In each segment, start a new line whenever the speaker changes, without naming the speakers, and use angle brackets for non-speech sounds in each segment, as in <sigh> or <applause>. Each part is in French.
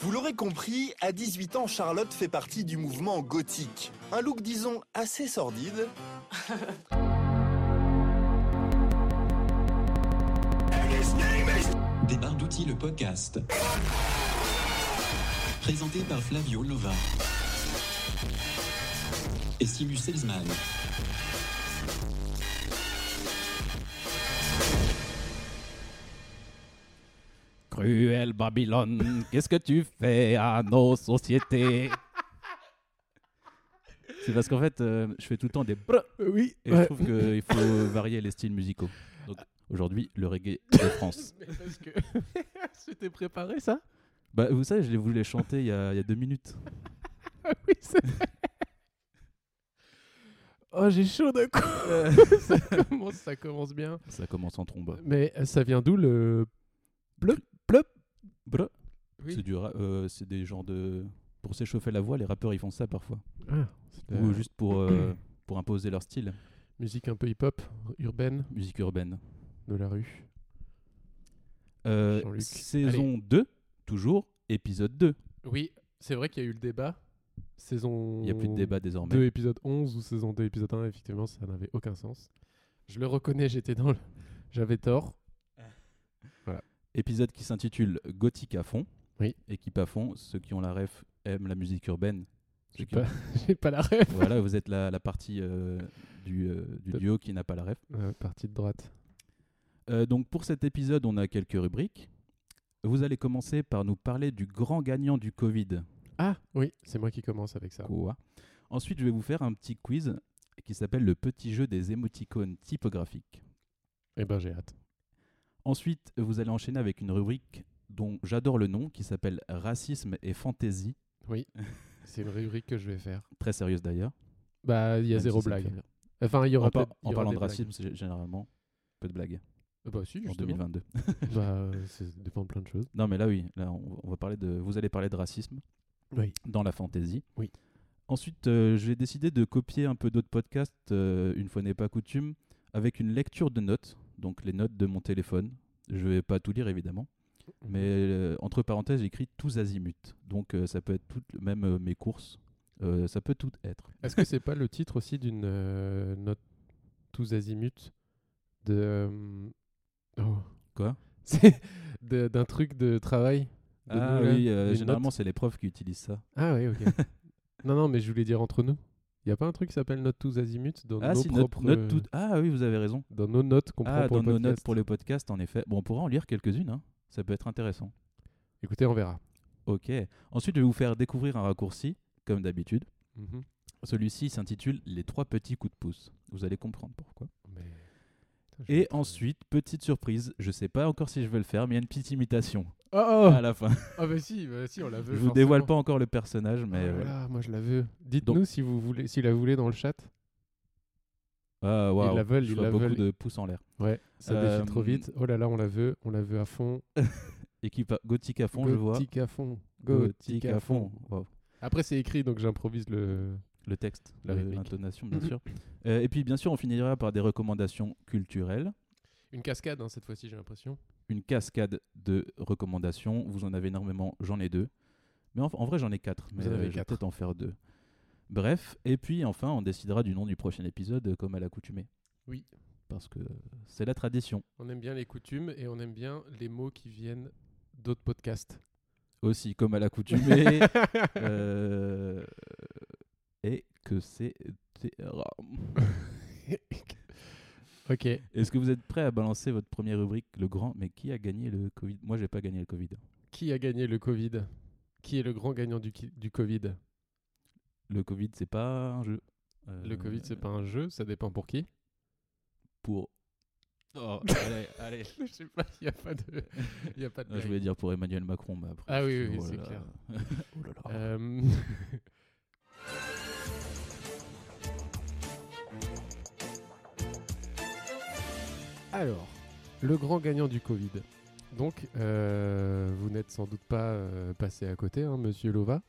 Vous l'aurez compris, à 18 ans, Charlotte fait partie du mouvement gothique. Un look, disons, assez sordide.
Des barres d'outils, le podcast. Présenté par Flavio Lova. Et Simus Selzman.
Cruel Babylone, qu'est-ce que tu fais à nos sociétés C'est parce qu'en fait, euh, je fais tout le temps des brr
Euh, Oui.
et
<laughs>
je trouve qu'il faut varier les styles musicaux. Donc aujourd'hui, le reggae de France.
Parce que <laughs> tu t'es préparé ça
Bah, vous savez, je l'ai voulu chanter il y, a, il y a deux minutes.
Oui, c'est vrai. Oh, j'ai chaud d'un coup. Euh, <laughs> ça, commence, ça commence bien.
Ça commence en trombe.
Mais euh, ça vient d'où le bleu plop
Brr.
Oui.
C'est du ra- euh, c'est des genres de. Pour s'échauffer la voix, les rappeurs ils font ça parfois.
Ah, c'est de la
Ou juste pour,
<clears throat>
euh, pour imposer leur style.
euh, musique un peu hip-hop, urbaine
Musique urbaine.
de la rue.
Euh,
Jean-Luc.
saison 2, toujours, épisode 2.
Oui, c'est vrai qu'il y a eu le débat. Saison.
Il n'y a plus de débat désormais.
2 épisode 11 ou saison 2 épisode 1, effectivement, ça n'avait aucun sens. Je le reconnais, j'étais dans le. J'avais tort. <laughs>
Épisode qui s'intitule Gothique à fond.
Oui.
Équipe à fond. Ceux qui ont la ref aiment la musique urbaine. Ceux
J'ai
qui
pas,
ont-
j'ai pas la rêve.
voilà, vous êtes la, la partie euh, du, euh, du
De-
duo qui n'a pas la ref.
partie de droite.
Euh, donc pour cet épisode, on a quelques rubriques. Vous allez commencer par nous parler du grand gagnant du Covid.
Ah oui, c'est moi qui commence avec ça.
Quoi. Ensuite, je vais vous faire un petit quiz qui s'appelle le petit jeu des émoticônes typographiques.
Eh ben j'ai hâte.
Ensuite, vous allez enchaîner avec une rubrique dont j'adore le nom, qui s'appelle Racisme et Fantaisie.
C'est une rubrique que je vais faire.
Très sérieuse d'ailleurs.
Bah, il y a
même
zéro
si ça me fait
blague.
rire.
Enfin, il y aura
En, par-
peut-être- il
en
y aura
parlant
des
de
blagues.
racisme, c'est gé- généralement peu de blagues
Euh, Bah si,
en
justement.
2022.
bah, euh, ça dépend de plein de choses.
Non, mais là oui, là on, on va parler de, vous allez parler de racisme
Oui.
dans la fantaisie.
Oui.
Ensuite, euh, j'ai décidé de copier un peu d'autres podcasts, euh, une fois n'est pas coutume, avec une lecture de notes, donc les notes de mon téléphone. Je vais pas tout lire évidemment,
Mhm.
mais euh, entre parenthèses, j'écris tous azimuts. Donc euh, ça peut être tout, même euh, mes courses, euh, ça peut tout être.
<laughs> Est-ce que c'est pas le titre aussi d'une euh, note tous azimuts de euh, oh.
Quoi
C'est de- d'un truc de travail. de
Ah
nous, là,
oui, euh,
des
généralement
notes
c'est les profs qui utilisent ça. <laughs>
Ah oui, ok. non, non, mais je voulais dire entre nous. Il y a pas un truc qui s'appelle note tous azimuts dans
Ah
nos
si, note-
propres euh,
note tout- Ah oui, vous avez raison.
dans nos notes qu'on prend
Ah,
pour
dans
le
nos notes
podcast.
pour les podcasts, en effet. Bon, on pourra en lire quelques-unes, hein. ça peut être intéressant.
Écoutez, on verra.
Ok. Ensuite, je vais vous faire découvrir un raccourci, comme d'habitude.
Mhm.
Celui-ci s'intitule Les trois petits coups de pouce. Vous allez comprendre pourquoi.
Mais- Putain, je vais
Et
être-
ensuite, petite surprise, je sais pas encore si je vais le faire, mais il y a une petite imitation
Oh, oh
à la fin.
Ah bah si, bah si, on la veut.
je vous dévoile pas encore le personnage, mais euh,
oh là
voilà.
là, moi je la veux. Dites-nous si vous voulez, si la voulez dans le chat.
Ah, waouh,
la veulent,
je
ils
vois
la
beaucoup
veulent.
de pouces en l'air.
Ouais, ça
Euh,
défile trop vite. Oh là là, on la veut, on la veut à fond.
Équipe à- gothique à fond, je vois.
Gothique à fond. Gothique à fond.
Waouh.
Après c'est écrit, donc j'improvise le.
Le texte,
La
le-
réplique.
l'intonation, bien sûr. Euh, et puis, bien sûr, on finira par des recommandations culturelles.
Une cascade hein, cette fois-ci, j'ai l'impression.
une cascade de recommandations. Vous en avez énormément, j'en ai deux. Mais en, en vrai, j'en ai quatre. Mais
en
euh,
avez
je vais
quatre.
peut-être en faire deux. Bref, et puis enfin, on décidera du nom du prochain épisode euh, comme à l'accoutumée.
Oui.
Parce que c'est la tradition.
On aime bien les coutumes et on aime bien les mots qui viennent d'autres podcasts.
Aussi comme à
<laughs>
l'accoutumée. euh, et que c'est.
ok.
Est-ce que vous êtes prêt à balancer votre première rubrique, le grand Mais qui a gagné le Covid Moi, j'ai pas gagné le Covid.
Qui a gagné le Covid Qui est le grand gagnant du, qui- du Covid
Le Covid, c'est pas un jeu. Euh,
Le Covid, c'est pas un jeu, ça dépend pour qui.
Pour. <laughs> Oh, allez, allez.
Je sais pas, il n'y a pas de. Y a pas de
Euh, Je
blague.
voulais dire pour Emmanuel Macron, mais après.
Ah
je
oui,
me suis
oui,
dit, oh
oui, c'est
là là.
clair.
Oh là là.
Euh, Alors, le grand gagnant du Covid. Donc, euh, vous n'êtes sans doute pas euh, passé à côté, hein, monsieur Lova.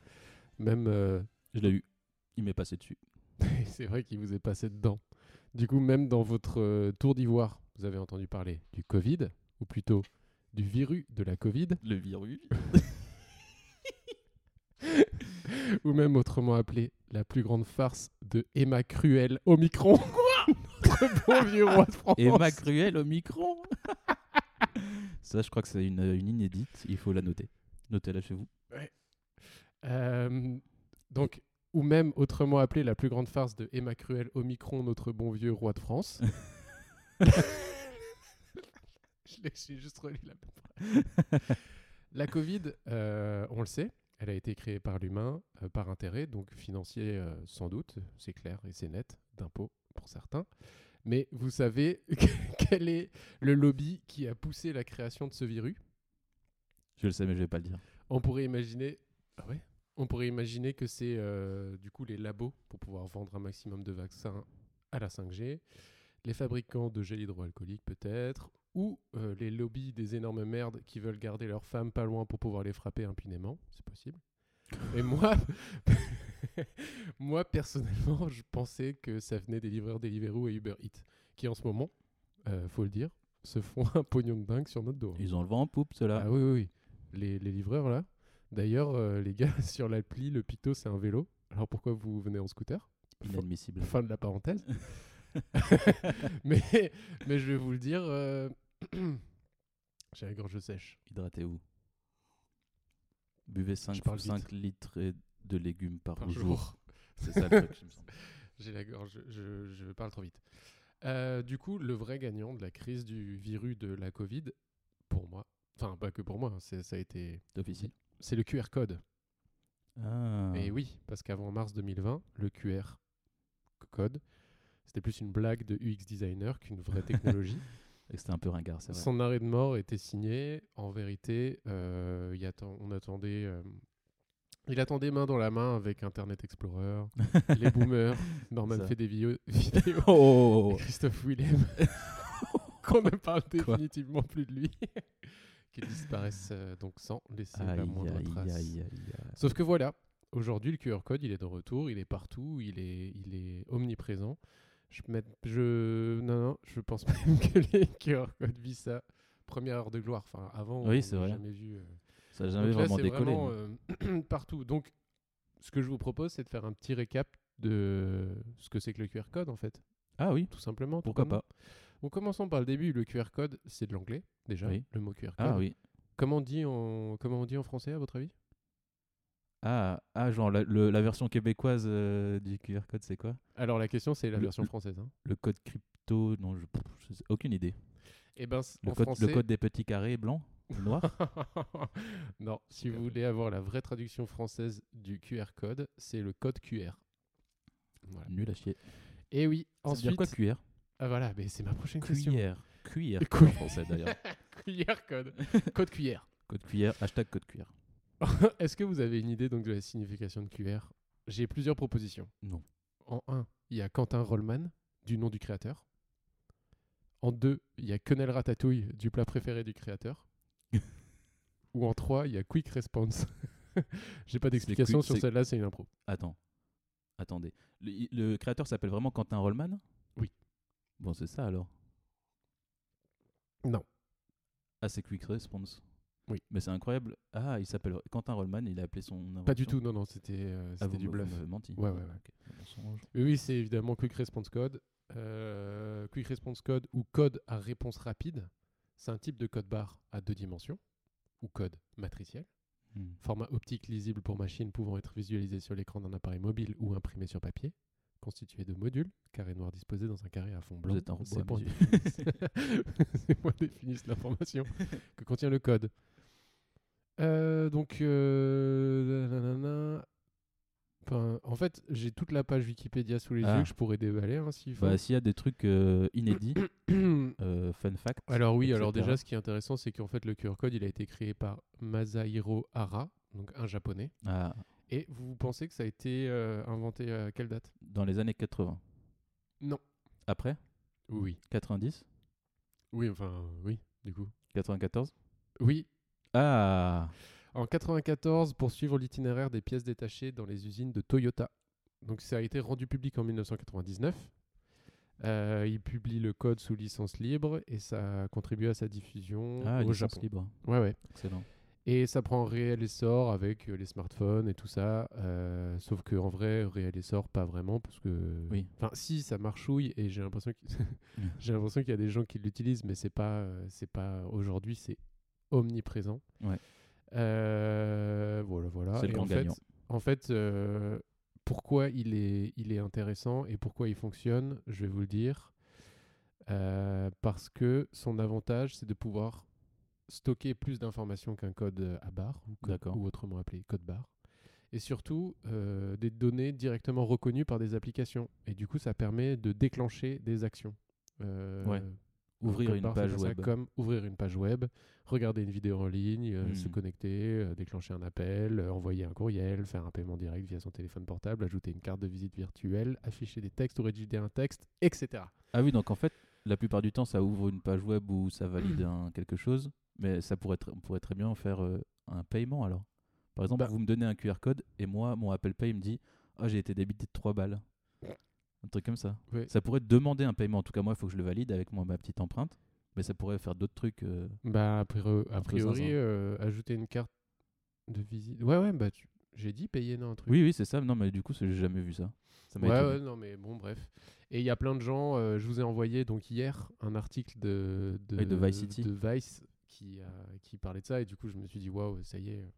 Même, euh, <laughs>
Je l'ai eu. Il m'est passé dessus.
c'est vrai qu'il vous est passé dedans. Du coup, même dans votre euh, tour d'ivoire, vous avez entendu parler du Covid, ou plutôt du virus de la Covid.
Le virus.
ou même autrement appelé la plus grande farce de Emma Cruel Omicron. Notre bon vieux roi de France.
<laughs> Emma Cruel au micro <laughs> Ça, je crois que c'est une, une inédite. Il faut la noter. Notez-la chez vous.
Euh, donc, ou même autrement appelé la plus grande farce de Emma Cruel Omicron, notre bon vieux roi de France. <laughs> Je l'ai- J'ai juste relu la La Covid, euh, on le sait, elle a été créée par l'humain, euh, par intérêt, donc financier euh, sans doute, c'est clair et c'est net, d'impôts pour certains. Mais vous savez <laughs> quel est le lobby qui a poussé la création de ce virus
Je le sais, mais je vais pas le dire.
on pourrait imaginer. Ah ouais On pourrait imaginer que c'est euh, du coup les labos pour pouvoir vendre un maximum de vaccins à la 5G, les fabricants de gel hydroalcoolique peut-être, ou euh, les lobbies des énormes merdes qui veulent garder leurs femmes pas loin pour pouvoir les frapper impunément, c'est possible. Et moi, <laughs> moi personnellement, je pensais que ça venait des livreurs Deliveroo et Uber Eats, qui en ce moment, euh, faut le dire, se font un pognon de dingue sur notre dos. hein.
Ils ont le vent en poupe, ceux-là.
Ah oui, oui, oui. Les, les livreurs, là. D'ailleurs, euh, les gars, <laughs> sur l'appli, le Picto, c'est un vélo. Alors pourquoi vous venez en scooter
Inadmissible.
Fin de la <laughs> parenthèse. mais, mais je vais vous le dire, euh, <clears throat> j'ai la gorge sèche.
Hydratez-vous. Buvez 5,
Je parle vite.
litres et de légumes par,
Par
jour.
jour.
C'est ça le truc, il me semble.
<laughs> J'ai la gorge, je, je parle trop vite. Euh, du coup, le vrai gagnant de la crise du virus de la Covid, pour moi, enfin pas que pour moi, hein, c'est- ça a été,
D'officine.
c'est le QR code.
Ah.
Et oui, parce qu'avant mars 2020, le QR code, c'était plus une blague de UX designer qu'une
<laughs>
vraie technologie.
Et C'était un peu ringard, c'est vrai.
Son arrêt de mort était signé. En vérité, euh, il atten- on attendait. euh, il attendait main dans la main avec
<laughs>
Internet Explorer, les boomers, Norman
Ça.
fait des vidéos, <laughs> vidéos
Oh, oh, oh, oh.
Christophe Willem,
<laughs>
qu'on ne parle
Quoi
définitivement plus de lui, <laughs> qui disparaissent euh, donc sans laisser
Aïe,
la moindre
aïe,
trace.
aïe, aïe, aïe.
Sauf que voilà, aujourd'hui le QR code, il est de retour, il est partout, il est, il est omniprésent. Je, mets- je, non, non, je pense <laughs> même que les QR codes Visa, première heure de gloire. Enfin, avant,
Oui, c'est
on n'a
vrai.
jamais vu. euh.
Ça n'a jamais
Donc là,
vraiment
c'est
décollé.
vraiment,
mais-
euh, <clears throat> partout. Donc, ce que je vous propose, c'est de faire un petit récap de ce que c'est que le QR code, en fait,
Ah oui,
tout simplement. tout
pourquoi
bonnement.
pas
Donc, commençons par le début. Le QR code, c'est de l'anglais, déjà,
Oui.
le mot QR code.
Ah oui.
comment, on dit en, comment on dit en français, à votre avis
Ah, ah genre la, le- la version québécoise euh, du QR code, c'est quoi
Alors, la question, c'est la
Le-
version
le-
française. hein.
Le code crypto Non, je, je sais- aucune idée.
Eh ben, c-
Le
en
code,
français-
le code des petits carrés blancs ou <laughs> noirs
<laughs> non, si vous voulez avoir la vraie traduction française du QR code, c'est le code QR. Voilà.
Nul à chier.
Et oui,
Ça veut dire
ensuite.
quoi QR
ah voilà, mais c'est ma prochaine question.
Cuillère. Cuillère.
Cou-
en français d'ailleurs.
QR code. code QR.
Code cuillère, hashtag code cuillère.
Est-ce que vous avez une idée donc de la signification de QR J'ai plusieurs propositions.
Non.
En 1, il y a Quentin Rollman, du nom du créateur. En 2, il y a Quenelle Ratatouille, du plat préféré
<laughs>
du créateur. Ou en 3, il y a Quick Response. <laughs> J'ai pas d'explication
quick-
sur
c'est-
celle-là, c'est une impro.
Attends. Attendez. Le, i- le créateur s'appelle vraiment Quentin Rollman
Oui.
Bon, c'est ça alors.
Non.
Ah, c'est Quick Response.
Oui.
Mais c'est incroyable. Ah, il s'appelle Quentin Rollman, il a appelé son.
Pas du
invention.
tout, non, non, c'était euh,
Ah,
c'était
vous
du
me-
bluff.
Vous m'avez menti.
Ouais, ouais, ouais.
Ok, un mensonge.
Oui, oui, c'est évidemment Quick Response Code. Euh, quick Response Code ou code à réponse rapide, c'est un type de code barre à deux dimensions, ou code matriciel,
Hmm.
format optique lisible pour machine pouvant être visualisé sur l'écran d'un appareil mobile ou imprimé sur papier, constitué de modules, carré noir disposé dans un carré à fond blanc.
êtes un robot,
Ces points
monsieur.
<laughs> définissent- Ces points définissent l'information que contient le code. Euh, donc, euh, nanana. Enfin, en fait, j'ai toute la page Wikipédia sous les
Ah.
yeux que je pourrais déballer hein, s'il faut. <clears throat>
Bah, s'il y a des trucs euh,
<coughs>
inédits, euh, fun fact.
alors oui, alors
etc.
déjà, ce qui est intéressant, c'est qu'en fait, le QR code, il a été créé par Masahiro Hara, donc un japonais.
Ah,
Et vous pensez que ça a été euh, inventé à quelle date
dans les années 80.
Non.
Après
Oui.
90
Oui, enfin, oui, du coup.
94
Oui.
Ah
En 94, pour suivre l'itinéraire des pièces détachées dans les usines de Toyota. Donc ça a été rendu public en 1999. Euh, il publie le code sous licence libre et ça a contribué à sa diffusion
Ah,
au
licence
Japon.
libre.
Ouais, ouais.
Excellent.
Et ça prend réel essor avec euh, les smartphones et tout ça. euh, sauf que en vrai, réel essor, pas vraiment. Parce que.
Oui.
Enfin, si, ça marchouille. Et j'ai l'impression <laughs> qu'il j'ai l'impression qu'il y a des gens qui l'utilisent, mais c'est pas. euh, c'est pas Aujourd'hui, c'est omniprésent.
Ouais.
Euh, voilà, voilà.
C'est le
Et
grand
en fait,
gagnant.
en fait, euh, pourquoi il est, il est intéressant et pourquoi il fonctionne, je vais vous le dire. Euh, parce que son avantage, c'est de pouvoir stocker plus d'informations qu'un code euh, à barre, ou, co-
D'accord.
ou autrement appelé code barre. Et surtout, euh, des données directement reconnues par des applications. Et du coup, ça permet de déclencher des actions. Euh,
Ouais. Ouvrir
code
une
barre, ça
page
fait ça
web.
Comme ouvrir une page web, regarder une vidéo en ligne, euh, se
Hmm.
connecter, euh, déclencher un appel, euh, envoyer un courriel, faire un paiement direct via son téléphone portable, ajouter une carte de visite virtuelle, afficher des textes ou rédiger un texte, etc.
Ah oui, donc en fait, la plupart du temps, ça ouvre une page web où ça valide
<clears throat>
un quelque chose, mais ça pourrait tr- on pourrait très bien en faire euh, un paiement alors. Par exemple,
Bah.
vous me donnez un QR code et moi, mon Apple Pay me dit Ah, j'ai été débité de 3 balles. Un truc comme ça.
Ouais.
Ça pourrait demander un paiement. En tout cas, moi, il faut que je le valide avec moi, ma petite empreinte. Mais ça pourrait faire d'autres trucs. euh,
Bah, a priori, a
Un peu
priori,
zinzin.
euh, ajouter une carte de visite. Ouais, ouais, bah, tu- j'ai dit payer dans un truc.
Oui, oui, c'est ça. Non, mais du coup, c'est- j'ai jamais vu ça. Ça m'a
Ouais,
étonné.
ouais, non, mais bon, bref. Et il y a plein de gens, euh, je vous ai envoyé donc hier un article de, de,
Oui, de Vice City.
de Vice qui, a- qui parlait de ça, et du coup, je me suis dit, waouh, ça y est. euh,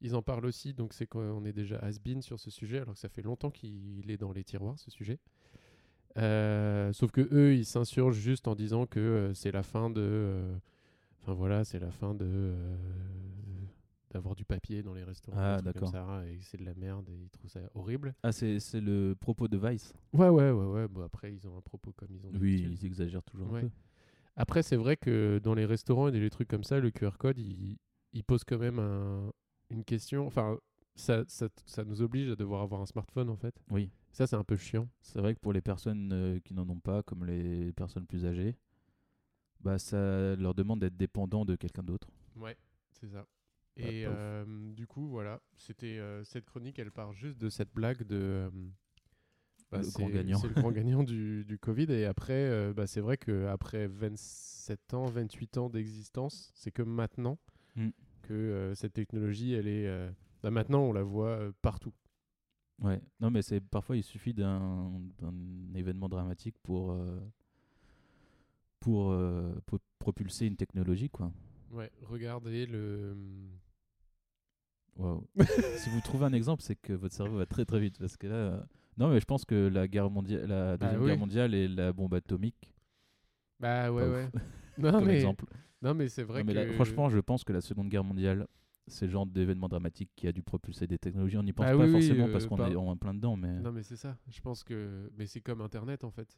Ils en parlent aussi, donc c'est qu'on est déjà has-been sur ce sujet, alors que ça fait longtemps qu'il est dans les tiroirs, ce sujet. Euh, sauf que eux, ils s'insurgent juste en disant que euh, c'est la fin de. euh, Enfin voilà, c'est la fin de. euh, d'avoir du papier dans les restaurants,
Ah,
des trucs comme
d'accord.
ça, et que c'est de la merde, et ils trouvent ça horrible.
Ah, c'est c'est le propos de Vice.
Ouais, ouais, ouais, ouais. Bon, après, ils ont un propos comme ils ont
Oui,
d'habitude.
ils exagèrent toujours
Ouais.
un peu.
Après, c'est vrai que dans les restaurants et des trucs comme ça, le QR code, il, il pose quand même un- une question. Enfin, ça, ça, ça nous oblige à devoir avoir un smartphone, en fait.
Oui.
Ça, c'est un peu chiant.
C'est vrai que pour les personnes euh, qui n'en ont pas, comme les personnes plus âgées, bah ça leur demande d'être dépendant de quelqu'un d'autre.
Ouais, c'est ça.
Bah,
Et
pas ouf.
euh, du coup, voilà, c'était euh, cette chronique, elle part juste de cette blague de. euh, bah,
Le
c'est-
grand gagnant.
C'est le grand gagnant du, du Covid. Et après, euh, bah, c'est vrai que après 27 ans, 28 ans d'existence, c'est que maintenant
Mm.
que euh, cette technologie, elle est. euh, bah, maintenant, on la voit euh, partout.
Ouais. Non, mais c'est parfois il suffit d'un d'un événement dramatique pour euh, pour euh, po- propulser une technologie quoi.
Ouais, regardez le. <laughs>
Waouh. si vous trouvez un exemple, c'est que votre cerveau va très très vite parce que là. euh, Non, mais je pense que la guerre mondiale, la
Bah
deuxième
oui.
guerre mondiale et la bombe atomique,
Bah ouais,
Pas
ouais.
ouf.
<laughs>
<laughs>
Non,
comme
mais,
exemple.
non, mais c'est vrai
Non, mais là,
que.
franchement, je pense que la Seconde Guerre mondiale, c'est le genre d'événement dramatique qui a dû propulser des technologies. On n'y pense
Bah
pas
oui, oui,
forcément
euh,
parce qu'on
par-
est en plein dedans, mais
Non, mais c'est ça. Je pense que. Mais c'est comme Internet, en fait.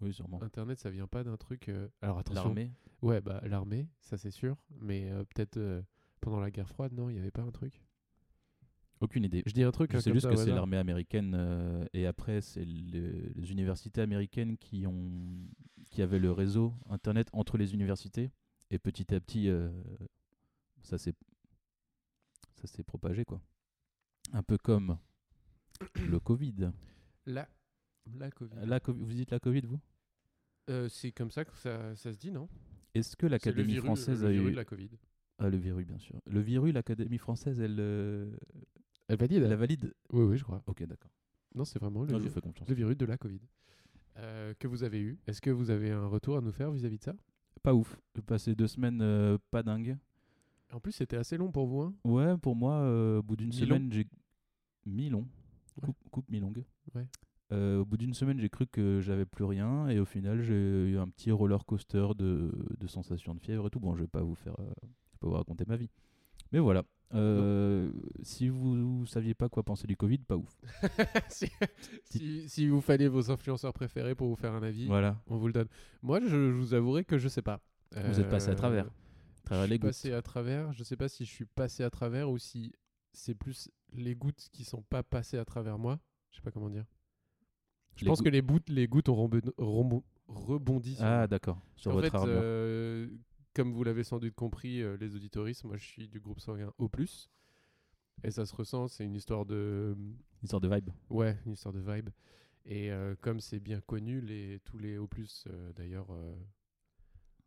oui, sûrement.
Internet, ça vient pas d'un truc. euh, Alors attention.
L'armée.
Ouais, bah l'armée, ça c'est sûr. Mais euh, peut-être euh, pendant la guerre froide, non, il n'y avait pas un truc.
Aucune idée.
Je dis un truc.
Je
hein,
sais
comme
juste
ça,
que
au
c'est
hasard.
l'armée américaine euh, et après c'est le- les universités américaines qui ont qui avaient le réseau internet entre les universités et petit à petit euh, ça s'est ça s'est propagé quoi. Un peu comme le Covid.
La, la Covid.
La Covid- vous dites la Covid vous
Euh, c'est comme ça que ça, ça se dit, non
Est-ce que
C'est le
l'Académie
virus-
française
le
a
virus
eu
de la Covid.
Ah, le virus, bien sûr. Le virus, l'Académie française, elle euh,
Elle valide.
la valide
Oui, oui, je crois.
Ok, d'accord.
Non, c'est vraiment le,
Non, j'ai fait confiance.
le virus de la Covid Euh, que vous avez eu. Est-ce que vous avez un retour à nous faire vis-à-vis de ça
Pas ouf. J'ai passé deux semaines euh, pas dingue.
En plus, c'était assez long pour
<laughs>
vous. hein.
Ouais, pour moi, euh, au bout d'une
Mi-long.
semaine, j'ai. Mi-long.
Ouais.
Coupe, coupe mi-longue.
Ouais.
Euh, au bout d'une semaine, j'ai cru que j'avais plus rien et au final, j'ai eu un petit roller coaster de, de sensations de fièvre et tout. Bon, je vais pas vous faire, euh, je vais pas vous raconter ma vie. Mais voilà. Euh, si vous saviez pas quoi penser du Covid, pas ouf.
si, si- si vous fallait vos influenceurs préférés pour vous faire un avis,
Voilà.
on vous le donne. Moi, je, je vous avouerai que je sais pas. Euh,
Vous êtes passé à travers. À travers
je
les
suis
gouttes.
passé à travers. Je sais pas si je suis passé à travers ou si c'est plus les gouttes qui sont pas passées à travers moi. Je sais pas comment dire. Je
Les
pense
gou-
que les, bouts- les gouttes ont rembe- rombo- rebondi. sur moi.
Ah, d'accord. Sur
en
votre
fait,
armure.
euh, comme vous l'avez sans doute compris, euh, les auditoristes, moi je suis du groupe sanguin O+. Et ça se ressent, c'est une histoire de...
Une sorte de vibe.
Ouais, une histoire de vibe. Et euh, comme c'est bien connu, les, tous les O+, euh, d'ailleurs, euh,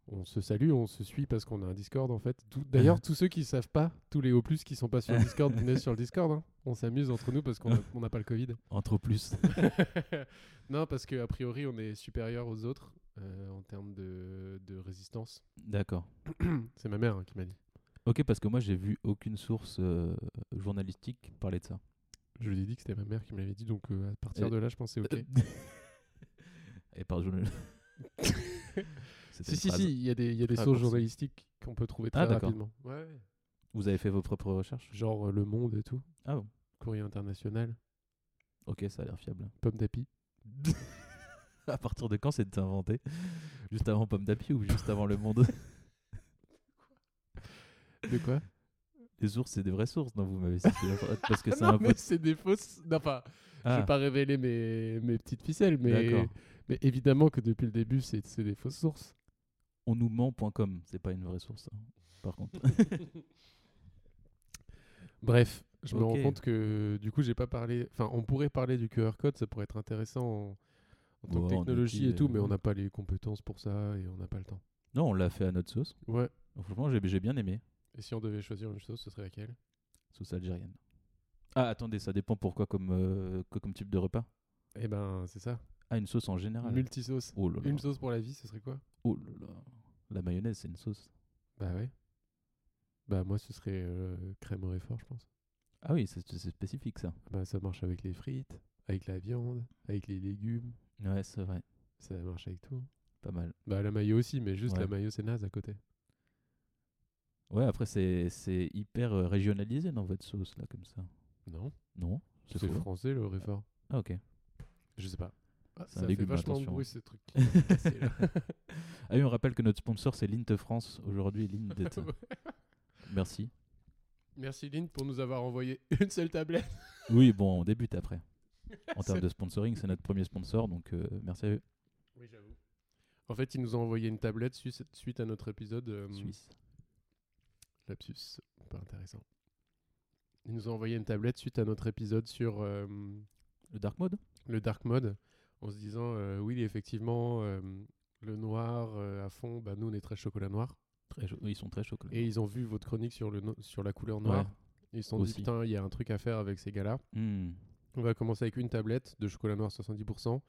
On se salue, on se suit parce qu'on a un Discord en fait. Tout- <laughs> D'ailleurs, tous ceux qui savent pas, tous les hauts plus qui sont pas <laughs> sur le Discord, venez sur le Discord. hein. On s'amuse entre nous parce qu'on a- on n'a pas le Covid. <laughs>
Entre plus.
non, parce que a priori, on est supérieur aux autres euh, en termes de, de résistance.
<laughs> D'accord.
C'est ma mère hein, qui m'a dit.
Ok, parce que moi, j'ai vu aucune source euh, journalistique parler de ça.
Je lui ai dit que c'était ma mère qui me l'avait dit, donc euh, à partir
Et-
de là, je pensais ok.
<laughs> Et par journal. <laughs> C'était
si,
une
si,
phrase.
si, il y a des, il y a des sources
Raccourci.
journalistiques qu'on peut trouver très
Ah, d'accord.
rapidement. Ouais, ouais.
Vous avez fait vos propres recherches
Genre euh, Le Monde et tout,
Ah bon.
Courrier International,
Ok, ça a l'air fiable. <laughs>
Pomme d'Api.
à partir de quand c'est inventé Juste avant Pomme d'Api ou juste avant Le Monde <laughs>
De quoi
Les sources, c'est des vraies sources dont vous m'avez cité. Parce
<laughs>
que <laughs> c'est
Non,
un
mais
pote.
c'est des fausses. Non, enfin, je
Ah,
vais pas révéler mes, mes petites ficelles, mais,
D'accord.
mais évidemment que depuis le début, c'est c'est des fausses sources.
on nous ment.com, c'est pas une vraie source. hein, Par contre. <laughs>
Bref, je me
Ok.
rends compte que du coup, j'ai pas parlé. Enfin, on pourrait parler du QR code, ça pourrait être intéressant en, en tant
Ouais,
que
en
technologie
outil,
et tout,
euh,
mais on
ouais.
n'a pas les compétences pour ça et on n'a pas le temps.
Non, on l'a fait à notre sauce.
Ouais.
Franchement, j'ai j'ai bien aimé.
Et si on devait choisir une chose, ce serait laquelle
Sauce algérienne. Ah, attendez, ça dépend pourquoi comme, euh, que- comme type de repas.
Eh ben, c'est ça.
Ah, une sauce en général.
Multisauce.
Oh là là.
Une sauce pour la vie, ce serait quoi
Oh là là. La mayonnaise, c'est une sauce.
Bah ouais. Bah moi, ce serait euh, crème au réfort, je pense.
Ah oui, c'est c'est spécifique ça.
Bah ça marche avec les frites, avec la viande, avec les légumes,
Ouais, c'est vrai.
ça marche avec tout.
Pas mal.
Bah la mayo aussi, mais juste
Ouais.
la mayo, c'est naze à côté.
Ouais, après, c'est c'est hyper euh, régionalisé dans votre sauce, là, comme ça.
Non,
Non
c'est
faux.
français le réfort.
Ah, ok.
Je sais pas. Ah,
C'est un
ça fait
légume,
vachement de
attention.
bruit ce truc. qui est
<laughs>
cassé, là.
Ah oui, on rappelle que notre sponsor, c'est Lint France. Aujourd'hui, Lint.
<laughs> Ouais.
Merci.
Merci Lynn pour nous avoir envoyé <laughs> une seule tablette.
Oui, bon, on débute après. En
C'est-
termes de sponsoring, c'est notre premier sponsor, donc euh, merci à eux.
Oui, j'avoue. En fait, ils nous ont envoyé une tablette suite, suite à notre épisode euh,
Suisse.
Lapsus, pas intéressant. Ils nous ont envoyé une tablette suite à notre épisode sur euh,
Le Dark Mode
le dark mode, en se disant euh, oui effectivement euh, le noir euh, à fond, bah nous on est très chocolat noir.
Très chaud. Ils sont très chauds. quand même.
Et ils ont vu votre chronique sur le no- sur la couleur
Ouais.
noire. Ils se sont dit
Aussi.
putain il y a un truc à faire avec ces gars-là.
Hmm.
On va commencer avec une tablette de chocolat noir 70%.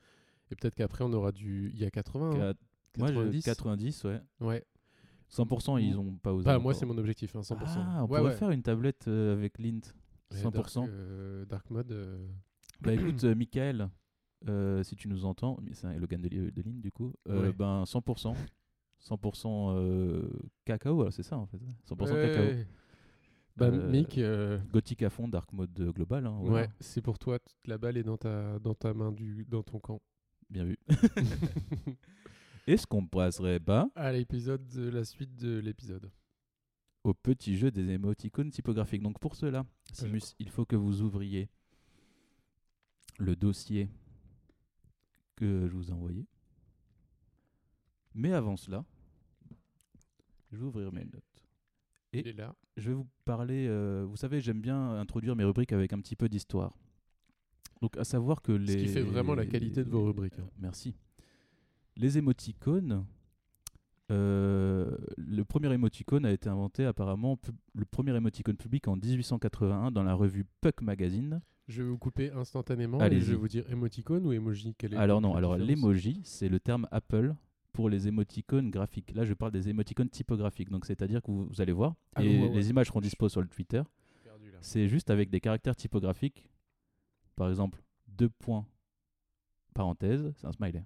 Et peut-être qu'après on aura du il y a 80. hein,
Quatre- Moi, je-
90.
90, ouais.
Ouais.
100%, ils ont pas osé.
Bah moi
encore.
c'est mon objectif hein, 100%.
Ah, on
Ouais,
pourrait
ouais.
faire une tablette euh, avec Lint.
Mais
100%.
Dark, euh, dark mode. euh,
Bah écoute, euh, Michael, euh, si tu nous entends, mais c'est un Logan de, Li- de Lynn du coup, euh,
Ouais.
ben 100%. 100% euh, cacao, alors c'est ça en fait. 100% cacao.
ouais. Bah
Euh,
Mick, euh,
Gothique à fond, dark mode euh, global. hein, voilà.
ouais, c'est pour toi. toute La balle est dans ta dans ta main du dans
<laughs>
ton camp.
Bien vu. Est-ce qu'on passerait pas
à l'épisode de la suite de l'épisode.
au petit jeu des émoticônes typographiques Donc pour cela, Simus, il faut que vous ouvriez le dossier que je vous ai envoyé. Mais avant cela, je vais ouvrir mes notes. Et-
Il est là.
je vais vous parler. euh, vous savez, j'aime bien introduire mes rubriques avec un petit peu d'histoire. Donc, à savoir que les.
Ce qui fait vraiment la qualité de vos rubriques, hein.
Merci. Les émoticônes. euh, le premier émoticône a été inventé apparemment, pub- le premier émoticône public en 1881 dans la revue Puck Magazine.
Je vais vous couper instantanément. et
Allez-y.
je vais vous dire émoticône ou emoji. Quelle est
Alors
la
non, alors
différence
l'emoji, c'est le terme Apple pour les émoticônes graphiques. Là, je parle des émoticônes typographiques. Donc, c'est-à-dire que vous, vous allez voir,
Ah
et
oui, ouais, ouais.
les images seront dispo sur le Twitter.
Perdu, là.
C'est juste avec des caractères typographiques. Par exemple, deux points, parenthèse, c'est un smiley.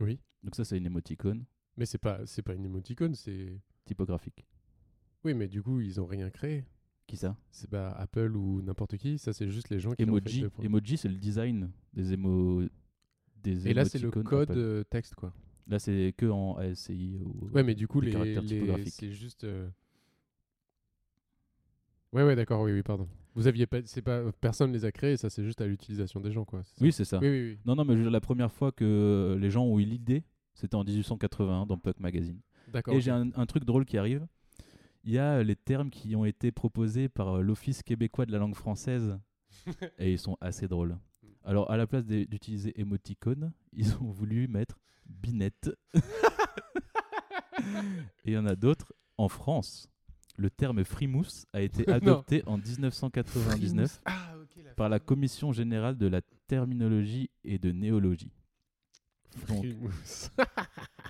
Oui.
Donc ça, c'est une émoticône
Mais c'est pas c'est pas une émoticône, c'est
typographique.
Oui, mais du coup, ils ont rien créé.
Qui ça
C'est pas Apple ou n'importe qui, ça c'est juste les gens qui l'ont fait
Emoji.
deux fois.
Emoji, c'est le design des émo... Des
Et là, c'est le
émoticônes
code
Apple.
euh, texte quoi.
Là, c'est que en ASCII. Ou...
Ouais, mais du coup,
des
les,
caractères
les-
typographiques.
c'est juste euh, Ouais ouais, d'accord, oui oui, pardon. Vous aviez pas c'est pas personne les a créés, ça c'est juste à l'utilisation des gens quoi. c'est ça
Oui, c'est ça.
oui, oui, oui.
Non, non, mais je veux dire, la première fois que les gens ont eu l'idée, c'était en 1881 dans Puck Magazine.
D'accord.
Et
ok.
j'ai un, un truc drôle qui arrive. Il y a euh, les termes qui ont été proposés par euh, l'Office québécois de la langue
<laughs>
française. et ils sont assez drôles. Alors, à la place des- <laughs>
<laughs>
d'utiliser émoticône, ils ont voulu mettre binette. Et il y en a d'autres en France. Le terme frimousse a
<laughs>
été adopté en 1999
Ah, ok. La
par la Commission générale de la terminologie et de néologie. Donc,
frimousse.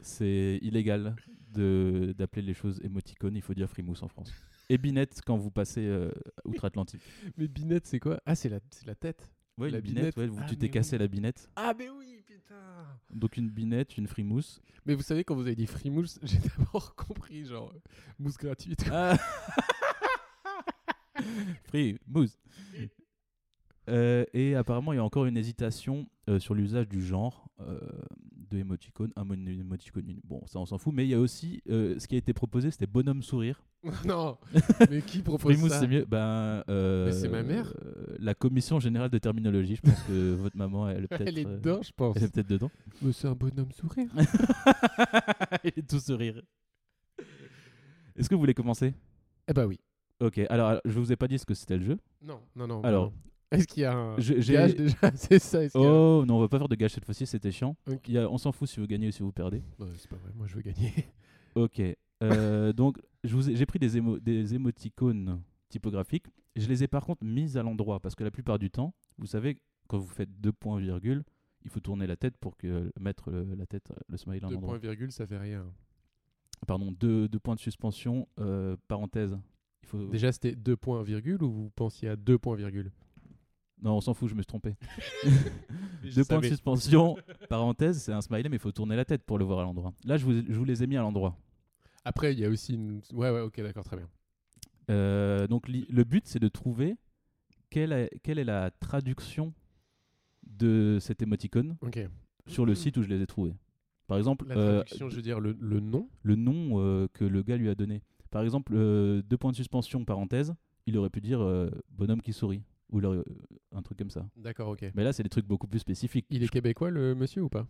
c'est illégal de- d'appeler les choses émoticônes, il faut dire frimousse en France. Et binette quand vous passez euh, outre-Atlantique.
<laughs> Mais binette, c'est quoi Ah, c'est la, c'est la tête.
Ouais,
La
la binette,
binette.
ouais, vous-
Ah,
tu t'es
mais
cassé
oui.
la binette.
Ah, mais oui, putain
Donc une binette, une frimousse.
Mais vous savez, quand vous avez dit frimousse, <laughs> j'ai d'abord compris, genre, euh, mousse gratuite. quoi.
Ah <laughs> Frimousse. Euh, et apparemment, il y a encore une hésitation euh, sur l'usage du genre euh, de émoticône, un mon- émoticône unique. Bon, ça on s'en fout, mais il y a aussi euh, ce qui a été proposé, c'était bonhomme sourire.
Ah, <laughs> non Mais qui propose
Frimousse,
ça
c'est mieux. Ben, euh,
Mais c'est ma mère.
euh, la commission générale de terminologie, je pense que
<laughs>
votre maman, elle, est peut-être,
Elle est
euh,
dedans, je pense.
elle est peut-être
<laughs>
dedans.
Mais c'est un bonhomme sourire.
Il est tout sourire. Est-ce que vous voulez commencer
eh bah oui.
Ok, alors je vous ai pas dit ce que c'était le jeu.
Non, non, non.
Alors.
non. Est-ce qu'il y a un
Je- j'ai-
gage déjà <laughs> C'est ça, est-ce qu'il y a-
Oh non, on va pas faire de gage cette fois-ci, c'était chiant.
Ok.
Il y a- on s'en fout si vous gagnez ou si vous perdez.
Bah, c'est pas vrai, moi je veux gagner.
Ok. Euh, <laughs> donc, je vous ai- j'ai pris des, émo- des émoticônes typographiques. Je les ai par contre mis à l'endroit parce que la plupart du temps, vous savez, quand vous faites deux points virgule, il faut tourner la tête pour que euh, mettre le- la tête, euh, le smile à un
Deux
endroit.
points virgule, ça fait rien.
Pardon, deux, deux points de suspension, euh, parenthèse. Il faut...
Déjà, c'était deux points virgule ou vous pensiez à deux points virgule
Non, on s'en fout, je me suis trompé. deux points de
<laughs>
suspension, parenthèse, c'est un smiley, mais il faut tourner la tête pour le voir à l'endroit. Là, je vous, je vous les ai mis à l'endroit.
Après, il y a aussi une. Ouais, ouais, ok, d'accord, très bien.
Euh, donc li- le but, c'est de trouver quelle est, quelle est la traduction de cet émoticône
Ok.
sur le site où je les ai trouvés. Par exemple,
Hmm. La
euh,
traduction, je veux dire, le, le nom.
le nom euh, que le gars lui a donné. Par exemple, euh, deux points de suspension, parenthèse, il aurait pu dire euh, bonhomme qui sourit ou le- euh, un truc comme ça.
D'accord, ok.
Mais là, c'est des trucs beaucoup plus spécifiques.
Il est québécois, le monsieur, ou pas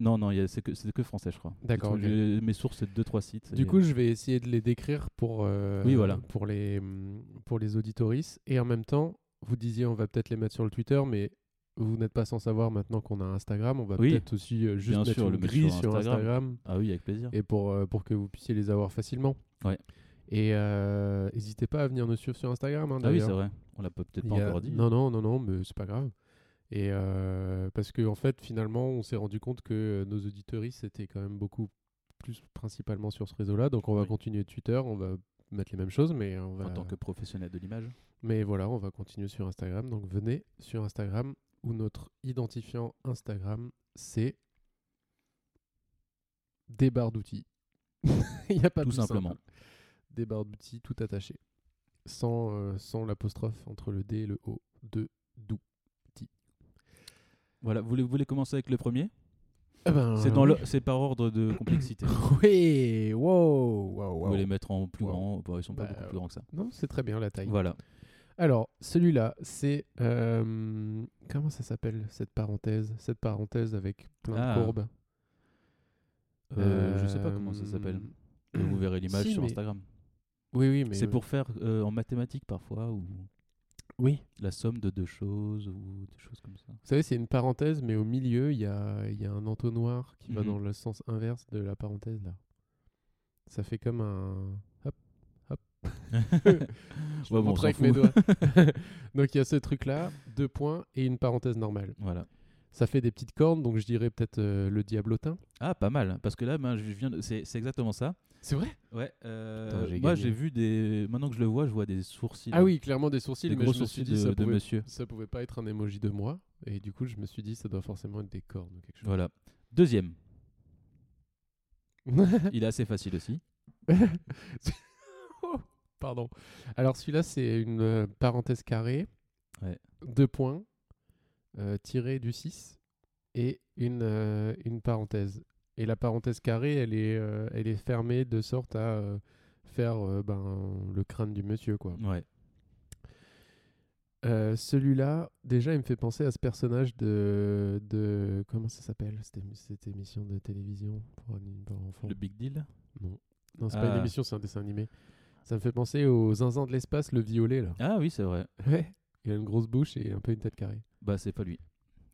Non, non, il y a- c'est que, c'est que français, je crois.
D'accord,
J'ai- Mes sources, c'est deux, trois sites.
Du
et-
coup, je vais essayer de les décrire pour, euh,
Oui, voilà.
pour les, hum, pour les auditoristes. Et en même temps, vous disiez, on va peut-être les mettre sur le Twitter, mais vous n'êtes pas sans savoir maintenant qu'on a Instagram. On va
Oui.
peut-être aussi euh, juste
Bien
mettre
sûr,
une
le mettre
grille
sur
sur
Instagram.
Instagram.
Ah oui, avec plaisir.
et pour, euh, pour que vous puissiez les avoir facilement.
Ouais.
Et euh, n'hésitez pas à venir nous suivre sur Instagram. hein,
Ah oui,
d'ailleurs.
c'est vrai. On l'a peut- peut-être pas
Il y a-
encore dit. hein.
Non, non, non, non, mais c'est pas grave. Et euh, parce que en fait, finalement, on s'est rendu compte que euh, nos auditoristes étaient quand même beaucoup plus principalement sur ce réseau-là. Donc, on va
Oui.
continuer Twitter, on va mettre les mêmes choses, mais on va.
En tant que professionnel de l'image.
Mais voilà, on va continuer sur Instagram. Donc, venez sur Instagram où notre identifiant Instagram, c'est des barres d'outils. <laughs> Il n'y a pas
Tout
plus simple.
simplement.
Des barres d'outils tout attaché. Sans, euh, sans l'apostrophe entre le D et le O de doux.
Voilà, vous voulez, vous voulez commencer avec le premier
Eh ben,
C'est dans
oui.
le, c'est par ordre
<coughs>
de complexité. Vous
Oui, wow, wow, wow.
pouvez les mettre en plus
Wow.
grand, bah, ils sont pas
Bah,
beaucoup plus grands que ça.
Non, c'est très bien la taille.
Voilà.
Alors, celui-là, c'est. euh, comment ça s'appelle cette parenthèse Cette parenthèse avec plein
Ah.
de courbes.
Euh, je sais pas comment ça s'appelle.
Euh,
Vous verrez l'image
si,
sur
mais-
Instagram.
Oui, oui, mais.
Hum, C'est pour faire euh, en mathématiques parfois ou
Oui.
la somme de deux choses ou des choses comme
<laughs>
ça.
Vous savez, c'est une parenthèse, mais au milieu, il y a, il y a un entonnoir qui va
Mhm.
dans le sens inverse de la parenthèse, là. Ça fait comme un. Hop, hop. Je
<laughs> Ouais,
vais
bon, on
montrer avec
s'en
mes
fout.
doigts. <laughs> donc, il y a ce truc-là, deux points et une parenthèse normale.
<laughs> Voilà.
Ça fait des petites cornes, donc je dirais peut-être euh, le diablotin.
Ah, pas mal. Parce que là, ben, je viens, de- c'est, c'est exactement ça.
C'est vrai
Ouais. euh,
Putain, j'ai
moi,
gagné.
j'ai vu des. Maintenant que je le vois, je vois des sourcils.
Ah oui, clairement des sourcils,
Des
mais
gros
je me suis
sourcils
dit
de,
ça
de
pouvait,
monsieur.
ça pouvait pas être un emoji de moi. Et du coup, je me suis dit, ça doit forcément être des cornes ou quelque chose.
Voilà.
<laughs>
Deuxième. Il est assez facile aussi.
<laughs> Pardon. Alors celui-là, c'est une euh, parenthèse carrée,
Ouais.
deux points, euh, tiré du 6, et une, euh, une parenthèse. Et la parenthèse carrée, elle est, euh, elle est fermée de sorte à euh, faire euh, ben, le crâne du monsieur. quoi.
Ouais.
Euh, celui-là, déjà, il me fait penser à ce personnage de... de comment ça s'appelle cette, émi- cette émission de télévision pour, anim- pour enfants
Le big deal.
Non, c'est pas une
Ah.
émission, c'est un dessin animé. Ça me fait penser aux zinzins de l'espace, le violet, là.
Ah oui, c'est vrai. <laughs>
Ouais. Il a une grosse bouche et un peu une tête carrée.
Bah, c'est pas lui.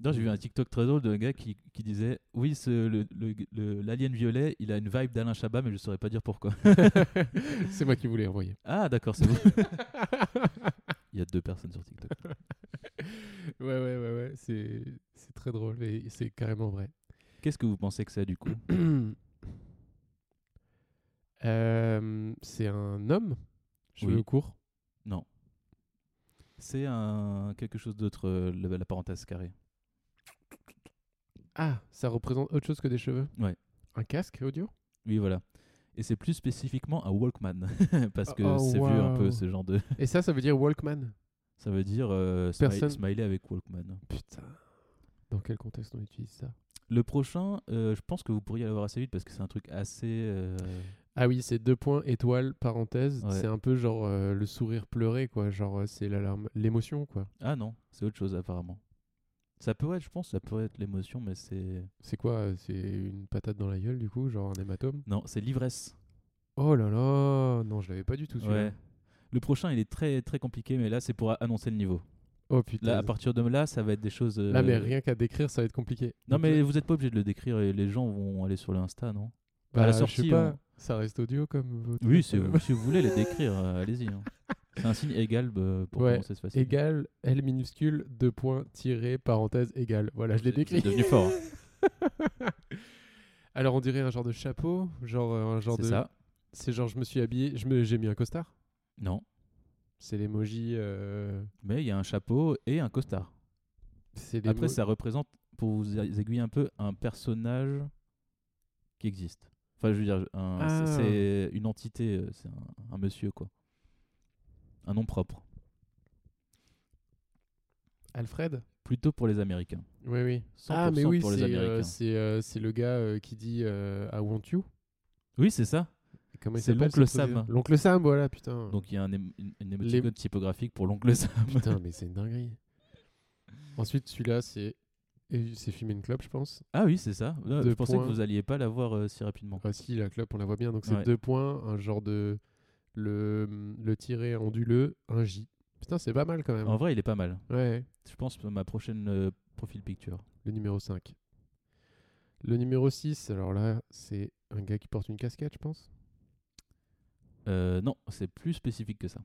D'ailleurs, J'ai vu un TikTok très drôle d'un gars qui, qui disait Oui, ce- le- le- le- l'alien violet, il a une vibe d'Alain Chabat, mais je saurais pas dire pourquoi. <laughs>
C'est moi qui voulais envoyer.
ah, d'accord, c'est vous. Il y a deux personnes sur TikTok.
Ouais, ouais, ouais, ouais. C'est c'est très drôle et c'est carrément vrai. <clears throat>
Qu'est-ce que vous pensez que c'est du coup
Euh, c'est un homme, cheveux
Oui.
courts.
Non. C'est un quelque chose d'autre, euh, la, la parenthèse carrée.
Ah, ça représente autre chose que des cheveux
Ouais.
Un casque audio
Oui, voilà. Et c'est plus spécifiquement un Walkman, <laughs> parce que
Oh,
c'est vu un peu
waouh.
ce genre de.
Et ça, ça veut dire Walkman.
Ça veut dire euh, smi-
Personne-
smiley avec Walkman.
Putain. Dans quel contexte on utilise ça
Le prochain, euh, je pense que vous pourriez l'avoir assez vite parce que c'est un truc assez. euh,
Ah oui, c'est deux points, étoile, parenthèse.
Ouais.
C'est un peu genre euh, le sourire pleuré, quoi. Genre, euh, c'est l'alarme, l'émotion, quoi.
Ah non, c'est autre chose apparemment. Ça peut être, je pense, ça peut être l'émotion, mais c'est.
C'est quoi euh, C'est une patate dans la gueule, du coup Genre un hématome
Non, c'est l'ivresse.
Oh là là Non, je l'avais pas du tout, celui-là.
Ouais. Le prochain, il est très très compliqué, mais là, c'est pour a- annoncer le niveau.
Oh putain.
Là, à partir de là, ça va être des choses.
Là, mais
euh,
rien qu'à décrire, ça va être compliqué.
Non,
Donc
mais
là-
vous n'êtes pas obligé de le décrire et les gens vont aller sur le Insta, non
bah,
à la
je
sortie,
sais pas,
on-
ça reste audio comme. votre-
Oui, si vous, si vous voulez les décrire, euh, allez-y. hein. C'est un signe égal euh, pour
Ouais,
commencer, c'est facile.
<laughs> Égal, L minuscule, deux points, tiré, parenthèse, égal. Voilà, Bah, je l'ai
C'est- c'est
décrit.
devenu fort. hein.
<laughs> Alors, on dirait un genre de chapeau, genre euh, un genre
C'est
de.
ça.
C'est genre, je me suis habillé, je me... j'ai mis un costard.
Non.
C'est l'emoji. euh,
Mais il y a un chapeau et un costard.
C'est les
Après,
mots-
ça représente, pour vous aiguiller un peu, un personnage qui existe. Enfin, je veux dire, un-
Ah.
c'est- c'est une entité, euh, c'est un, un monsieur, quoi. Un nom propre.
Alfred
Plutôt pour les Américains.
Oui, oui.
100%
Ah, mais oui,
pour les
c'est euh,
Américains.
c'est, euh, c'est le gars euh, qui dit euh, I want you.
oui, c'est ça.
Comment il
C'est
s'appelle,
l'oncle
ce président
Sam.
L'oncle Sam, voilà, putain. <laughs>
Donc, il y a un ém- une, une émoticône typographique pour l'oncle Sam.
Putain, mais c'est une dinguerie. Ensuite, celui-là, c'est. et C'est fumer une clope, je pense.
<laughs> Ah oui, c'est ça. Ouais,
Deux
je pensais
points.
que vous alliez pas l'avoir euh, si rapidement.
Ah si, la clope, on la voit bien. Donc c'est
Ouais.
deux points, un genre de. Le, le tiré onduleux, un J. Putain, c'est pas mal quand même.
En vrai, il est pas mal.
Ouais,
Je pense que ma prochaine euh, profil picture.
le numéro 5. Le numéro 6, alors là, c'est un gars qui porte une casquette, je pense.
Euh, non, c'est plus spécifique que ça.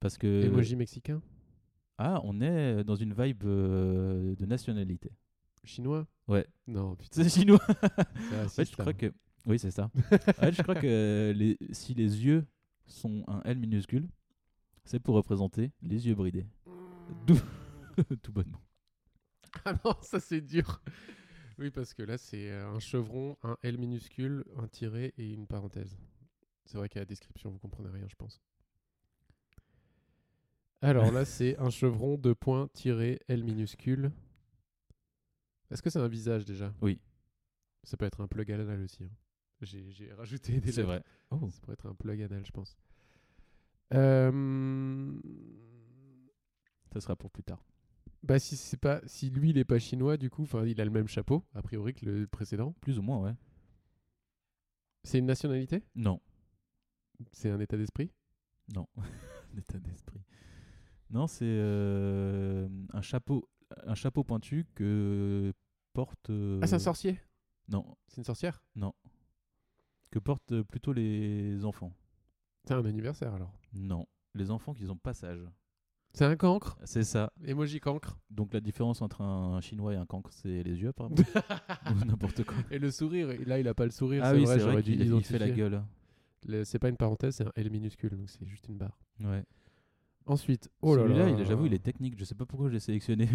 Parce que.
Emoji mexicain
Ah, on est dans une vibe euh, de nationalité. <laughs>
Chinois
Ouais.
Non, putain.
C'est chinois.
c'est
En
raciste,
fait, je
là.
crois que. Oui, c'est ça. En fait, je crois que les... si les yeux sont un L minuscule, c'est pour représenter les yeux bridés. D'où- <laughs> Tout bonnement.
<laughs> Ah non, ça c'est dur. Oui, parce que là, c'est euh, un chevron, un L minuscule, un tiret et une parenthèse. C'est vrai qu'à la description, vous comprenez rien, je pense. Alors
<laughs>
là, c'est un chevron, deux points, tiret, L minuscule. Est-ce que c'est un visage déjà
Oui.
Ça peut être un plug anal aussi. hein. J'ai j'ai rajouté des
C'est
lettres.
vrai. Oh.
Ça pourrait être un plug anal, je pense. Euh...
Ça sera pour plus tard.
Bah si c'est pas si lui il est pas chinois du coup, enfin il a le même chapeau a priori que le précédent.
Plus ou moins, ouais.
C'est une nationalité
Non. <laughs>
C'est un état d'esprit
Non, d'état d'esprit. Non, c'est euh, un chapeau, un chapeau pointu que porte.
Ah c'est un
euh,
sorcier
Non,
C'est une sorcière
que portent euh, plutôt les enfants.
C'est un anniversaire alors.
Non, les enfants qui ont passage.
C'est un cancre
C'est ça. <laughs>
Emoji cancre
Donc la différence entre un chinois et un cancre, c'est les yeux <laughs> apparemment. Ou n'importe quoi.
Et le sourire, et là il a pas le sourire,
Ah
c'est
oui,
vrai,
c'est vrai
j'aurais dû
qu'il il fait
l'identifier.
la gueule.
Le- C'est pas une parenthèse, c'est un L minuscule donc c'est juste une barre.
Ouais.
Ensuite, oh là
Celui-là,
là.
il est- j'avoue, il est technique. Je sais pas pourquoi je l'ai sélectionné.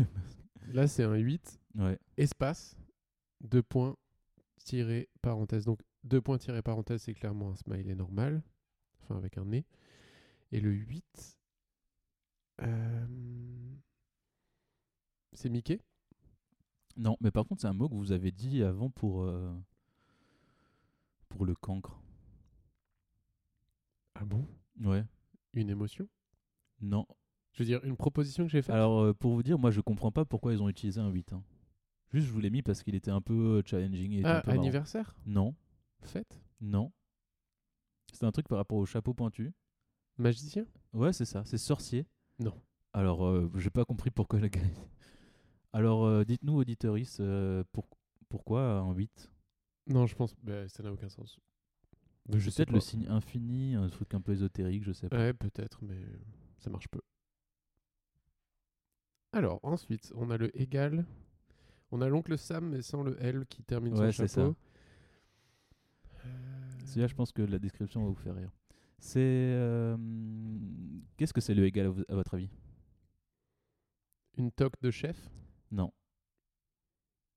Là c'est un 8
<laughs> ouais.
espace deux points tiré parenthèse. Donc deux points tiré parenthèse c'est clairement un smiley normal, enfin avec un nez. Et le 8 euh, c'est Mickey.
Non, mais par contre, c'est un mot que vous avez dit avant pour euh, pour le cancre.
Ah bon
Ouais.
Une émotion
Non,
Je veux dire une proposition que j'ai faite.
Alors, euh, pour vous dire, moi, je comprends pas pourquoi ils ont utilisé un 8. hein. Juste, je vous l'ai mis parce qu'il était un peu euh, challenging. Il était un
Ah,
peu marrant.
anniversaire
Non,
Fête
non. C'est un truc par rapport au chapeau pointu.
Magicien
Ouais, c'est ça. C'est sorcier.
Non.
Alors, euh, j'ai pas compris pourquoi elle a gagné. <laughs> Alors, euh, dites-nous, auditeuristes, euh, pour- pourquoi en 8
Non, je pense. bah, ça n'a aucun sens. Je sais
Peut-être
pas. Euh.
le signe infini, un truc un peu ésotérique, je sais pas.
Ouais, peut-être, mais ça marche peu. Alors, ensuite, on a le égal. On a l'oncle Sam, mais sans le L qui termine
Ouais,
son
c'est
chapeau.
Celui-là, je pense que la description va vous faire rire. C'est. euh, Qu'est-ce que c'est le égal à vo- à votre avis
Une toque de chef
Non.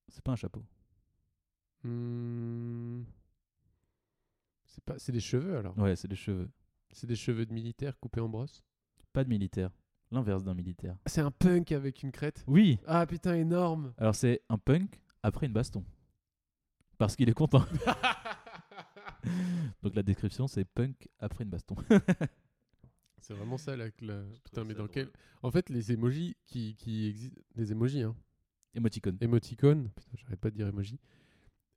C'est pas un chapeau.
Hmm. C'est pas... c'est des cheveux alors
Ouais, c'est des cheveux.
C'est des cheveux de militaire coupés en brosse
Pas de militaire. L'inverse d'un militaire.
C'est un punk avec une crête
Oui
Ah
<laughs>
putain, énorme
Alors, c'est un punk après une baston. Parce qu'il est content. <laughs> Donc, la description, c'est punk après une
<laughs>
baston.
C'est vraiment ça là que la... Putain, mais
ça
dans
drôle.
quel. En fait, les emojis qui, qui existent. Des emojis, hein.
Émoticône.
émoticônes, putain, j'arrête pas de dire emoji,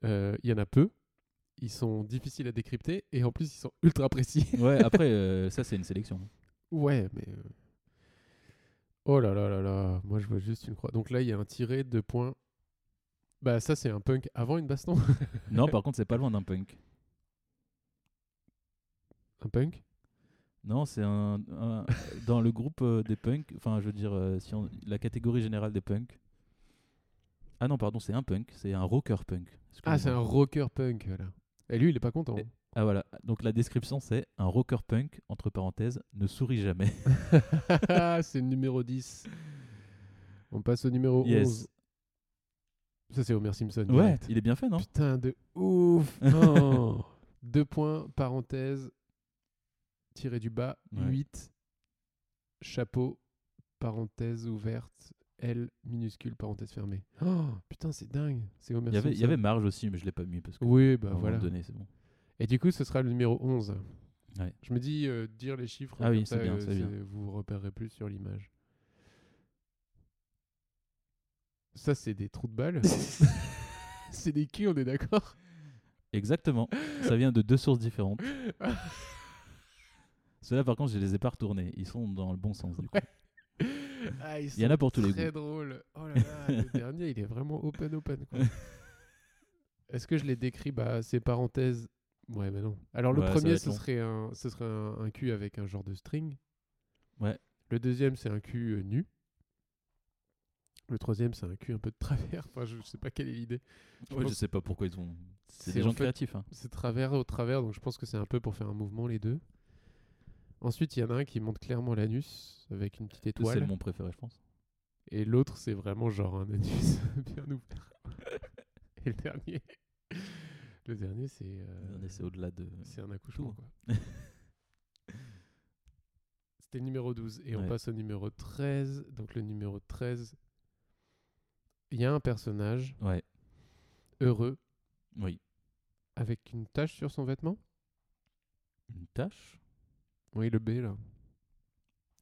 euh, il y en a peu, ils sont difficiles à décrypter et en plus ils sont ultra précis. <laughs>
Ouais, après, euh, ça, c'est une sélection.
ouais, mais. euh, Oh là là là là, moi je vois juste une croix. Donc là, il y a un tiré de points. Bah, ça, c'est un punk avant une baston. <laughs>
Non, par contre, c'est pas loin d'un punk.
un punk
Non, c'est un, un- dans le groupe euh, des punks, enfin je veux dire euh, si on- la catégorie générale des punks. Ah non, pardon, c'est un punk, c'est un rocker punk.
Ah, c'est un
Excusez-moi.
rocker punk, là. Et lui, il est pas content. hein.
Ah voilà, donc la description c'est un rocker punk entre parenthèses ne sourit jamais.
Ah, <laughs> c'est le numéro 10. On passe au numéro
yes.
11. Ça, c'est Homer Simpson.
Ouais,
oh, direct.
il est bien fait, non
Putain de
<laughs>
ouf Oh. Deux points, parenthèse, tiré du bas,
Ouais.
8, chapeau, parenthèse ouverte, L minuscule, parenthèse fermée. Oh, putain, c'est dingue C'est Homer
Il y avait il y
Simpson.
avait marge aussi mais je l'ai pas mis parce que
Oui, bah
à un moment
voilà.
donné, c'est bon.
Et du coup, ce sera le numéro 11.
Ouais.
Je me dis, euh, dire les chiffres,
Ah oui,
comme
c'est
ça,
bien,
euh,
c'est bien.
vous vous repérerez plus sur l'image. Ça, c'est des trous de
<laughs>
balles. <laughs> c'est des culs, on est d'accord
Exactement. ça vient de deux sources différentes. Ceux-là par contre, je les ai pas retournés, ils sont dans le bon sens du coup.
Ah, ils
Il y en a
sont
pour tous les
Très drôle. Oh là là,
<laughs>
le dernier, il est vraiment open open. quoi. Est-ce que je l'ai décrit Bah, c'est parenthèse. Ouais, mais non. Alors le
Ouais, ça va
premier,
être
ce
long.
serait un, ce serait un, un cul avec un genre de string.
Ouais.
Le deuxième, c'est un cul euh, nu. Le troisième, c'est un cul un peu de travers. Enfin, je, je sais pas quelle est l'idée. Je
Ouais,
pense
je sais pas pourquoi ils ont c'est
C'est
des
en
gens
fait-
créatifs hein.
C'est travers au travers, donc je pense que c'est un peu pour faire un mouvement les deux. Ensuite, il y en a un qui monte clairement l'anus avec une petite étoile.
C'est mon préféré, je pense.
Et l'autre, c'est vraiment genre un anus <laughs> bien ouvert. Et le dernier, le dernier, c'est euh,
Le dernier, c'est au-delà de.
c'est un accouchement.
tout. <laughs>
quoi. C'était le numéro 12. Et on
Ouais.
passe au numéro 13. Donc le numéro 13, il y a un personnage
Ouais,
heureux
oui.
avec une tache sur son vêtement.
Une tâche
Oui, le B là.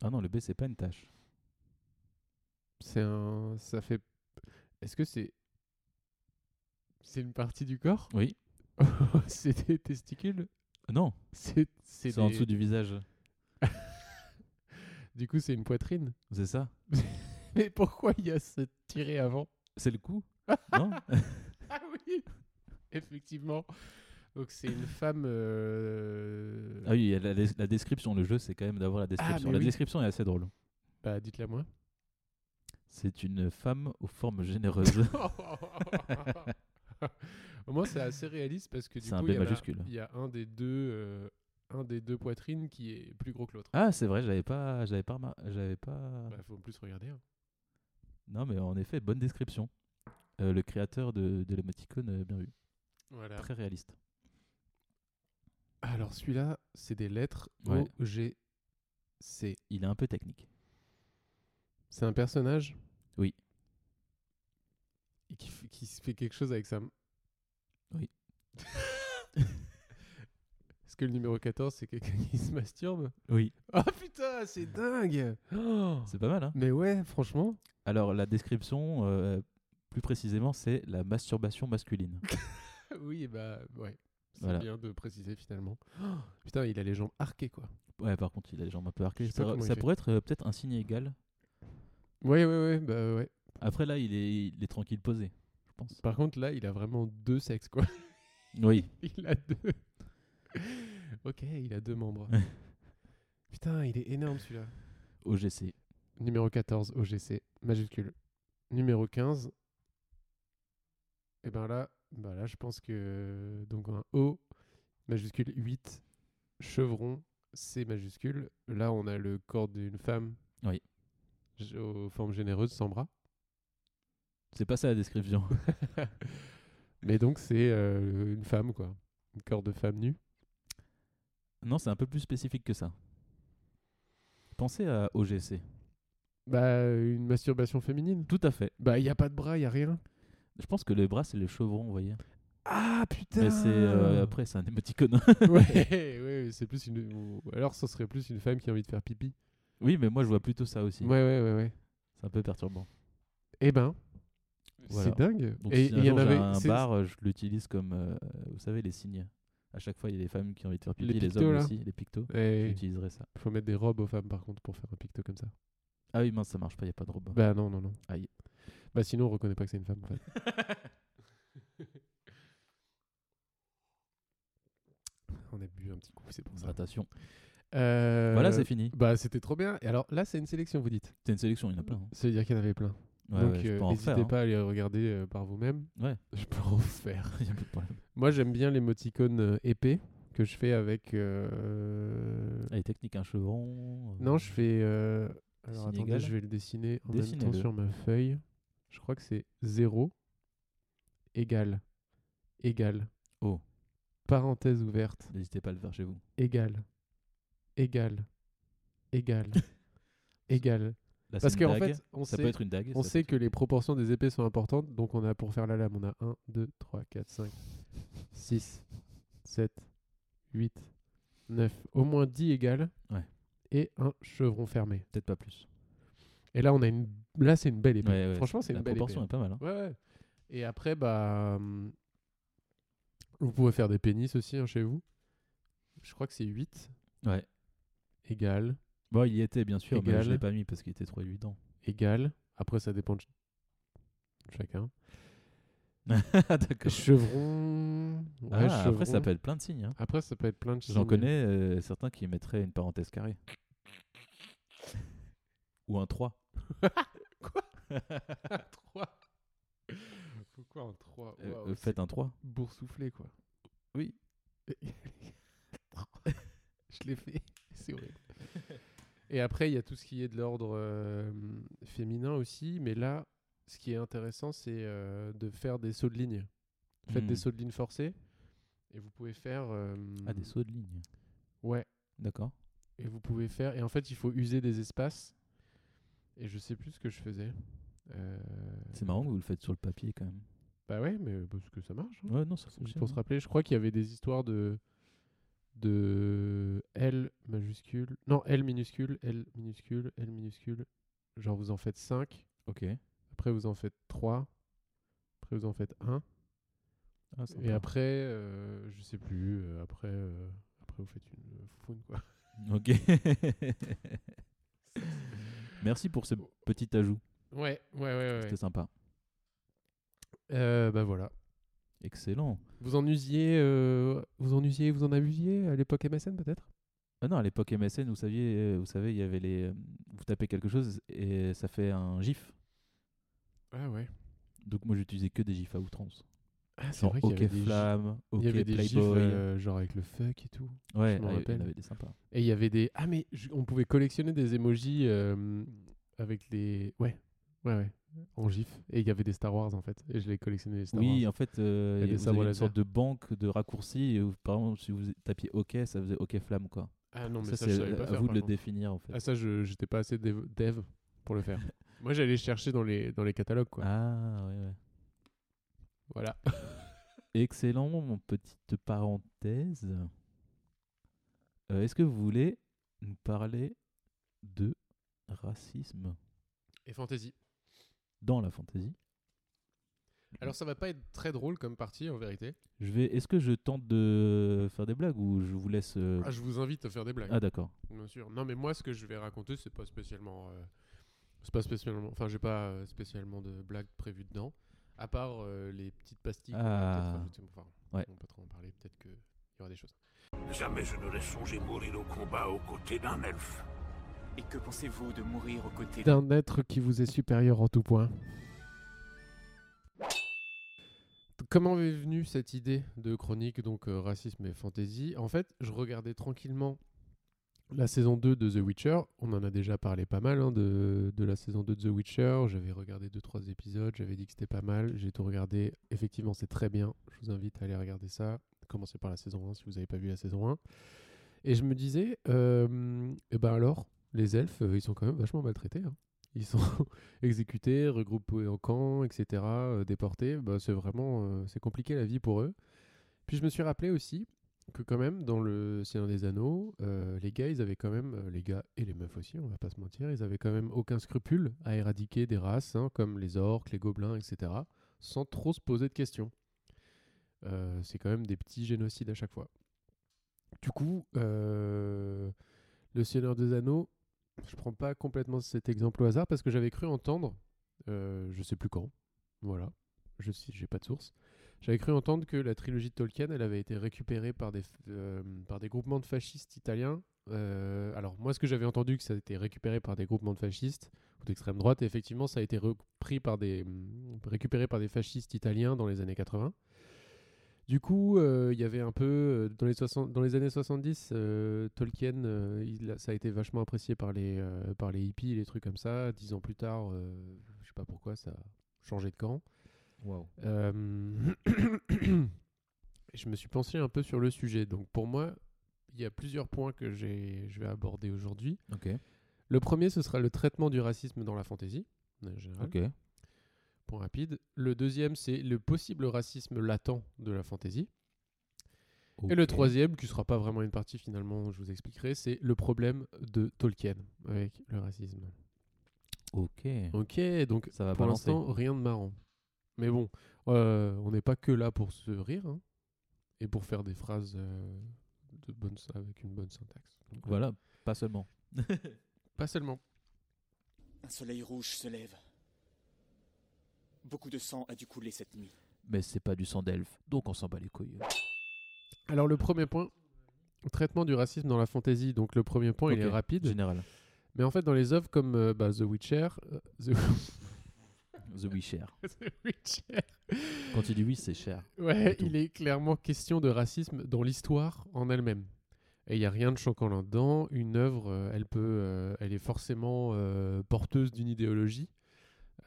Ah non, le B, c'est pas une tâche.
C'est un. Ça fait. Est-ce que c'est. C'est une partie du corps
Oui.
<laughs> C'est des testicules
Non,
C'est
c'est
c'est
en
des-
dessous du visage.
Du coup, c'est une poitrine.
C'est ça
Mais pourquoi il y a ce tiré avant
C'est le cou <laughs> Non
Ah oui <laughs> Effectivement. Donc, c'est une femme. euh,
Ah oui, il y a la, la description. Le jeu, c'est quand même d'avoir la description.
Ah, mais
la
oui.
description est assez drôle.
Bah, dites-la moi. <laughs>
C'est une femme aux formes
<laughs>
généreuses.
Au moins, c'est assez réaliste parce que du
C'est un
coup,
B
il y en a-
majuscule.
il y a un des deux. euh, Un des deux poitrines qui est plus gros que l'autre.
ah, c'est vrai, j'avais pas. J'avais pas. remar- J'avais pas...
Bah, faut en plus regarder. hein.
Non, mais en effet, bonne description. Euh, le créateur de, de l'émoticône, euh, bien vu.
Voilà.
Très réaliste.
Alors celui-là, c'est des lettres
Ouais.
O G C.
Il est un peu technique.
C'est un personnage
Oui.
Et Qui, f- qui se fait quelque chose avec sa... m- <laughs>
Oui.
Est-ce que le numéro 14, c'est quelqu'un qui se masturbe
Oui.
Ah putain, c'est dingue Oh
C'est pas mal, hein
Mais ouais, franchement.
Alors, la description, euh, plus précisément, c'est la masturbation masculine.
<laughs> Oui, bah ouais. C'est
Voilà.
bien de préciser finalement. Oh, putain, il a les jambes arquées quoi.
Ouais, par contre, il a les jambes un peu arquées.
Je sais pas
Ça,
comment il
ça
fait.
pourrait être euh, peut-être un signe égal
Ouais, ouais, ouais, bah ouais.
Après, là, il est, il est tranquille posé, je pense.
Par contre, là, il a vraiment deux sexes, quoi. <laughs>
Oui.
Il a deux. ok, il a deux <laughs> membres. Putain, il est énorme celui-là.
OGC.
Numéro 14, OGC, majuscule. Numéro 15. Et ben là, bah là, je pense que. Donc un O, majuscule 8, chevron, C majuscule. Là, on a le corps d'une femme.
Oui.
G- Aux formes généreuses, sans bras. <laughs>
C'est pas ça la description. <laughs>
Mais donc, c'est euh, une femme, quoi. Un corps de femme nue.
non, c'est un peu plus spécifique que ça. Pensez à OGC.
Bah, une masturbation féminine.
Tout à fait.
Bah, il n'y a pas de bras, il n'y a rien.
Je pense que le bras, c'est le chevron, vous voyez.
Ah putain
Mais c'est. euh, après, c'est un <laughs> émoticône.
<laughs> ouais, ouais, c'est plus une. ou Alors, ce serait plus une femme qui a envie de faire pipi.
oui, mais moi, je vois plutôt ça aussi.
Ouais, ouais, ouais, ouais.
C'est un peu perturbant.
Eh ben,
Voilà.
c'est dingue.
Donc,
Et
si
il y en avait.
un
c'est-
bar, euh, je l'utilise comme, euh, vous savez, les signes. À chaque fois, il y a les femmes qui ont envie de faire pipi,
Les
les,
pictos,
hommes
là.
aussi, les pictos.
Eh,
J'utiliserai ça.
faut mettre des robes aux femmes par contre pour faire un picto comme ça.
Ah oui, mince, ça marche pas, il n'y a pas de robot.
Bah non, non, non.
Aïe.
Bah sinon, on reconnaît pas que c'est une femme. En fait. <laughs> on a bu un petit coup, c'est pour ça.
Attention.
Euh,
Voilà, c'est fini.
Bah c'était trop bien. Et alors là, c'est une sélection, vous dites.
C'est une sélection, il y en a plein. hein.
Ça veut dire qu'il y en avait plein.
Ouais,
Donc
ouais, je
euh,
peux en
n'hésitez
faire, hein.
pas à les regarder euh, par vous-même.
Ouais.
Je peux en faire.
<laughs> Il y a pas de problème.
Moi j'aime bien l'émoticône euh, épée que je fais avec... euh,
Allez, technique, un chevron. euh,
Non je fais... euh,
Dessine
Alors attendez,
égale.
je vais le dessiner en même temps
Dessinez-le.
sur ma feuille. Je crois que c'est 0 égal égal
Oh.
parenthèse ouverte
N'hésitez pas à le faire chez vous.
égal égal
<laughs>
égal égal.
Là,
Parce
c'est une
qu'en
dague.
fait on
ça
sait...
peut être une dague.
On
ça
sait
peut
que les proportions des épées sont importantes, donc on a pour faire la lame, on a 1, 2, 3, 4, 5, 6, 7, 8, 9, au moins 10 égales
Ouais.
et un chevron fermé.
être- Peut-être pas plus.
Et là, on a une... là c'est une belle épée.
Ouais, ouais,
Franchement, c'est
La
une belle épée.
proportion est pas mal. hein.
Ouais, ouais. Et après, bah, hum, vous pouvez faire des pénis aussi hein, chez vous. Je crois que c'est 8
Ouais.
égales,
Bon, il y était, bien sûr, mais je
Égal.
l'ai pas mis parce qu'il était trop évident. <laughs>
égales. Après, ça dépend de ch- chacun.
D'accord.
Chevron. Ouais,
Ah, après, ça
chevron.
peut être plein de signes. hein.
Après, ça peut être plein de
J'en
signes.
connais euh, certains qui mettraient une parenthèse carrée. Ou un 3.
Trois. Pourquoi en 3
Euh, euh, faites un 3.
boursouflé, quoi.
Oui.
<laughs> Je l'ai fait. C'est horrible. Et après, il y a tout ce qui est de l'ordre euh, féminin aussi. Mais là, ce qui est intéressant, c'est euh, de faire des sauts de ligne. Faites des
Hmm.
sauts de ligne forcés. Et vous pouvez faire. euh,
Ah, des sauts de ligne.
Ouais.
D'accord.
Et vous pouvez faire. Et en fait, il faut user des espaces. Et je sais plus ce que je faisais. Euh,
C'est marrant que vous le faites sur le papier quand même.
Bah ouais, mais parce que ça marche. hein.
Ouais, non, ça
C'est juste
fonctionne.
pour se rappeler, je crois qu'il y avait des histoires de de L majuscule, non L minuscule, L minuscule, L minuscule. Genre vous en faites 5,
Ok.
après vous en faites 3, après vous en faites 1
Ah, sympa.
et après euh, je sais plus, euh, après euh, après vous faites une foufoune quoi.
Ok. Merci pour ce petit ajout.
<laughs> Ouais, ouais Oh. ouais ouais.
C'était sympa.
Euh, bah voilà.
Excellent.
Vous en usiez euh, vous en usiez, vous en abusiez à l'époque MSN peut-être
Ah non, à l'époque MSN, vous saviez, euh, vous savez, il y avait les, euh, vous tapez quelque chose et ça fait un GIF.
Ah ouais.
Donc moi, j'utilisais que des GIFs à outrance.
Ah, c'est
Genre
vrai qu'il y
OK
avait des gifs-
Flamme, OK
il y avait des gifs,
Playboy.
euh, genre avec le fuck et tout.
ouais,
je m'en
ah, il y
rappelle.
en avait des sympas.
Et il y avait des. Ah, mais je- on pouvait collectionner des emojis euh, avec les. Ouais, ouais, ouais. En gif. Et il y avait des Star Wars en fait. Et je les collectionnais les Star
Oui,
Wars.
en fait, euh,
Et des
y- vous
sabres
avez une
laser.
sorte de banque de raccourci. Et, où, par exemple, si vous tapiez OK, ça faisait OK Flamme, quoi.
Ah non, mais
ça,
ça, je
c'est
savais
à
pas faire,
vous de
par
le
contre.
définir, en fait.
Ah, ça, je j'étais pas assez dev, dev pour le
<laughs>
faire. Moi, j'allais chercher dans les, dans les catalogues quoi.
Ah, ouais, ouais.
Voilà.
Excellent, mon petite parenthèse. Euh, Est-ce que vous voulez nous parler de racisme
Et fantasy.
dans la fantasy
Alors, ça va pas être très drôle comme partie en vérité.
Je vais. Est-ce que je tente de faire des blagues ou je vous laisse euh,
Ah, je vous Ah, invite à faire des blagues.
Ah d'accord.
Bien sûr. Non, mais moi, ce que je vais raconter, c'est pas spécialement. euh, C'est pas spécialement. Enfin, j'ai pas euh, spécialement de blagues prévues dedans. À part euh, les petites pastilles. qu'on va peut-être
Ah.
rajouter, enfin,
Ouais.
On peut trop en parler. Peut-être qu'il y aura des choses.
Jamais je n'aurais songé mourir au combat aux côtés d'un elfe.
Et que pensez-vous de mourir aux côtés d'un
D'un être qui vous est supérieur en tout point. Comment est venue cette idée de chronique, donc euh, racisme et fantasy En fait, je regardais tranquillement la saison 2 de The Witcher. On en a déjà parlé pas mal hein, de, de la saison 2 de The Witcher. J'avais regardé 2-3 épisodes, j'avais dit que c'était pas mal. J'ai tout regardé. Effectivement, c'est très bien. Je vous invite à aller regarder ça. Commencez par la saison 1 si vous n'avez pas vu la saison 1. Et je me disais, euh, eh ben alors, les elfes, euh, ils sont quand même vachement maltraités. hein. Ils sont <laughs> exécutés, regroupés en camps, etc., euh, déportés. Bah, c'est vraiment, euh, c'est compliqué la vie pour eux. Puis je me suis rappelé aussi que quand même, dans le Seigneur des Anneaux, euh, les gars, ils avaient quand même, euh, les gars et les meufs aussi, on va pas se mentir, ils avaient quand même aucun scrupule à éradiquer des races, hein, comme les orques, les gobelins, etc., sans trop se poser de questions. Euh, c'est quand même des petits génocides à chaque fois. Du coup, euh, le Seigneur des Anneaux, je prends pas complètement cet exemple au hasard parce que j'avais cru entendre, euh, je sais plus quand, voilà, je sais- j'ai pas de source. J'avais cru entendre que la trilogie de Tolkien, elle avait été récupérée par des, f- euh, par des groupements de fascistes italiens. Euh, alors moi, ce que j'avais entendu, que ça a été récupéré par des groupements de fascistes ou d'extrême droite, et effectivement, ça a été repris par des, mm, récupéré par des fascistes italiens dans les années 80. Du coup, euh, il y avait un peu, euh, dans les, 60 dans les années 70, euh, Tolkien, euh, il a- ça a été vachement apprécié par les, euh, par les hippies, les trucs comme ça. Dix ans plus tard, euh, je sais pas pourquoi, ça a changé de camp. Euh, <coughs> et je me suis pensé un peu sur le sujet. Donc pour moi, il y a plusieurs points que j'ai- je vais aborder aujourd'hui.
Ok.
Le premier, ce sera le traitement du racisme dans la fantaisie, en général.
Ok.
Point rapide. Le deuxième, c'est le possible racisme latent de la fantaisie. Et le troisième, qui sera pas vraiment une partie finalement, je vous expliquerai, c'est le problème de Tolkien avec le racisme.
Ok.
Ok, donc
Ça va
pour
balancer.
l'instant, rien de marrant. Mais bon, euh, on n'est pas que là pour se rire hein, et pour faire des phrases euh, de bonne, avec une bonne syntaxe. Donc, euh,
Voilà, pas seulement.
Pas seulement.
Un soleil rouge se lève. Beaucoup de sang a dû couler cette nuit.
Mais c'est pas du sang d'elfe, donc on s'en bat les couilles.
Alors, le premier point, traitement du racisme dans la fantaisie. Donc, le premier point, il est
Ok,
rapide.
Général.
Mais en fait, dans les œuvres comme euh, bah, The Witcher, euh, The,
The <laughs> Witcher.
The Witcher,
Quand il dit oui, c'est cher.
Ouais,
Et tout.
il est clairement question de racisme dans l'histoire en elle-même. Et il n'y a rien de choquant là-dedans. Une œuvre, euh, elle, peut, euh, elle est forcément euh, porteuse d'une idéologie,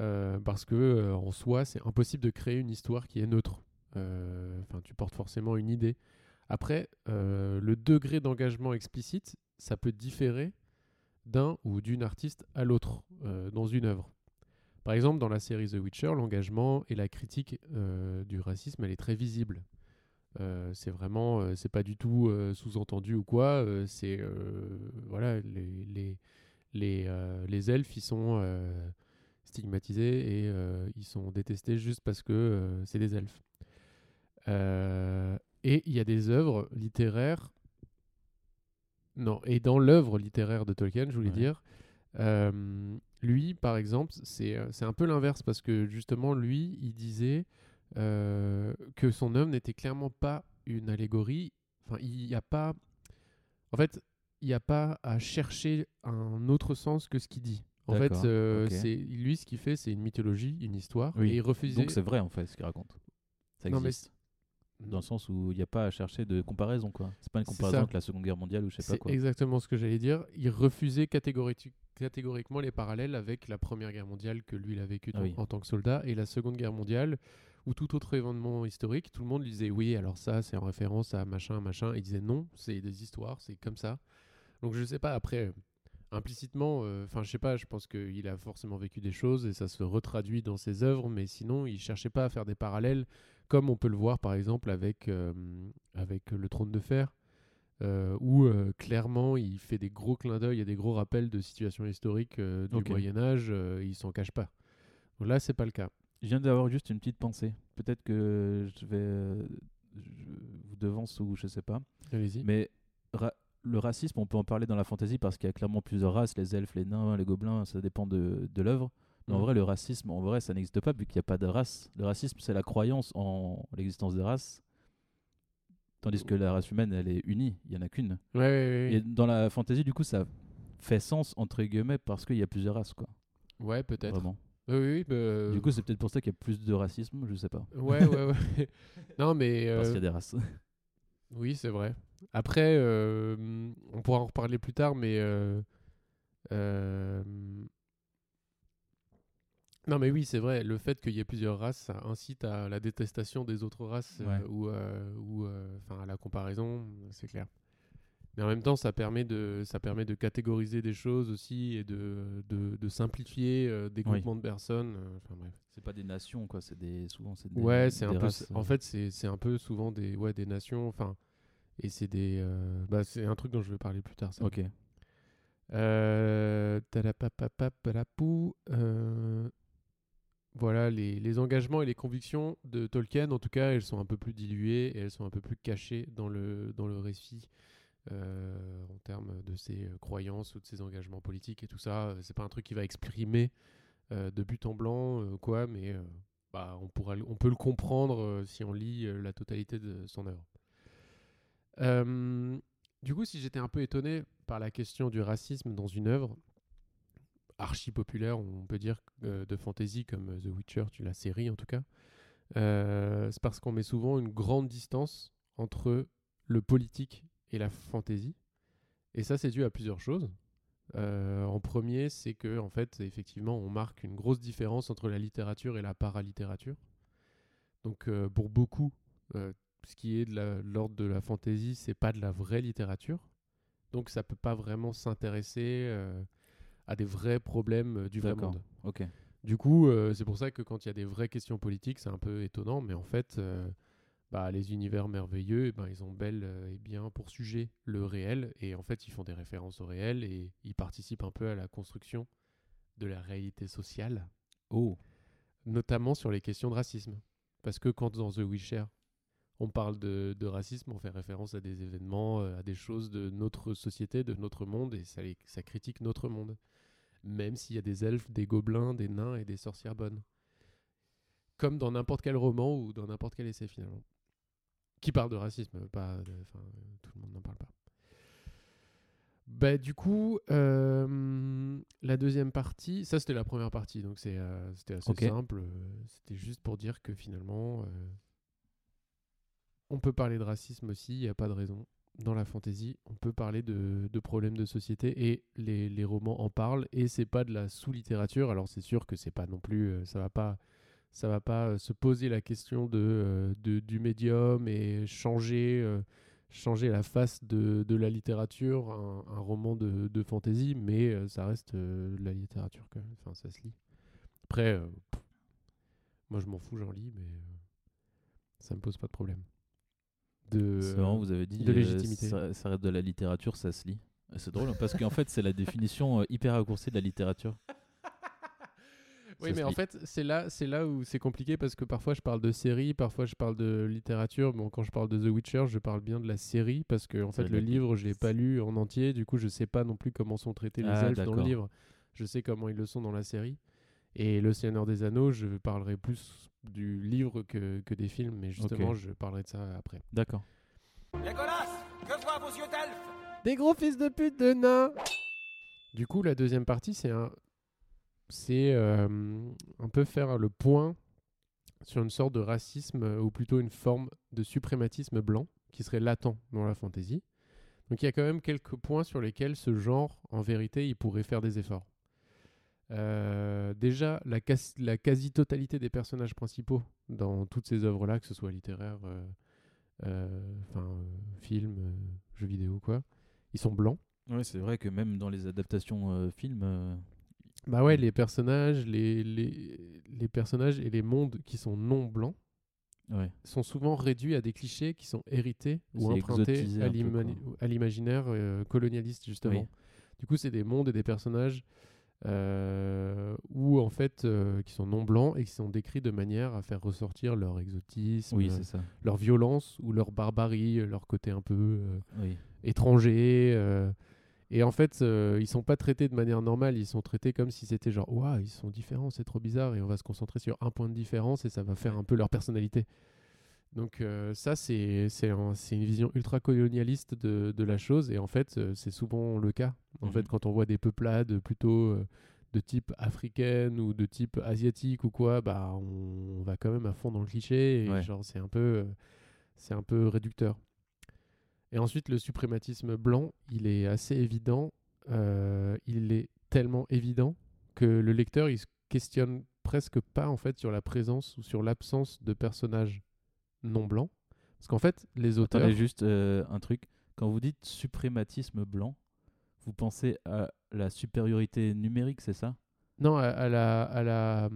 euh, parce que euh, en soi, c'est impossible de créer une histoire qui est neutre. Euh, Enfin, tu portes forcément une idée. Après, euh, le degré d'engagement explicite, ça peut différer d'un ou d'une artiste à l'autre euh, dans une œuvre. Par exemple, dans la série The Witcher, l'engagement et la critique euh, du racisme, elle est très visible. Euh, c'est vraiment, euh, c'est pas du tout euh, sous-entendu ou quoi. euh, c'est euh, voilà, les les les, euh, les elfes, ils sont euh, stigmatisés et euh, ils sont détestés juste parce que euh, c'est des elfes. Euh, et il y a des œuvres littéraires. Non, et dans l'œuvre littéraire de Tolkien, je voulais
Ouais.
dire, euh, lui, par exemple, c'est euh, c'est un peu l'inverse parce que justement, lui, il disait euh, que son œuvre n'était clairement pas une allégorie. Enfin, il n'y a pas. En fait, il n'y a pas à chercher un autre sens que ce qu'il dit. En fait,
D'accord,
euh,
ok.
c'est lui ce qu'il fait, c'est une mythologie, une histoire,
Oui,
et il refusait.
Donc c'est vrai en fait ce qu'il raconte. Ça
Non, mais
existe. Dans le sens où il n'y a pas à chercher de comparaison quoi. C'est pas une
C'est
comparaison
ça.
avec la Seconde Guerre mondiale ou je sais pas
C'est
quoi.
exactement ce que j'allais dire. Il refusait catégoritu- catégoriquement les parallèles avec la Première Guerre mondiale que lui il a vécu
Ah
en-
oui.
en tant que soldat et la Seconde Guerre mondiale ou tout autre événement historique. Tout le monde lui disait oui, alors ça c'est en référence à machin, machin. Il disait non, c'est des histoires, c'est comme ça. Donc je sais pas après euh, implicitement, euh, enfin je sais pas, je pense qu'il a forcément vécu des choses et ça se retraduit dans ses œuvres, mais sinon il cherchait pas à faire des parallèles comme on peut le voir par exemple avec euh, avec le Trône de Fer euh, où euh, clairement il fait des gros clins d'œil et des gros rappels de situations historiques euh, du
Ok.
Moyen Âge, euh, il s'en cache pas. Donc là c'est pas le cas.
Je viens d'avoir juste une petite pensée. Peut-être que je vais euh, je vous devance ou je sais pas.
Allez-y.
Mais ra- le racisme, on peut en parler dans la fantasy parce qu'il y a clairement plusieurs races, les elfes, les nains, les gobelins, ça dépend de, de l'œuvre. Mais en
Mhm.
vrai, le racisme, en vrai, ça n'existe pas vu qu'il n'y a pas de race. Le racisme, c'est la croyance en l'existence des races. Tandis que la race humaine, elle est unie, il n'y en a qu'une.
Ouais, ouais, ouais.
Et dans la fantasy, du coup, ça fait sens, entre guillemets, parce qu'il y a plusieurs races, quoi.
Ouais, peut-être.
Vraiment.
Oui, oui, oui, bah,
Du coup, c'est peut-être pour ça qu'il y a plus de racisme, je sais pas.
ouais, ouais, ouais. <laughs> non, mais
Parce qu'il y
euh,
a des races. <laughs>
oui, c'est vrai. Après, euh, on pourra en reparler plus tard, mais euh, euh, non, mais oui, c'est vrai. Le fait qu'il y ait plusieurs races, ça incite à la détestation des autres races euh,
Ouais.
ou, euh, ou euh, enfin à la comparaison, c'est clair. Mais en même temps, ça permet de ça permet de catégoriser des choses aussi et de de, de simplifier euh, des
Oui.
groupements de personnes. euh, Enfin bref.
C'est pas des nations, quoi. C'est des. Souvent, c'est des.
Ouais, c'est
des
un peu.
races,
ça. En
euh.
fait, c'est c'est un peu souvent des ouais des nations. Enfin, et c'est des. euh, bah, c'est un truc dont je vais parler plus tard. Ça.
Ok.
Euh, talapapapapalapou, euh, voilà les, les engagements et les convictions de Tolkien. En tout cas, elles sont un peu plus diluées et elles sont un peu plus cachées dans le dans le récit. euh, en termes de ses euh, croyances ou de ses engagements politiques et tout ça, Euh, c'est pas un truc qui va exprimer euh, de but en blanc euh, quoi, mais euh, bah, on, pourra, le- on peut le comprendre euh, si on lit euh, la totalité de son œuvre. Euh, du coup, si j'étais un peu étonné par la question du racisme dans une œuvre archi populaire, on peut dire, euh, de fantasy comme The Witcher, tu la série en tout cas, euh, c'est parce qu'on met souvent une grande distance entre le politique et la fantasy. Et ça, c'est dû à plusieurs choses. Euh, en premier, c'est que en fait, effectivement, on marque une grosse différence entre la littérature et la paralittérature. Donc, euh, pour beaucoup, euh, ce qui est de la- de l'ordre de la fantaisie, c'est pas de la vraie littérature. Donc, ça peut pas vraiment s'intéresser euh, à des vrais problèmes euh, du vrai
D'accord.
monde.
Ok.
Du coup, euh, c'est pour ça que quand il y a des vraies questions politiques, c'est un peu étonnant, mais en fait, euh, bah, les univers merveilleux, eh ben, ils ont bel euh, et bien pour sujet le réel, et en fait, ils font des références au réel, et ils participent un peu à la construction de la réalité sociale,
Oh.
notamment sur les questions de racisme. Parce que quand dans The Witcher, on parle de, de racisme, on fait référence à des événements, euh, à des choses de notre société, de notre monde, et ça, les- ça critique notre monde. Même s'il y a des elfes, des gobelins, des nains et des sorcières bonnes. Comme dans n'importe quel roman ou dans n'importe quel essai finalement. Qui parle de racisme, pas de- enfin, euh, tout le monde n'en parle pas. Bah, du coup, euh, la deuxième partie, ça c'était la première partie, donc c'est, euh, c'était assez
Ok.
simple. euh, C'était juste pour dire que finalement, euh, on peut parler de racisme aussi, il n'y a pas de raison. Dans la fantaisie, on peut parler de, de problèmes de société et les, les romans en parlent et c'est pas de la sous-littérature. Alors c'est sûr que c'est pas non plus, euh, ça va pas, ça va pas euh, se poser la question de, euh, de- du médium et changer, euh, changer la face de, de la littérature, un, un roman de, de fantaisie, mais euh, ça reste euh, de la littérature quand même. Enfin, ça se lit. Après, euh, pff, moi je m'en fous, j'en lis, mais euh, ça me pose pas de problème. De,
C'est marrant, vous avez dit
de
euh,
légitimité.
ça, ça reste de la littérature, ça se lit. Et C'est drôle hein, parce qu'en fait, c'est la définition euh, hyper raccourcie de la littérature. Ça
Oui, mais
se
en
lit.
fait, c'est là, c'est là où c'est compliqué parce que parfois je parle de séries, parfois je parle de littérature. Bon, quand je parle de The Witcher, je parle bien de la série parce que en
Ça
fait,
va
le
être la-
livre, je l'ai pas lu en entier. Du coup, je sais pas non plus comment sont traités les
Ah,
elfes dans le
d'accord.
livre. Je sais comment ils le sont dans la série. Et Le Seigneur des Anneaux, je parlerai plus du livre que, que des films, mais justement, je parlerai de ça après.
D'accord.
Des gros fils de pute de nains Du coup, la deuxième partie, c'est un... C'est euh, un peu faire le point sur une sorte de racisme, euh, ou plutôt une forme de suprématisme blanc, qui serait latent dans la fantaisie. Donc il y a quand même quelques points sur lesquels ce genre, en vérité, il pourrait faire des efforts. Euh, déjà, la, cas- la quasi-totalité des personnages principaux dans toutes ces œuvres-là, que ce soit littéraire, euh, euh, enfin, euh, film, euh, jeux vidéo, quoi, ils sont blancs.
Ouais, c'est vrai que même dans les adaptations euh, films, euh,
Bah
Mm.
ouais, les personnages, les, les, les personnages et les mondes qui sont non blancs
ouais.
sont souvent réduits à des clichés qui sont hérités ou
C'est
empruntés
exotisé
à
un peu,
l'ima- à l'imaginaire euh, colonialiste justement.
Oui.
Du coup, c'est des mondes et des personnages euh, où en fait euh, qui sont non blancs et qui sont décrits de manière à faire ressortir leur exotisme,
Oui,
euh,
c'est ça.
leur violence ou leur barbarie, euh, leur côté un peu euh,
Oui.
étrangers. euh, et en fait, euh, ils sont pas traités de manière normale, ils sont traités comme si c'était genre, waouh, ils sont différents, c'est trop bizarre, et on va se concentrer sur un point de différence, et ça va faire un peu leur personnalité. Donc euh, ça, c'est c'est un- c'est une vision ultra-colonialiste de, de la chose, et en fait, euh, c'est souvent le cas. En
Mhm.
fait, quand on voit des peuplades plutôt euh, de type africaine ou de type asiatique ou quoi, bah on, on va quand même à fond dans le cliché, et
Ouais.
genre c'est un peu... euh, c'est un peu réducteur. Et ensuite, le suprématisme blanc, il est assez évident. euh, il est tellement évident que le lecteur, il se questionne presque pas en fait sur la présence ou sur l'absence de personnages non blancs. Parce qu'en fait, les auteurs,
Attendez juste euh, un truc. Quand vous dites suprématisme blanc, vous pensez à la supériorité numérique, c'est ça
non, à, à la, à la,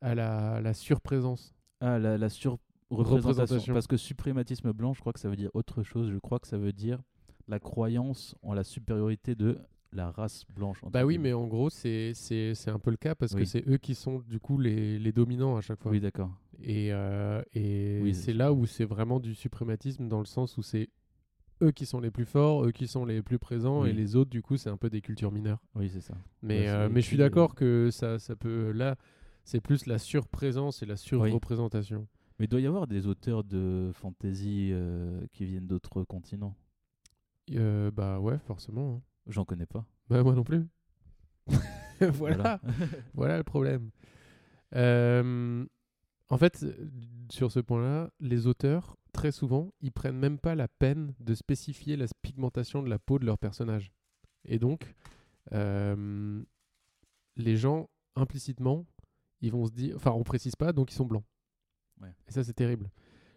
à la, à la surprésence.
Ah, la, la
Représentation.
surreprésentation. Parce que suprématisme blanc, je crois que ça veut dire autre chose. Je crois que ça veut dire la croyance en la supériorité de la race blanche. entre
Bah oui,
guillemets.
mais en gros, c'est, c'est, c'est un peu le cas parce que
Oui.
c'est eux qui sont du coup les, les dominants à chaque fois.
Oui, d'accord.
Et, euh, et
Oui,
c'est
c'est-
là où c'est vraiment du suprématisme dans le sens où c'est eux qui sont les plus forts, eux qui sont les plus présents, et
Oui.
les autres, du coup, c'est un peu des cultures mineures.
Oui, c'est ça.
Mais,
Ouais, ça
euh,
va
mais
être
je suis
plus, euh,
d'accord que ça, ça peut. Là, c'est plus la surprésence et la surreprésentation.
Mais il doit y avoir des auteurs de fantasy euh, qui viennent d'autres continents.
Euh, bah ouais, forcément. hein.
J'en connais pas.
Bah moi non plus. <laughs> voilà. <laughs> Voilà le problème. Euh, en fait, euh, sur ce point-là, les auteurs, très souvent, ils prennent même pas la peine de spécifier la pigmentation de la peau de leur personnage. Et donc, euh, les gens, implicitement, ils vont se dire... Enfin, on précise pas, donc ils sont blancs.
Ouais.
Et ça, c'est terrible.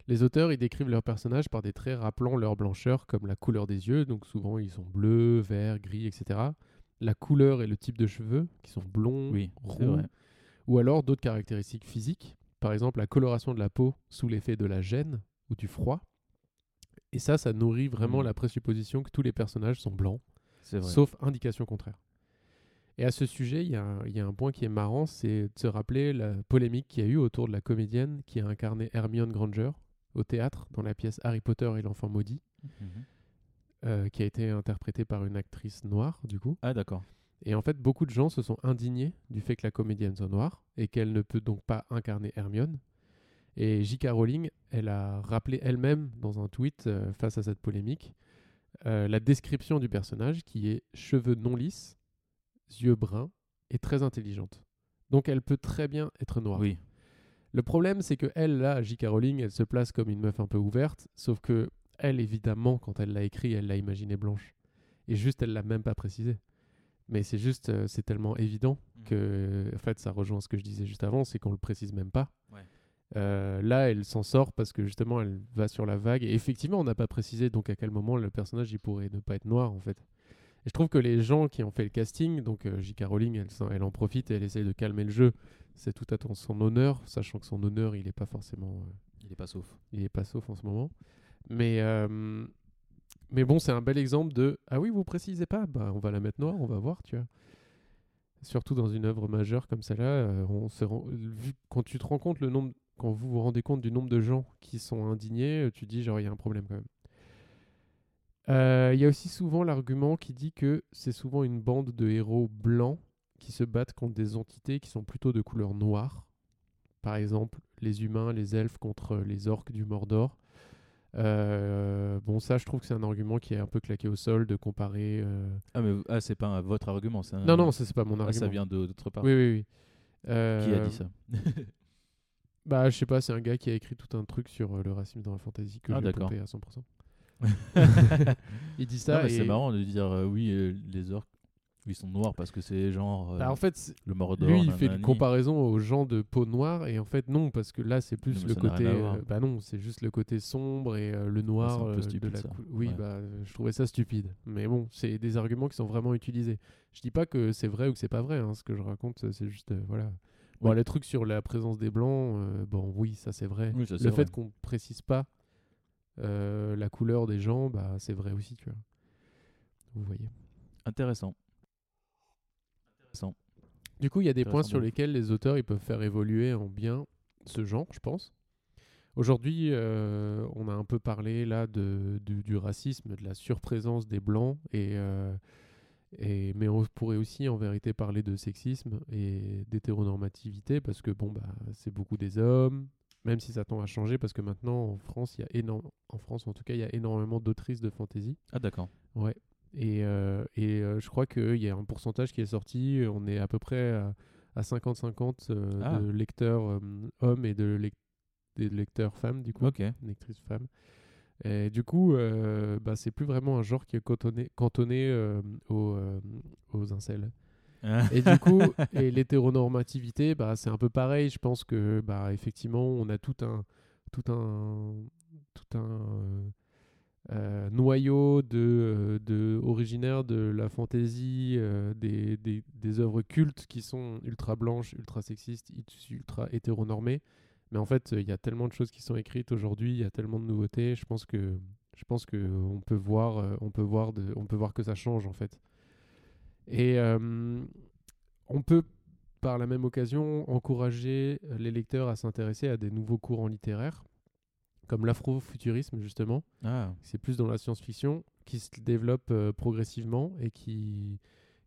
Les auteurs, ils décrivent leurs personnages par des traits rappelant leur blancheur, comme la couleur des yeux. Donc souvent, ils sont bleus, verts, gris, etc. La couleur et le type de cheveux, qui sont blonds,
Oui, c'est
roux,
vrai.
ou alors d'autres caractéristiques physiques, par exemple la coloration de la peau sous l'effet de la gêne ou du froid. Et ça, ça nourrit vraiment
Mhm.
la présupposition que tous les personnages sont blancs,
C'est vrai.
sauf indication contraire. Et à ce sujet, il y, a un- il y a un point qui est marrant, c'est de se rappeler la polémique qu'il y a eu autour de la comédienne qui a incarné Hermione Granger au théâtre dans la pièce Harry Potter et l'enfant maudit,
Mhm.
euh, qui a été interprétée par une actrice noire, du coup.
Ah, d'accord.
Et en fait, beaucoup de gens se sont indignés du fait que la comédienne soit noire et qu'elle ne peut donc pas incarner Hermione. Et J.K. Rowling, elle a rappelé elle-même dans un tweet euh, face à cette polémique euh, la description du personnage qui est cheveux non lisses, yeux bruns et très intelligente. Donc elle peut très bien être noire.
Oui.
Le problème, c'est que elle, là, J.K. Rowling, elle se place comme une meuf un peu ouverte, sauf que elle, évidemment, quand elle l'a écrit, elle l'a imaginée blanche. Et juste, elle l'a même pas précisé. Mais c'est juste, euh, c'est tellement évident
Mhm.
que, en fait, ça rejoint ce que je disais juste avant, c'est qu'on le précise même pas.
Ouais.
Euh, là, elle s'en sort parce que justement, elle va sur la vague. Et effectivement, on n'a pas précisé donc à quel moment le personnage il pourrait ne pas être noir en fait. Et je trouve que les gens qui ont fait le casting, donc euh, J.K. Rowling, elle, s'en- elle en profite et elle essaye de calmer le jeu. C'est tout à ton- son honneur, sachant que son honneur, il n'est pas forcément, euh,
Il est pas sauf.
il est pas sauf en ce moment. Mais euh, mais bon, c'est un bel exemple de ah oui, vous précisez pas, bah on va la mettre noire, on va voir, tu vois. Surtout dans une œuvre majeure comme celle-là, euh, on se rend- vu- quand tu te rends compte le nombre, quand vous vous rendez compte du nombre de gens qui sont indignés, euh, tu dis genre il y a un problème quand même. Euh, Il y a aussi souvent l'argument qui dit que c'est souvent une bande de héros blancs qui se battent contre des entités qui sont plutôt de couleur noire. Par exemple, les humains, les elfes contre les orques du Mordor. Euh, bon, ça, je trouve que c'est un argument qui est un peu claqué au sol de comparer. euh,
Ah, mais ah, c'est pas un- votre argument. c'est un-
Non, non, ça, c'est pas mon
Ah,
argument.
ça vient de- d'autre part.
Oui, oui, oui.
Qui a
Euh,
dit ça
Bah, je sais pas, c'est un gars qui a écrit tout un truc sur euh, le racisme dans la fantasy que
Ah,
j'ai
d'accord.
pompé à 100%. Il dit <laughs> ça
Non, mais
et-
C'est marrant de dire euh, oui, euh, les orques, ils sont noirs parce que c'est genre euh,
Bah, en fait, c'est-
le Mordor.
lui, il fait une
nanani.
comparaison aux gens de peau noire et en fait non parce que là c'est plus
Non, mais
le
ça n'a
côté.
rien à voir. Ah,
euh, bah non, c'est juste le côté sombre et euh, le noir
c'est un peu
euh,
stupide,
de la.
ça.
cou- Oui,
Ouais.
bah euh, je trouvais ça stupide. Mais bon, c'est des arguments qui sont vraiment utilisés. Je dis pas que c'est vrai ou que c'est pas vrai. hein, ce que je raconte, c'est juste euh, voilà. Bon,
Oui.
les trucs sur la présence des blancs, euh, bon oui, ça c'est vrai.
Oui, ça, c'est
le
vrai.
fait qu'on précise pas euh, la couleur des gens, bah c'est vrai aussi, tu vois. Vous voyez.
Intéressant. Intéressant.
Du coup, il y a des points
Intéressant
sur
de ouf.
lesquels les auteurs ils peuvent faire évoluer en bien ce genre, je pense. Aujourd'hui, euh, on a un peu parlé là de, du, du racisme, de la surprésence des blancs, et, euh, et- mais on pourrait aussi en vérité parler de sexisme et d'hétéronormativité parce que bon bah c'est beaucoup des hommes, même si ça tend à changer parce que maintenant en France il y a énorme, en France en tout cas il y a énormément d'autrices de fantasy.
Ah d'accord.
Ouais. Et, euh, et euh, je crois qu'il y a un pourcentage qui est sorti. On est à peu près à, à 50-50 euh,
Ah.
de lecteurs euh, hommes et de, lec- des lecteurs femmes, du coup,
Ok.
lectrices femmes. Et du coup, euh, bah, c'est plus vraiment un genre qui est cantonné, cantonné euh, aux, euh, aux incels. Et du coup, et l'hétéronormativité, bah, c'est un peu pareil. Je pense que, bah, effectivement, on a tout un, tout un, tout un euh, euh, noyau de, euh, de originaire de la fantaisie, euh, des, des, des œuvres cultes qui sont ultra blanches, ultra sexistes, it- ultra hétéronormées. Mais en fait, il y a tellement de choses qui sont écrites aujourd'hui, il y a tellement de nouveautés. Je pense que, je pense que on peut voir, euh, on peut voir, de, on peut voir que ça change en fait. Et euh, on peut, par la même occasion, encourager euh, les lecteurs à s'intéresser à des nouveaux courants littéraires, comme l'afrofuturisme, justement.
<laughs> Ah.
C'est plus dans la science-fiction qui se développe euh, progressivement et qui,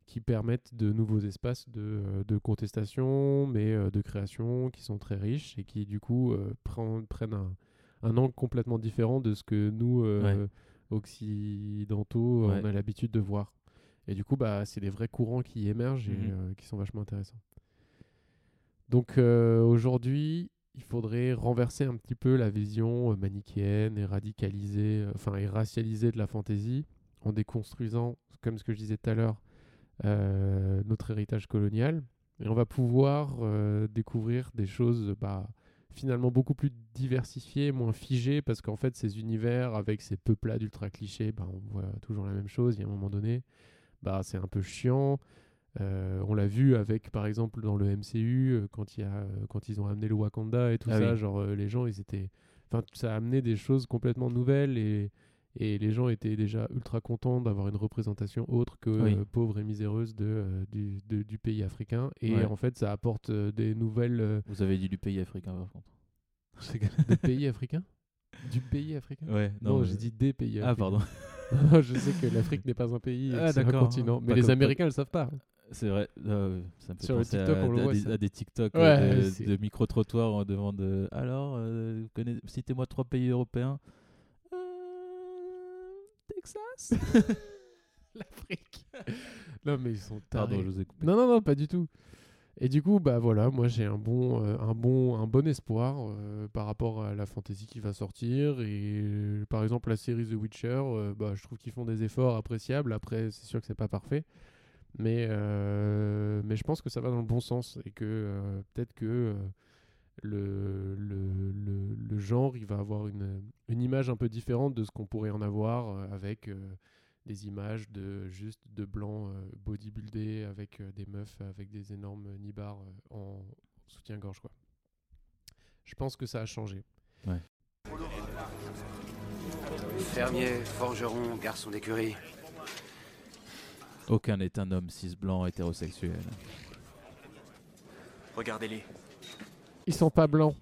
qui permettent de nouveaux espaces de, euh, de contestation, mais euh, de création, qui sont très riches et qui, du coup, euh, prend- prennent un, un angle complètement différent de ce que nous, euh, occidentaux,
Ouais.
on a l'habitude de voir. Et du coup, bah, c'est des vrais courants qui émergent et
Mhm.
euh, qui sont vachement intéressants. Donc euh, aujourd'hui, il faudrait renverser un petit peu la vision euh, manichéenne et radicaliser, euh, enfin et racialiser de la fantaisie en déconstruisant, comme ce que je disais tout à l'heure, euh, notre héritage colonial. Et on va pouvoir euh, découvrir des choses bah, finalement beaucoup plus diversifiées, moins figées, parce qu'en fait, ces univers avec ces peuplades ultra clichés, bah, on voit toujours la même chose. Il y a un moment donné, bah, c'est un peu chiant. Euh, on l'a vu avec, par exemple, dans le MCU, euh, quand, il y a, euh, quand ils ont amené le Wakanda et tout
Ah
ça,
oui.
genre euh, les gens, ils étaient. Enfin, ça a amené des choses complètement nouvelles et, et les gens étaient déjà ultra contents d'avoir une représentation autre que
Oui.
euh, pauvre et miséreuse de, euh, du, de- du pays africain. Et
Ouais.
en fait, ça apporte euh, des nouvelles euh,
Vous avez dit du pays africain par contre.
des pays africains. Du pays africain
<laughs> Ouais.
Non,
Euh, mais-
j'ai dit des pays
Ah
africains.
pardon.
<laughs> je sais que l'Afrique n'est pas un pays, et que
Ah,
c'est un
d'accord.
continent. Mais
Pas
les
comme-
Américains ne le savent pas.
C'est vrai. euh, ça me fait
Sur le
penser
TikTok,
à,
on le
à
voit,
des,
ça.
à des TikTok
Ouais,
euh,
c'est-
de, de micro-trottoirs en demande euh, Alors, euh, vous connaissez- citez-moi trois pays européens. Euh, Texas
<laughs>
<laughs>
L'Afrique. non, mais ils sont tarés.
Pardon, je vous ai coupé.
Non, non, non, pas du tout. Et du coup, bah voilà, moi j'ai un bon, euh, un bon, un bon espoir euh, par rapport à la fantasy qui va sortir. Et euh, par exemple, la série The Witcher, euh, bah, je trouve qu'ils font des efforts appréciables. Après, c'est sûr que c'est pas parfait, mais euh, mais je pense que ça va dans le bon sens et que euh, peut-être que euh, le, le, le, le genre, il va avoir une, une image un peu différente de ce qu'on pourrait en avoir euh, avec euh, des images de juste de blancs euh, bodybuildés avec euh, des meufs avec des énormes nibards euh, en soutien-gorge quoi. Je pense que ça a changé.
Fermier, forgeron, garçon d'écurie.
Aucun n'est un homme cis blanc
<laughs>
hétérosexuel.
Regardez-les,
Ils sont pas blancs.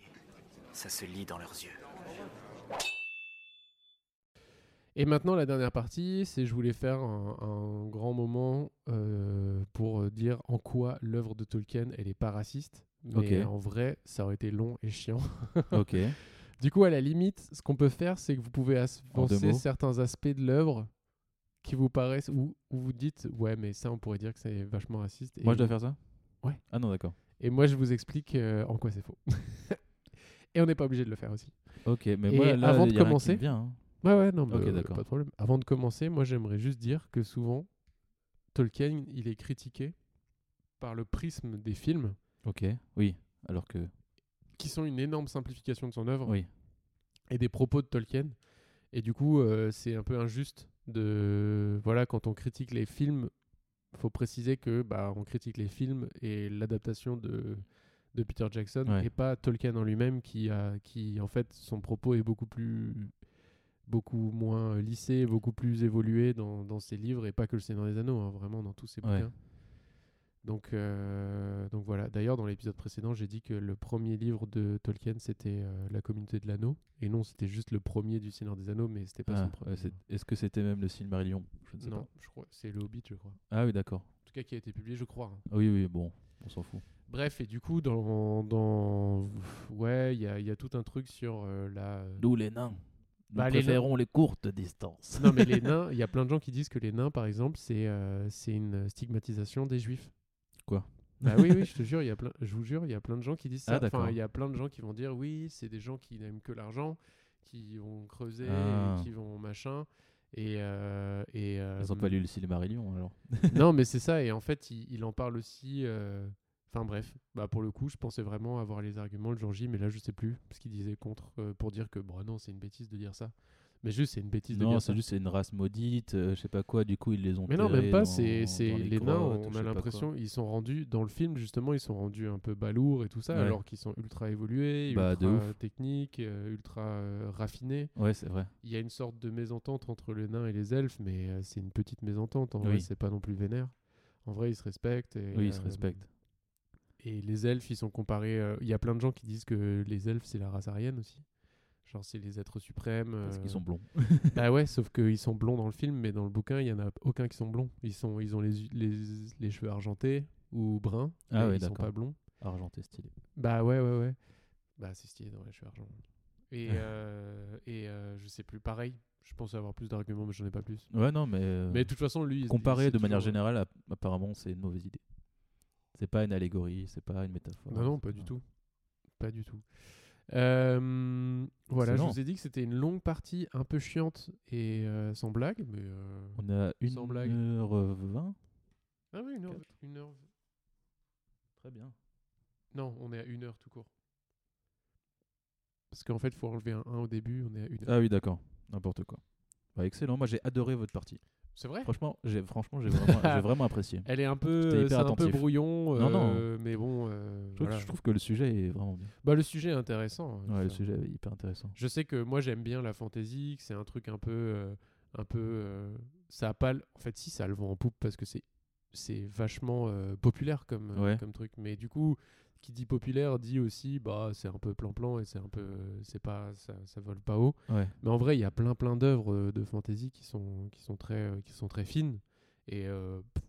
ça se lit dans leurs yeux.
Et maintenant, la dernière partie, c'est je voulais faire un, un grand moment euh, pour dire en quoi l'œuvre de Tolkien, elle est pas raciste. Mais
Ok.
en vrai, ça aurait été long et chiant.
ok.
Du coup, à la limite, ce qu'on peut faire, c'est que vous pouvez as-
En deux
penser
mots.
certains aspects de l'œuvre qui vous paraissent ou ou vous dites ouais mais ça on pourrait dire que c'est vachement raciste. Et
Moi, je dois faire ça
Ouais.
Ah non, d'accord.
Et moi, je vous explique euh, en quoi c'est faux. <laughs> et on n'est pas obligé de le faire aussi.
Ok, mais
Et
moi, là,
avant de
y a rien qui me
commencer-
vient, hein.
Ouais, ouais, non, mais
Ok,
euh,
d'accord.
pas de problème. Avant de commencer, moi, j'aimerais juste dire que souvent, Tolkien, il est critiqué par le prisme des films,
Ok, oui. Alors que.
qui sont une énorme simplification de son œuvre
Oui.
et des propos de Tolkien. Et du coup, euh, c'est un peu injuste de. Voilà, quand on critique les films, faut préciser que bah, on critique les films et l'adaptation de, de Peter Jackson
Ouais.
et pas Tolkien en lui-même qui, a, qui, en fait, son propos est beaucoup plus. beaucoup moins lissé, beaucoup plus évolué dans, dans ses livres et pas que le Seigneur des Anneaux, hein, vraiment dans tous ses
Ouais.
bouquins. Donc, euh, donc voilà. D'ailleurs, dans l'épisode précédent, j'ai dit que le premier livre de Tolkien, c'était euh, La communauté de l'anneau. Et non, c'était juste le premier du Seigneur des Anneaux, mais c'était pas
Ah,
son premier.
ouais, c'est- Est-ce que c'était même le Silmarillion Je ne sais
non,
pas.
je crois. C'est le Hobbit, je crois. En
Ah oui, d'accord. Ah
tout cas, qui a été publié, je crois. hein.
Oui, oui, bon, on s'en fout.
Bref, et du coup, dans. dans... Ouais, il y a, il y a tout un truc sur euh, la.
Nous, les nains,
Bah, les nains-
les courtes <laughs> distances.
Non, mais les nains, il y a plein de gens qui disent que les nains, par exemple, c'est euh, c'est une stigmatisation des juifs.
Quoi
Bah oui, oui, je
<laughs>
te jure, il y a plein, je vous jure, il y a plein de gens qui disent
Ah,
ça.
d'accord.
enfin, il y a plein de gens qui vont dire oui, c'est des gens qui n'aiment que l'argent, qui vont creuser,
Ah.
qui vont machin. Et, euh, et euh,
Ils n'ont pas lu le Silmarillion alors.
non, mais c'est ça. Et en fait, il, il en parle aussi. euh, Enfin bref, bah pour le coup, je pensais vraiment avoir les arguments le jour J, mais là, je sais plus ce qu'il disait contre euh, pour dire que bon, non, c'est une bêtise de dire ça. Mais juste, c'est une bêtise de
Non,
dire
c'est
ça.
juste c'est une race maudite, euh, je sais pas quoi, du coup ils les ont
Mais non,
enterrés
même pas.
dans-
C'est
dans
c'est- les, nains.
grottes,
On
je
a
sais pas quoi.
l'impression ils sont rendus dans le film justement. Ils sont rendus un peu balourds et tout ça,
Ouais.
alors qu'ils sont ultra évolués,
Bah, de
ultra
ouf.
techniques, euh, ultra euh, raffinés.
Ouais, c'est vrai.
Il y a une sorte de mésentente entre les nains et les elfes, mais euh, c'est une petite mésentente. En vrai,
Oui.
c'est pas non plus vénère. En vrai, ils se respectent. Et,
oui, ils se
euh,
respectent.
Et les elfes, ils sont comparés. euh, Il y a plein de gens qui disent que les elfes, c'est la race aryenne aussi. Genre, c'est les êtres suprêmes.
Parce qu'ils
euh,
sont blonds.
bah ouais, sauf qu'ils sont blonds dans le film, mais dans le bouquin, il y en a aucun qui sont blonds. Ils, sont, ils ont les, yeux- les, les cheveux argentés ou bruns.
Ah
mais
ouais,
ils sont
d'accord.
pas blonds.
Argenté stylé.
Bah ouais, ouais, ouais. Bah c'est stylé dans les cheveux argent. Et,
Ah.
euh, et euh, je sais plus, pareil. Je pensais avoir plus d'arguments, mais j'en ai pas plus.
Ouais, non, mais, euh,
Mais de toute façon, lui. il-
comparé
c'est
de manière
toujours, euh,
générale, app- apparemment c'est une mauvaise idée. C'est pas une allégorie, c'est pas une métaphore.
Non, non,
c'est
pas du tout. Pas du tout. Euh, voilà, je
Excellent.
vous ai dit que c'était une longue partie un peu chiante et euh, sans blague, mais. euh,
On a une
Sans blague.
heure vingt.
Ah oui, une heure, une heure
Très bien.
Non, on est à une heure tout court. Parce qu'en fait, il faut enlever un 1 au début, on est à une heure.
Ah oui, d'accord. N'importe quoi. Bah, excellent. Moi j'ai adoré votre partie.
C'est vrai
Franchement, j'ai franchement j'ai
<laughs>
vraiment, j'ai vraiment apprécié.
Elle est un peu,
J'étais
euh,
hyper
c'est un peu
attentif.
brouillon,
Non, non.
euh, mais bon, euh,
Je trouve,
voilà.
je trouve que le sujet est vraiment bien.
Bah, le sujet est intéressant. euh,
Ouais, le
ça.
sujet est hyper intéressant.
Je sais que moi, j'aime bien la fantaisie, que c'est un truc un peu... euh, un peu euh, ça a pas... l- En fait, si, ça a le vent en poupe, parce que c'est c'est vachement euh, populaire comme, euh,
Ouais.
comme truc. Mais du coup, qui dit populaire dit aussi, bah, c'est un peu plan-plan et c'est un peu... euh, C'est pas... Ça, ça vole pas haut.
Ouais.
Mais en vrai, il y a plein plein d'œuvres euh, de fantasy qui sont qui sont très euh, qui sont très fines et euh, pff,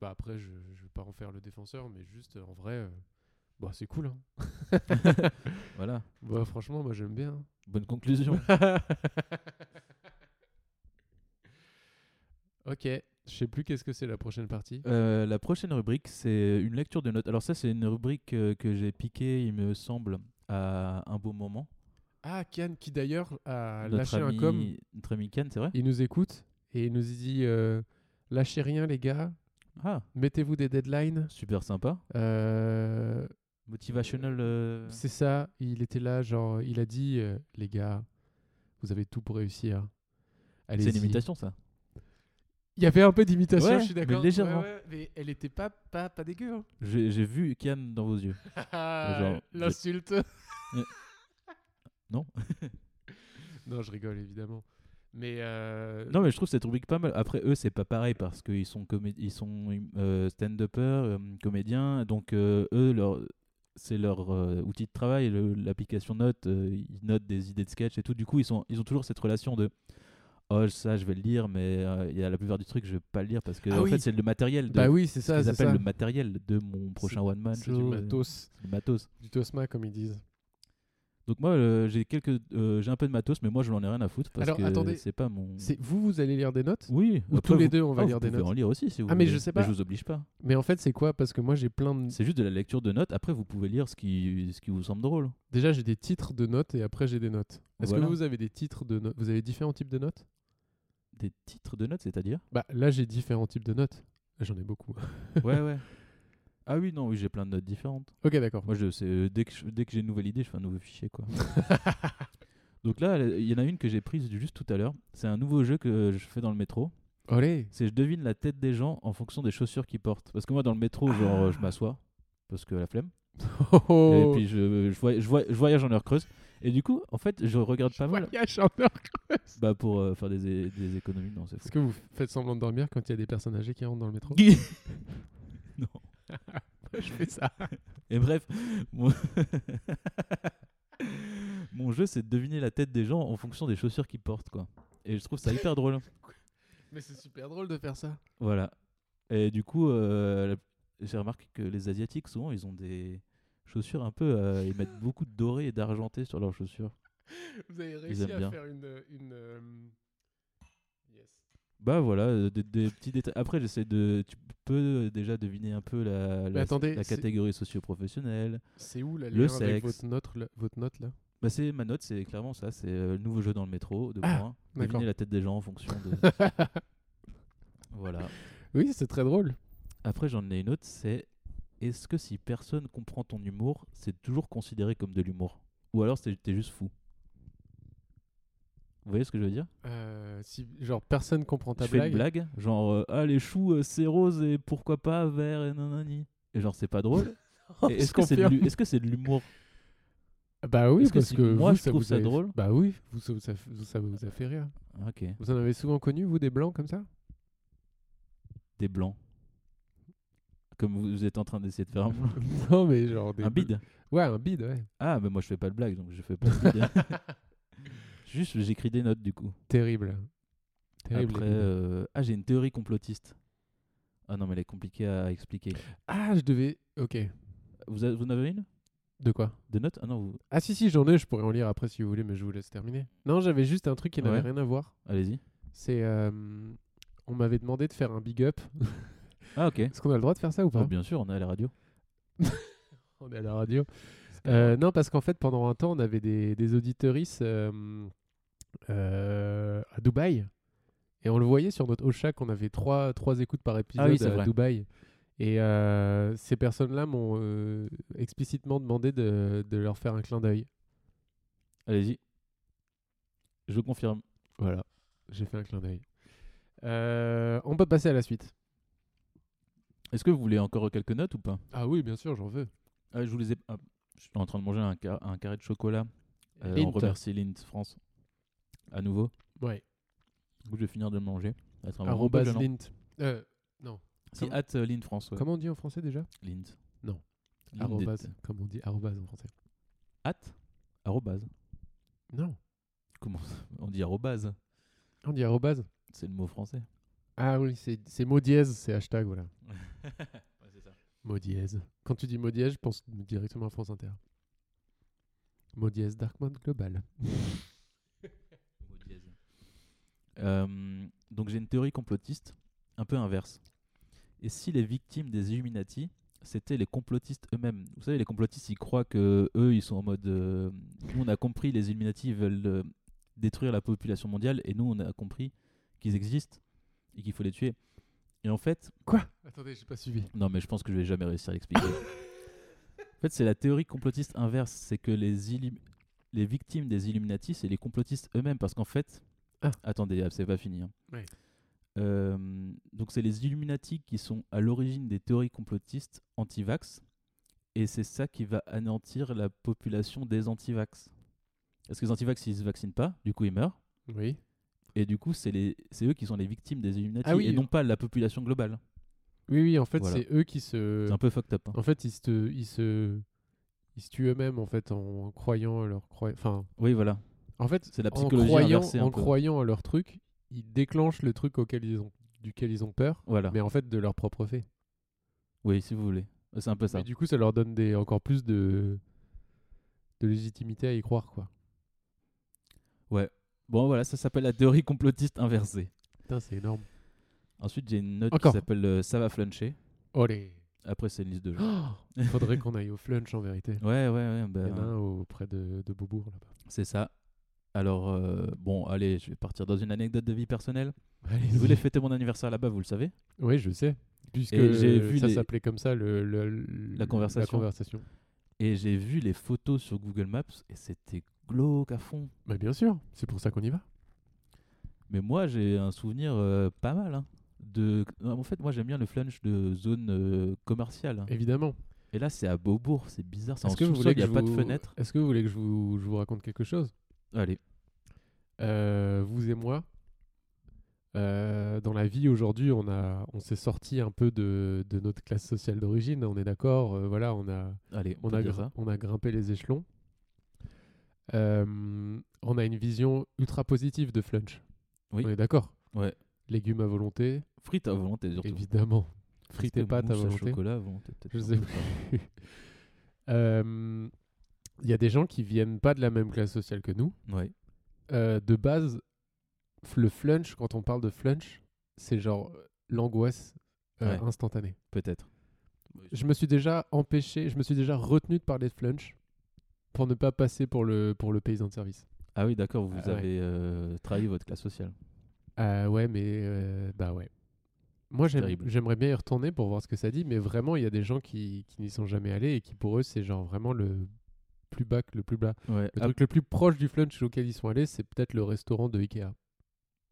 bah après je je vais pas en faire le défenseur mais juste euh, en vrai euh, bah c'est cool hein.
Voilà.
Bah franchement, moi j'aime bien.
Bonne conclusion.
<laughs> OK, je sais plus qu'est-ce que c'est la prochaine partie.
<laughs> Euh, la prochaine rubrique, c'est une lecture de notes. Alors ça, c'est une rubrique euh, que j'ai piquée, il me semble, à un beau moment.
Ah, Kian qui d'ailleurs a
notre,
lâché
ami,
un com,
notre ami Ken, c'est vrai
il nous écoute et il nous dit euh, lâchez rien les gars,
Ah,
mettez-vous des deadlines.
super sympa.
Euh,
Motivational. euh,
C'est ça, il était là, genre, il a dit, euh, les gars, vous avez tout pour réussir.
C'est une
Allez-y.
imitation, ça.
Il y avait un peu d'imitation,
Ouais,
je suis
mais
d'accord.
légèrement.
Ouais, ouais, mais elle était pas, pas, pas dégueu. hein.
J'ai j'ai vu Kian dans vos yeux.
Ah,
Genre,
L'insulte. <laughs>
Non.
non, je rigole, évidemment. Mais. euh,
Non, mais je trouve cette rubrique pas mal. Après, eux, c'est pas pareil parce qu'ils sont, comé- ils sont euh, stand-uppers, euh, comédiens. Donc, euh, eux, leur... c'est leur euh, outil de travail, le- l'application note. euh, ils notent des idées de sketch et tout. Du coup, ils, sont... ils ont toujours cette relation de. Oh, ça, je vais le lire, mais euh, il y a la plupart du truc, je vais pas le lire parce que
Ah
en
oui.
fait, c'est le matériel. De...
Bah oui, c'est
ce
ça,
qu'ils
c'est
appellent
ça.
le matériel de mon prochain one-man
C'est
show.
du
euh,
matos.
du matos.
Du tosma, comme ils disent.
Mm. Donc, moi, euh, j'ai quelques... euh, j'ai un peu de matos, mais moi, je n'en ai rien à foutre parce
Alors,
que
attendez.
c'est pas mon.
C'est Vous, vous allez lire des notes
Oui,
Ou
après,
tous les
vous-
deux, on va
ah,
lire
vous
des
pouvez
notes.
en lire aussi si vous
Ah, mais
voulez.
je sais pas. Hmm.
je vous oblige pas.
Mais en fait, c'est quoi Parce que moi, j'ai plein de.
C'est juste de la lecture de notes. Après, vous pouvez lire ce qui, ce qui vous semble drôle.
Déjà, j'ai des titres de notes et après, j'ai des notes. Est-ce
Voilà.
que vous avez des titres de notes Vous avez différents types de notes
Des titres de notes,
<laughs>
c'est-à-dire
Bah là, j'ai différents types de notes. J'en ai beaucoup. hein.
Ouais, ouais. Ah oui, non, oui, j'ai plein de notes différentes.
ok, d'accord.
Moi, je sais, euh, dès que, je- dès que j'ai une nouvelle idée, je fais un nouveau fichier,
<laughs>
quoi. Donc là, il y en a une que j'ai prise juste tout à l'heure. C'est un nouveau jeu que je fais dans le métro. <laughs>
Allez
C'est je devine la tête des gens en fonction des chaussures qu'ils portent. Parce que moi, dans le métro, genre, je m'assois parce que la flemme.
oh, Ah. oh.
Et puis je, je, voy- je voy- je voyage en heure creuse. Et du coup, en fait, je regarde pas mal.
Voyage en heure.
Bah pour euh, faire des, é- des économies, non, c'est <laughs>
Est-ce que vous faites semblant de dormir quand il y a des personnes âgées qui rentrent dans le métro
faux. non.
je fais ça.
Et bref, mon... <laughs> mon jeu, c'est de deviner la tête des gens en fonction des chaussures qu'ils portent, quoi. Et je trouve ça hyper drôle.
<laughs> Mais c'est super drôle de faire ça.
Voilà. Et du coup, euh, la- j'ai remarqué que les Asiatiques, souvent, ils ont des chaussures un peu. euh, ils mettent beaucoup de doré et d'argenté sur leurs chaussures.
Vous avez réussi
aiment
à
bien.
faire une. une euh, Yes.
Bah voilà, euh, des, des petits détails. Après, j'essaie de. Tu peux déjà deviner un peu la,
Mais
la,
attendez,
la
c'est-
catégorie socio-professionnelle.
C'est où la
Le
lien avec
sexe.
votre note, là, votre note là <laughs>
Bah, c'est ma note, c'est clairement ça. C'est euh, le nouveau jeu dans le métro, de
Ah,
points.
d'accord.
Deviner la tête des gens en fonction
<laughs>
de. voilà.
Oui, c'est très drôle.
Après, j'en ai une autre, c'est est-ce que si personne comprend ton humour, c'est toujours considéré comme de l'humour Ou alors c'est- t'es juste fou Vous voyez ce que je veux dire
Euh, si, genre, personne comprend ta
Je fais
blague.
une blague, genre euh, ah les choux euh, c'est rose et pourquoi pas vert et nanani. Et genre c'est pas drôle.
<laughs> Oh,
Et
je
Est-ce que c'est de
confirme.
l'hu- est-ce que c'est de l'humour
Bah oui,
Est-ce que
parce
si
que
moi,
vous,
je trouve
vous
ça
avait-
drôle
Bah oui, vous, ça, ça- ça vous a fait rire.
Ok.
Vous en avez souvent connu, vous, des blancs comme
<laughs>
ça <laughs>
Des blancs. Comme vous vous êtes en train d'essayer de faire un, blanc.
Non, mais genre <laughs> des.
Un bide.
Ouais, un bide, ouais.
Ah mais moi je fais pas de blague donc je fais pas de
<laughs>
bide. Juste j'écris des notes du coup.
Terrible. Terrible.
Après,
les bides.
euh, ah, j'ai une théorie complotiste. Ah non, mais elle est compliquée à expliquer.
Ah, je devais. Ok.
Vous, a- vous en avez une
De quoi
De notes Ah non, vous...
Ah, si, si, j'en ai, je pourrais en lire après si vous voulez, mais je vous laisse terminer. Non, j'avais juste un truc qui n'avait
Ouais.
rien à voir.
allez-y.
C'est. euh, on m'avait demandé de faire un big up.
Ah, ok.
Est-ce qu'on a le droit de faire ça ou
Oh,
pas
bien sûr, on est à la radio.
<laughs> On est à la radio. Euh, non, parce qu'en fait, pendant un temps, on avait des, des auditorices euh, euh, à Dubaï. Et on le voyait sur notre Ocha qu'on avait trois, trois écoutes par épisode
Ah oui, c'est
à
vrai.
Dubaï. Et euh, ces personnes-là m'ont euh, explicitement demandé de, de leur faire un clin d'œil.
Allez-y. Je confirme.
Voilà, j'ai fait un clin d'œil. Euh, on peut passer à la suite.
Est-ce que vous voulez encore quelques notes ou pas
Ah oui, bien sûr, j'en veux.
Ah, Je vous les ai. ah, je suis en train de manger un, ca- un carré de chocolat. Euh, on
Lint.
remercie Lint France. À nouveau.
Ouais.
Du coup, je vais finir de le manger. Ça va être un moment un peu
Arrobas
gênant.
Lint. Euh,
C'est
Comme-
at euh, Lint France. ouais.
Comment on dit en français déjà
Lint.
Non.
Lint.
Arrobas. Comment on dit arrobas en français
At. Arrobase.
Non.
Comment ça On dit arrobase.
On dit arrobas
C'est le mot français.
Ah oui, c'est c'est mot dièse, c'est hashtag, voilà.
Ouais, c'est ça.
Mot dièse. Quand tu dis mot dièse, je pense directement à France Inter. Mot dièse Dark Mode Global.
Euh, donc j'ai une théorie complotiste, un peu inverse. Et si les victimes des Illuminati, c'était les complotistes eux-mêmes Vous savez, les complotistes, ils croient que eux, ils sont en mode. euh, nous, on a compris, les Illuminati ils veulent euh, détruire la population mondiale, et nous, on a compris qu'ils existent et qu'il faut les tuer. Et en fait,
Attendez, j'ai pas suivi.
non, mais je pense que je vais jamais réussir à
<laughs>
l'expliquer. en fait, c'est la théorie complotiste inverse. C'est que les, illu- les victimes des Illuminati, c'est les complotistes eux-mêmes. Parce qu'en fait.
Ah.
Attendez, ah, c'est pas fini. hein.
Ouais.
Euh, donc, c'est les Illuminati qui sont à l'origine des théories complotistes anti-vax. Et c'est ça qui va anéantir la population des anti-vax. Parce que les anti-vax, ils se vaccinent pas, du coup, ils meurent.
Oui.
Et du coup, c'est les... c'est eux qui sont les victimes des Illuminati
Ah oui.
et non pas la population globale.
Oui, oui, en fait,
Voilà.
c'est eux qui se.
C'est un peu fucked up. hein.
En fait, ils se. Ils se... Ils se tuent eux-mêmes en fait en croyant à leur croy- enfin
Oui, voilà.
en fait
C'est la
en
psychologie
croyant
inversée. un
en
peu.
croyant à leur truc ils déclenchent le truc auquel ils ont duquel ils ont peur
Voilà.
mais en fait de leur propre fait
Oui, si vous voulez. C'est un peu ça.
et du coup ça leur donne des encore plus de de légitimité à y croire quoi
Bon, voilà, ça s'appelle la théorie complotiste inversée.
putain c'est énorme
Ensuite, j'ai une note
Encore.
qui s'appelle euh, Ça va fluncher.
Allez. <gasps>
Après, c'est une liste de jeux.
Il faudrait qu'on aille au flunch en vérité.
Ouais, ouais, ouais. bah,
Il y en a un auprès de, de Beaubourg là-bas.
c'est ça. Alors, euh, bon, allez, je vais partir dans une anecdote de vie personnelle.
<laughs>
Je
Allez-y.
voulais fêter mon anniversaire là-bas, vous le savez.
Oui, je sais. Puisque
Et j'ai vu
ça
les-
s'appelait comme ça le, le- le-
La conversation.
conversation.
Et j'ai vu les photos sur Google Maps et c'était glauque à fond.
Mais bien sûr, c'est pour ça qu'on y va.
Mais moi, j'ai un souvenir euh, pas mal. hein, de... En fait, moi, j'aime bien le flunch de zone euh, commerciale. hein.
Évidemment.
Et là, c'est à Beaubourg, c'est bizarre. C'est en
Est-ce que vous
sous-sol,
voulez
il
que
n'y a
je
pas de
vous-
fenêtre.
Est-ce que vous voulez que je vous, je vous raconte quelque chose
Allez.
Euh, Vous et moi, Euh, dans la vie aujourd'hui, on, a- on s'est sorti un peu de, de notre classe sociale d'origine, on est d'accord, euh, voilà, on a,
Allez, on,
on
peut
a,
dire
gr-
ça.
on a grimpé les échelons. Euh, on a une vision ultra positive de Flunch.
Oui.
On est d'accord
Ouais.
Légumes à volonté,
Frites à volonté, surtout.
évidemment. Frites et
Parce que
pâtes à
mousse
volonté.
chocolat à volonté, peut-être.
Je
un
sais
peu ça.
plus. <laughs> Euh, Il y a des gens qui viennent pas de la même classe sociale que nous.
Ouais.
Euh, de base, f- le flunch, quand on parle de flunch, c'est genre euh, l'angoisse euh,
Ouais.
instantanée.
Peut-être.
Je me suis déjà empêché, je me suis déjà retenu de parler de flunch pour ne pas passer pour le, pour le paysan de service.
Ah oui, d'accord, vous
Ah ouais.
avez euh, trahi votre classe sociale.
Ah ouais, mais euh, bah ouais. Moi, j'aime-
Terrible.
j'aimerais bien y retourner pour voir ce que ça dit, mais vraiment, il y a des gens qui, qui n'y sont jamais allés et qui, pour eux, c'est genre vraiment le plus bas, que le plus bas.
Ouais,
Le
ah,
truc le plus proche du flunch auquel ils sont allés, c'est peut-être le restaurant de Ikea.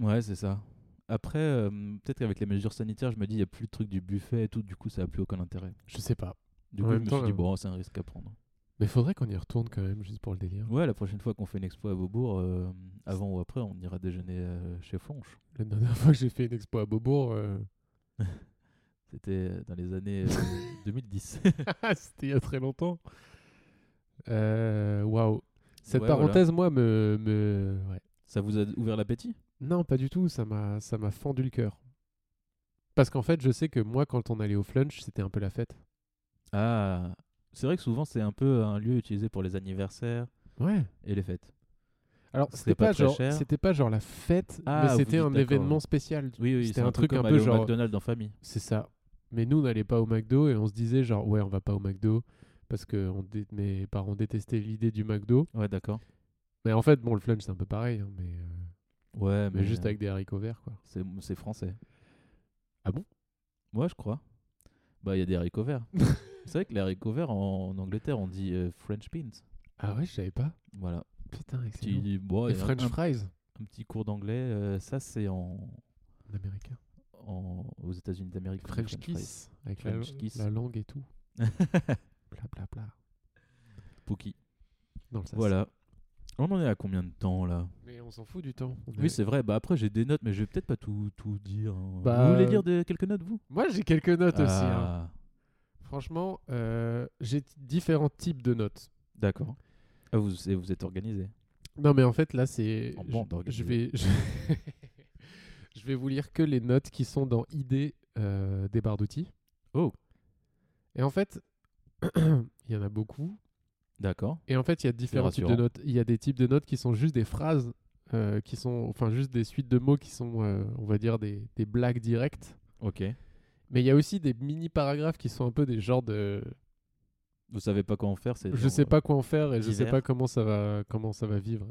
ouais, c'est ça. Après, euh, peut-être qu'avec les mesures sanitaires, je me dis, il n'y a plus de truc du buffet et tout, du coup, ça n'a plus aucun intérêt.
Je sais pas.
Du
En
coup, je
même
me
temps,
suis dit,
euh,
bon, c'est un risque à prendre.
Mais faudrait qu'on y retourne quand même, juste pour le délire.
Ouais, la prochaine fois qu'on fait une expo à Beaubourg, euh, avant ou après, on ira déjeuner euh, chez Flonche.
La dernière fois que j'ai fait une expo à Beaubourg, euh, <laughs>
C'était dans les années euh, 2010.
c'était il y a très longtemps. Euh, Waouh. Cette
Ouais, voilà.
parenthèse, moi, me. me- ouais.
Ça vous a ouvert l'appétit
Non, pas du tout, ça m'a ça m'a fendu le cœur. Parce qu'en fait, je sais que moi, quand on allait au flunch, c'était un peu la fête.
Ah, c'est vrai que souvent, c'est un peu un lieu utilisé pour les anniversaires
Ouais.
et les fêtes.
Alors,
C'était
c'était
pas
pas,
très
genre,
cher.
c'était pas genre la fête,
Ah,
mais
vous
c'était
dites
un
d'accord,
événement
ouais.
spécial.
Oui, oui,
C'était
c'est
un
un,
truc
peu comme
un peu
aller au
genre-
McDonald's en famille.
C'est ça. Mais nous, on n'allait pas au McDo et on se disait genre, ouais, on va pas au McDo parce que on dé- mes parents détestaient l'idée du McDo.
Ouais, d'accord.
Mais en fait, bon, le flunch, c'est un peu pareil, hein, mais, euh,
Ouais, mais,
mais juste avec des haricots verts, quoi.
C'est, c'est français.
Ah bon
Moi, je crois. Bah, il y a des haricots
<laughs>
verts. c'est vrai que les haricots verts en, en Angleterre, on dit euh, French beans.
Ah ouais, je savais pas.
Voilà.
Putain, excellent.
Petit, bon,
et
un-
French
un,
fries
un petit cours d'anglais, euh, ça c'est en,
en américain.
en- aux États-Unis d'Amérique. on dit
French,
fries.
kiss avec
French
la,
kiss.
la langue et tout. Bla bla bla.
<laughs> Pookie.
Dans le sas.
Voilà. On en est à combien de temps là
Mais on s'en fout du temps. On est-
Oui, c'est vrai. Bah après, j'ai des notes, mais je vais peut-être pas tout, tout dire. hein.
Bah,
Vous voulez
euh,
lire des- quelques notes, vous
Moi, j'ai quelques notes aussi. hein.
Ah,
Franchement, euh, j'ai t- différents types de notes.
D'accord. Ah, vous, c'est- vous êtes organisé.
Non, mais en fait, là, c'est.
En
je-
bande
je,
organisée.
vais. Je... <laughs> je vais vous lire que les notes qui sont dans ID euh, des barres d'outils.
Oh.
Et en fait, <clears throat> il y en a beaucoup.
D'accord.
Et en fait, il y a différents types de
rassurant.
notes. Il y a des types de notes qui sont juste des phrases, euh, qui sont. Enfin, juste des suites de mots qui sont, euh, on va dire, des, des blagues directes.
Ok.
Mais il y a aussi des mini-paragraphes qui sont un peu des genres de.
Vous savez pas quoi en faire, c'est
Je
genre,
sais pas quoi en faire et je sais
divers.
pas comment ça va, comment ça va vivre.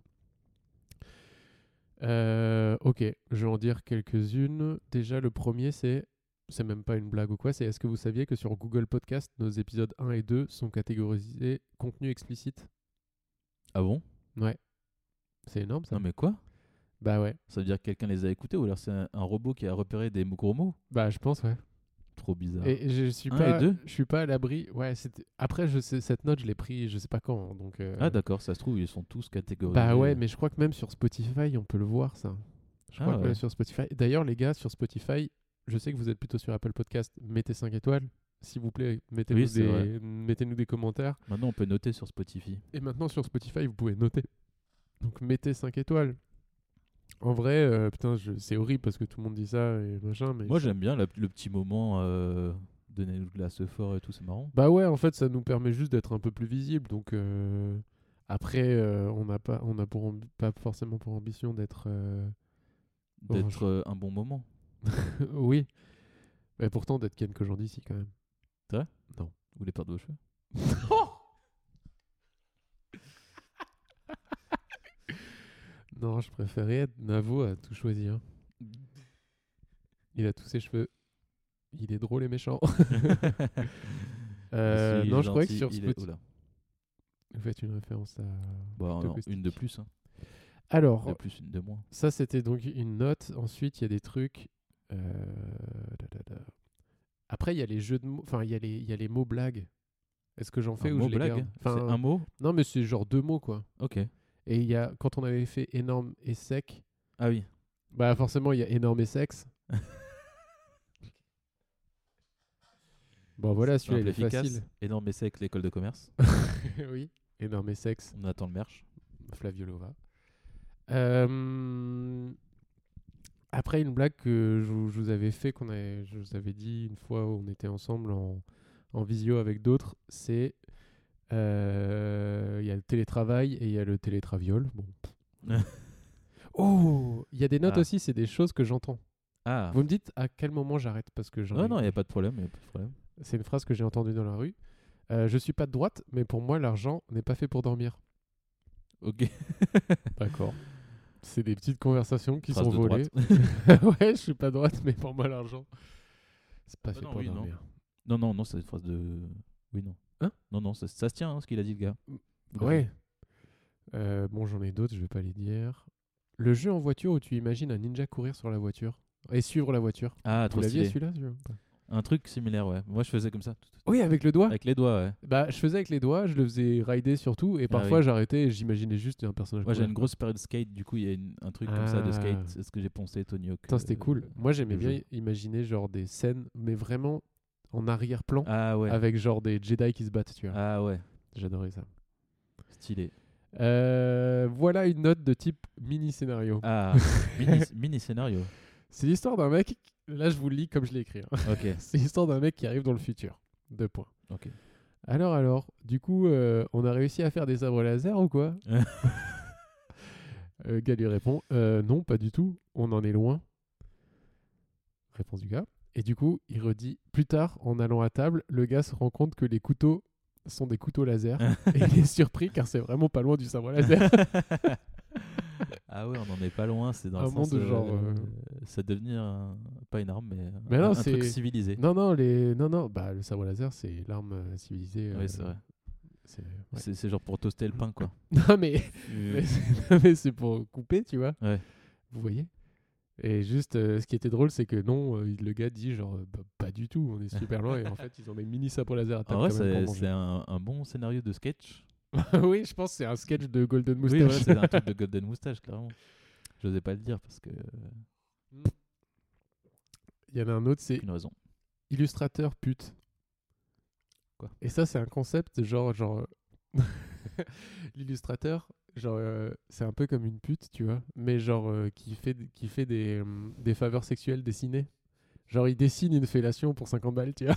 Euh, ok, je vais en dire quelques-unes. Déjà, le premier, c'est. C'est même pas une blague ou quoi, c'est est-ce que vous saviez que sur Google Podcast, nos épisodes 1 et 2 sont catégorisés contenu explicite
euh, Ah bon
C'est énorme ça
Non mais quoi
Bah ouais,
Ça veut dire que quelqu'un les a écoutés ou alors c'est un, un robot qui a repéré des mots gros mots
bah je pense, ouais.
Trop bizarre.
Et je suis
Un
pas,
et deux
je suis pas à l'abri. Ouais, c'était- après, je sais, cette note, je l'ai pris, je sais pas quand. Donc, euh,
Ah d'accord, ça se trouve ils sont tous catégorisés.
Bah ouais, mais je crois que même sur Spotify, on peut le voir ça. Je
Ah
crois que
ouais.
même sur Spotify. D'ailleurs, les gars, sur Spotify, je sais que vous êtes plutôt sur Apple Podcast, mettez 5 étoiles. S'il vous plaît, mettez-nous
Oui, c'est
des...
vrai.
mettez des commentaires.
Maintenant on peut noter sur Spotify.
Et maintenant, sur Spotify, vous pouvez noter. Donc, mettez 5 étoiles. En vrai, euh, putain, je... c'est horrible parce que tout le monde dit ça et machin. Mais
Moi j'aime bien la- le petit moment euh, donner le glace fort et tout, c'est marrant.
Bah ouais, en fait, ça nous permet juste d'être un peu plus visible. Donc euh, après, euh, on n'a pas, on a pour ambi- pas forcément pour ambition d'être. euh, Orange.
D'être euh, un bon moment.
<laughs> oui. Mais pourtant, d'être Ken Kojandi, si quand même.
Vous voulez perdre vos cheveux
Non, je préférais être Navo à tout choisir. Il a tous ses cheveux. Il est drôle et méchant. <laughs>
<laughs>
Euh,
Il est
non, je croyais que
gentil,
sur
il est- oh
Spotify.
Oula.
Vous faites une référence à.
Bah,
plutôt
non,
acoustique.
une de plus, hein.
Alors,
de plus, une de moins.
Ça, c'était donc une note. Ensuite, il y a des trucs. euh, da, da, da. Après, il y a les jeux de mots. Enfin, il y, a les- il y a les mots blagues. Est-ce que j'en fais
un
ou
mot
je les garde
blague
Enfin,
C'est un mot
Non, mais c'est genre deux mots, quoi.
Ok.
Et il y a, quand on avait fait énorme et sec,
Ah oui.
Bah forcément, il y a énorme
<laughs>
et sexe. bon voilà,
C'est un
celui-là il
peu
est facile.
Énorme essai avec l'école de
<laughs>
commerce.
oui, énorme et sexe,
On attend le merch.
Flaviolova. Euh, Après une blague que je, vous- je vous avais fait, qu'on avait, je vous avais dit une fois où on était ensemble en, en visio avec d'autres, c'est euh, il y a le télétravail et il y a le télétraviol.
<laughs>
Bon. oh, il y a des notes
Ah.
aussi, c'est des choses que j'entends.
Ah.
Vous me dites à quel moment j'arrête parce que j'en
Non,
ai-
non, il n'y a pas de problème. y a pas de problème.
C'est une phrase que j'ai entendue dans la rue. Euh, je suis pas de droite, mais pour moi, l'argent n'est pas fait pour dormir.
Ok.
D'accord. C'est des petites conversations qui
Phrase
sont
de
volées.
droite.
<laughs> ouais, je suis pas de droite, mais pour moi, l'argent. C'est pas
Ah
fait
non,
pour
oui, non.
dormir.
<laughs> non, non, non, c'est une phrase de. Oui, non.
Hein
Non, non, ça, ça se tient, hein, ce qu'il a dit, le gars. Vous l'avez.
Ouais. Euh, bon, j'en ai d'autres, je vais pas les dire. Le jeu en voiture où tu imagines un ninja courir sur la voiture et suivre la voiture.
Ah,
Vous
trop
l'aviez
stylé.
celui-là celui-là
Un truc similaire, ouais. Moi, je faisais comme ça.
Oui, avec le doigt.
Avec les doigts, ouais.
Bah, je faisais avec les doigts, je le faisais rider surtout, et
Ah
parfois
oui.
j'arrêtais et j'imaginais juste un personnage.
Moi, j'ai
courir.
une grosse période de skate, du coup, il y a une- un truc comme ça de skate.
Ah.
C'est ce que j'ai pensé, Tony Hawk.
Putain, c'était
euh,
cool. Moi, j'aimais
le
bien
jeu.
imaginer genre des scènes, mais vraiment en arrière-plan,
Ah ouais.
avec euh, genre des Jedi qui se battent, tu vois.
Ah ouais.
J'adorais ça.
Stylé.
Euh, voilà une note de type mini-scénario.
Ah,
<laughs>
mini, mini scénario.
C'est l'histoire d'un mec, là je vous le lis comme je l'ai écrit, hein. <laughs>
Ok.
c'est l'histoire d'un mec qui arrive dans le futur. Deux points.
Ok.
Alors, alors, du coup, euh, on a réussi à faire des sabres laser ou quoi Le gars lui répond Euh, Non, pas du tout, on en est loin. Réponse du gars. Et du coup, il redit Plus tard, en allant à table, le gars se rend compte que les couteaux sont des couteaux laser. et il est surpris car c'est vraiment pas loin du sabre laser.
ah ouais, on n'en est pas loin. C'est dans
Un
le sens
monde
euh,
genre, euh,
ça devenir un- pas une arme, mais, un-
Mais non,
un,
c'est-
truc civilisé.
non, non, les... non, non, bah, le sabre laser, c'est l'arme euh, civilisée. euh,
Oui, c'est vrai.
c'est- ouais. <laughs>
C'est c'est genre pour toaster le pain, quoi.
Non, mais
Euh,
<laughs> Mais c'est- non, mais c'est pour couper, tu vois.
Ouais.
Vous voyez Et juste, euh, ce qui était drôle, c'est que non, euh, le gars dit genre, euh, bah, pas du tout, on est super loin. et en fait, ils ont des mini sabres laser
<laughs>
à
en
table.
vrai,
quand même
c'est
pour
c'est un, un bon scénario de
<laughs>
sketch.
manger. oui, je pense que c'est un sketch de Golden
Oui,
Moustache.
voilà, c'est un truc de Golden Moustache, clairement. J'osais pas le dire parce que
<laughs> Il y en a un autre, c'est
aucune raison.
illustrateur pute.
Quoi
Et ça, c'est un concept genre. genre <laughs> L'illustrateur, genre, euh, c'est un peu comme une pute, tu vois, mais genre euh, qui fait, qui fait des, hum, des faveurs sexuelles dessinées. Genre, il dessine une fellation pour 50 balles,
<laughs>
tu vois.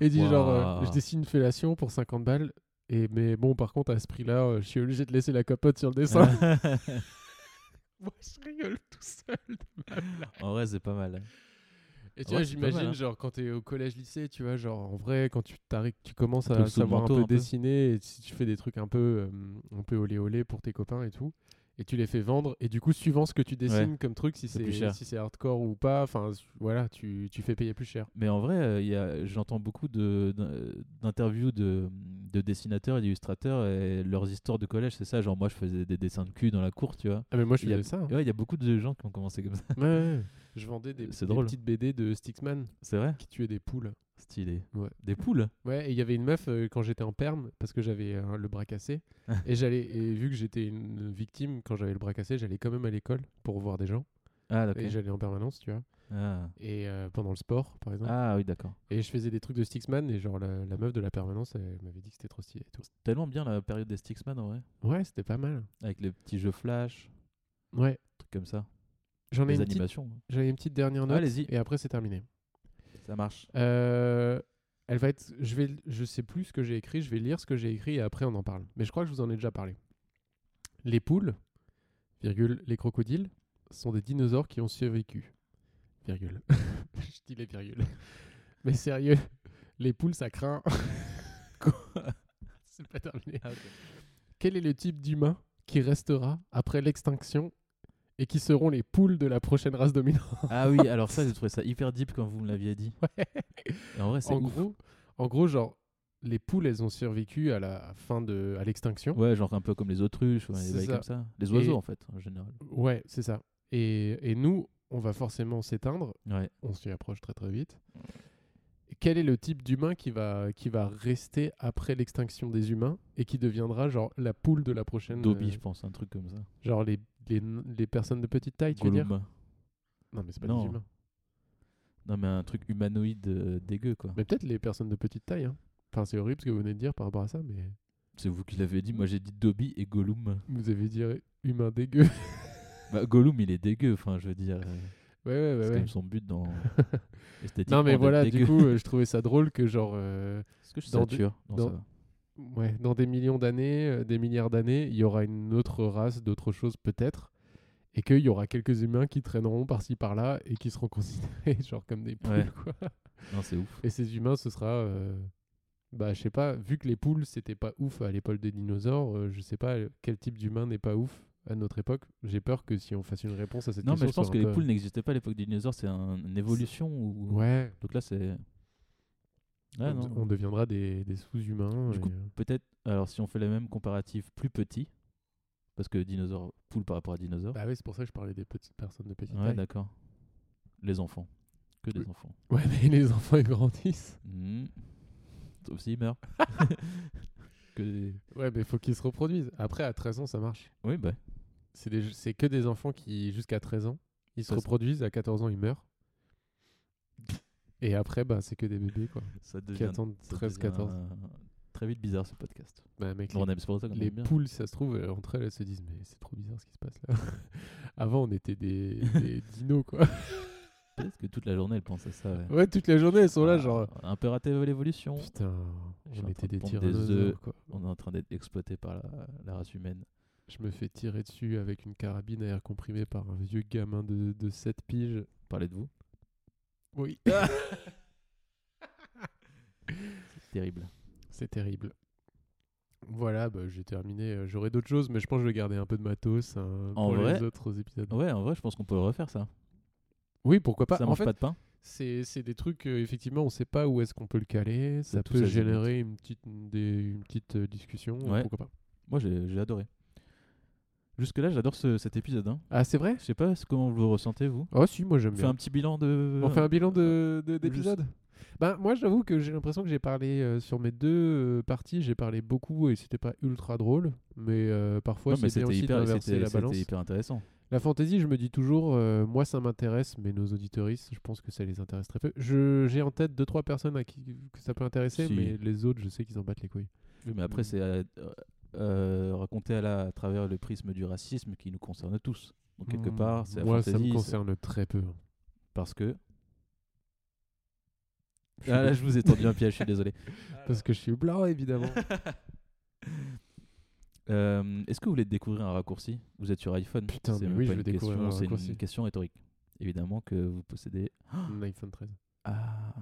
et il dit genre, euh,
Waouh.
je dessine une fellation pour 50 balles. Et, mais bon, par contre, à ce prix-là, euh, je suis obligé de laisser la capote sur le
<laughs>
dessin. Moi, je rigole tout seul.
en vrai, c'est pas mal.
Et tu
Ouais,
vois,
c'est pas mal,
j'imagine,
hein.
genre, quand t'es au collège-lycée, tu vois, genre, en vrai, quand tu, t'arri- tu commences
Un peu
à
le sous le
savoir un
manteau,
peu
un peu.
dessiner, et si tu fais des trucs un peu, euh, un peu olé olé pour tes copains et tout, et tu les fais vendre, et du coup, suivant ce que tu dessines comme truc, si
C'est
c'est
plus cher.
si c'est hardcore ou pas, enfin, s- voilà, tu, tu fais payer plus cher.
Mais en vrai, euh, il y a- j'entends beaucoup de- d'in- d'interviews de, de dessinateurs et d'illustrateurs et leurs histoires de collège, c'est ça. Genre, moi, je faisais des dessins de cul dans la cour, tu vois.
Ah, mais moi, je
Il y a-
faisais ça. hein.
<laughs> Ouais, il y a beaucoup de gens qui ont commencé comme ça. <laughs>
Ouais, ouais. Je vendais des,
C'est
des
drôle.
petites BD de Stickman
C'est vrai
qui tuaient des poules.
Stylé.
Ouais.
Des poules
Ouais, et il y avait une meuf euh, quand j'étais en perme parce que j'avais euh, le bras
<laughs>
cassé et j'allais et vu que j'étais une victime quand j'avais le bras cassé, j'allais quand même à l'école pour voir des gens
Ah, d'accord.
et j'allais en permanence, tu vois.
Ah.
Et euh, pendant le sport par exemple,
Ah oui, d'accord.
et je faisais des trucs de Sticksman et genre la, la meuf de la permanence elle m'avait dit que c'était trop stylé et tout.
Tellement bien la période des Sticksman, en vrai.
Ouais, c'était pas mal.
Avec les petits jeux flash,
Ouais,
trucs comme ça.
j'en ai
les
une petite,
animations. hein.
j'en ai une petite dernière note
Allez-y,
et après c'est terminé.
ça marche.
Euh, elle va être je vais je sais plus ce que j'ai écrit, je vais lire ce que j'ai écrit et après on en parle. Mais je crois que je vous en ai déjà parlé. Les poules, virgule, les crocodiles sont des dinosaures qui ont survécu. Virgule. <laughs> je dis les virgules. Mais sérieux, les poules ça craint. C'est pas terminé. Quel est le type d'humain qui restera après l'extinction et qui seront les poules de la prochaine race dominante
Ah oui, alors ça, j'ai trouvé ça hyper deep quand vous me l'aviez
<laughs>
dit. Et en vrai, c'est
en
ouf.
gros, en gros, genre, les poules, elles ont survécu à la fin de, à l'extinction.
Ouais, genre un peu comme les autruches, ouais,
C'est
des bails
ça.
comme ça. Les oiseaux,
Et-
en fait, en général.
Ouais, c'est ça. Et, et nous, on va forcément s'éteindre.
Ouais.
On s'y approche très très vite. Et quel est le type d'humain qui va, qui va rester après l'extinction des humains et qui deviendra genre la poule de la prochaine.
Dobby,
euh,
je pense, un truc comme ça.
genre les, les, les personnes de petite taille, tu veux dire
Gollum.
Non, mais c'est pas
Non.
des humains.
Non, mais un truc humanoïde euh, dégueu, quoi.
Mais peut-être les personnes de petite taille. hein. Enfin, c'est horrible ce que vous venez de dire par rapport à ça, mais
C'est vous qui l'avez dit, moi j'ai dit Dobby et Gollum.
vous avez dit euh, humain dégueu. <laughs>
Bah, Gollum, il est dégueu, enfin, je veux dire. euh,
ouais, ouais,
c'est
ouais. ouais.
quand même son but
<laughs>
dans. esthétiquement
Non, mais
d'être
voilà, du
dégueu.
coup, euh, je trouvais ça drôle que genre. euh,
<laughs> Est-ce que je
dans des-
sature Non, ça
dans-
va.
Ouais, dans des millions d'années, euh, des milliards d'années, il y aura une autre race, d'autres choses peut-être, et qu'il y aura quelques humains qui traîneront par-ci par-là et qui seront <laughs> considérés genre comme des poules,
Ouais.
quoi.
Non, c'est ouf.
Et ces humains, ce sera, euh, bah, je sais pas, vu que les poules c'était pas ouf à l'époque des dinosaures, euh, je sais pas quel type d'humain n'est pas ouf à notre époque. J'ai peur que si on fasse une réponse à cette
Non,
question,
mais je pense
ça
que
soit un
les
peu-
poules n'existaient pas à l'époque des dinosaures, c'est un- une évolution. Ou...
ouais,
Donc là, c'est. Ah,
on,
non.
on deviendra des, des sous-humains.
Du
et,
coup,
euh,
Peut-être, alors si on fait les mêmes comparatifs, plus petits, parce que dinosaure, poule par rapport à dinosaure.
Bah oui, c'est pour ça que je parlais des petites personnes de petite
ouais,
taille.
d'accord. Les enfants. Que des
Oui.
enfants.
Ouais, mais les enfants ils grandissent.
Hmm. Sauf s'ils
<laughs>
meurent. <laughs> que des-
Ouais, mais faut qu'ils se reproduisent. Après, à 13 ans, ça marche.
Oui, bah.
C'est des- c'est que des enfants qui, jusqu'à 13 ans, ils se
Ça, ça-
reproduisent. À 14 ans, ils meurent. Et après, bah, c'est que des bébés, quoi.
Ça
Qui
devient.
attendent
ça
13,
devient,
14.
euh, Très vite bizarre ce podcast.
Bah, mec,
Bon,
les,
on aime, c'est pour ça qu'on
les
aime bien.
poules, si ça se trouve, euh, entre elles, elles se disent Mais c'est trop bizarre ce qui se passe là. <laughs> Avant, on était des,
<laughs>
des dinos, quoi. <laughs>
Peut-être que toute la journée, elles pensent à ça. ouais.
Ouais, toute la journée, elles sont là,
Ah,
genre. euh,
on a Un peu raté l'évolution.
Putain,
Je suis en train
on était
de
des
pondre des œufs.
tyrannosaures, quoi.
On est en train d'être exploité par la, la race humaine.
Je me fais tirer dessus avec une carabine à air comprimé par un vieux gamin de, de 7 piges.
Parlez de vous.
Oui.
Terrible.
C'est terrible. Voilà, bah, j'ai terminé. Euh, J'aurai d'autres choses, mais je pense que je vais garder un peu de matos hein,
En
pour
vrai
les autres épisodes.
Ouais, en vrai, je pense qu'on peut le refaire, ça.
Oui, pourquoi pas.
ça
en
mange
fait,
pas de pain.
c'est c'est des trucs, euh, effectivement, on ne sait pas où est-ce qu'on peut le caler. Ça
tout
peut
sa limite.
générer une petite, des- une petite euh, discussion. euh,
Ouais.
Pourquoi pas.
Moi, j'ai j'ai adoré. Jusque-là, j'adore ce- cet épisode. Hein.
Ah, c'est vrai
Je sais pas ce- comment vous le ressentez, vous.
Oh, si, moi j'aime
On fait
bien.
un petit bilan de.
On fait un bilan de- de- d'épisode
Juste-
ben, moi, j'avoue que j'ai l'impression que j'ai parlé euh, sur mes deux euh, parties, j'ai parlé beaucoup et c'était pas ultra drôle, mais euh, parfois
Non, mais
c'est bien
c'était
aussi
hyper,
d'inverser
c'était-
la balance.
c'était hyper intéressant.
La fantasy, je me dis toujours, euh, moi ça m'intéresse, mais nos auditoristes, je pense que ça les intéresse très peu. Je- J'ai en tête deux trois personnes à qui que ça peut intéresser,
Si.
mais les autres, je sais qu'ils en battent les couilles.
Oui, mais après,
Mm.
c'est euh, euh, raconté à, la, à travers le prisme du racisme qui nous concerne tous. Donc, quelque part, c'est la
Mmh. moi Mm. ça
fantasy.
me
c'est-
concerne très peu. hein.
Parce que.
Je
Ah, là,
suis-
je vous ai tendu un piège, je suis désolé.
Parce que je suis
<gasps>
blanc évidemment.
<laughs> Euh, Est-ce que vous voulez découvrir un raccourci Vous êtes sur iPhone.
Putain,
C'est
mais
même
oui,
pas
je veux
une
découvrir
question,
un
C'est une
raccourci.
question rhétorique. Évidemment que vous possédez.
Un iPhone 13.
Ah,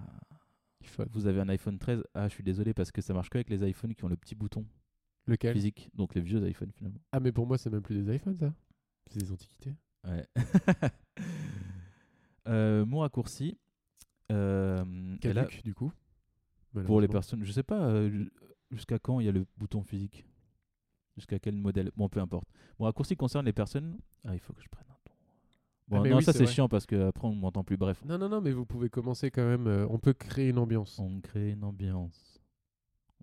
vous avez un iPhone 13. Ah, je suis désolé parce que ça marche que avec les iPhones qui ont le petit bouton
Lequel
physique, donc les vieux iPhones finalement.
Ah mais pour moi c'est même plus des iPhones ça. C'est des antiquités. <laughs>
Ouais. Euh, mon raccourci. euh, et là,
Caduc, du coup.
pour les
Malheureusement.
personnes, je sais pas euh, jusqu'à quand il y a le bouton physique, jusqu'à quel modèle. Bon, peu importe. Mon raccourci concerne les personnes. Ah, il faut que je prenne un ton. Bon,
Ah, mais
non,
oui,
ça
c'est
c'est
vrai.
chiant parce que après on m'entend plus. Bref,
Non non non, mais vous pouvez commencer quand même. euh, on peut créer une ambiance.
On crée une ambiance.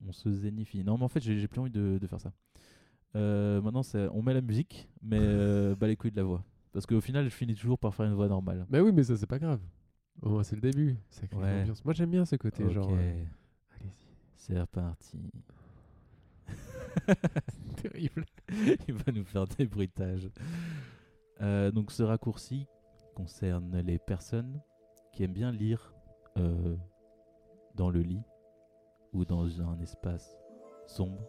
On se zénifie. Non, mais en fait, j'ai j'ai plus envie de, de faire ça. Euh, maintenant, c'est- on met la musique,
<laughs>
mais euh, bah les couilles de la voix. Parce qu'au final, je finis toujours par faire une voix normale.
Mais oui, mais ça c'est pas grave. Au moins c'est le début. Ça crée
Ouais.
une ambiance. Moi j'aime bien ce côté genre.
Ok,
euh, Allez-y. <laughs>
c'est reparti.
Terrible.
<laughs> Il va nous faire des bruitages. Euh, donc, ce raccourci concerne les personnes qui aiment bien lire euh, dans le lit ou dans un espace sombre.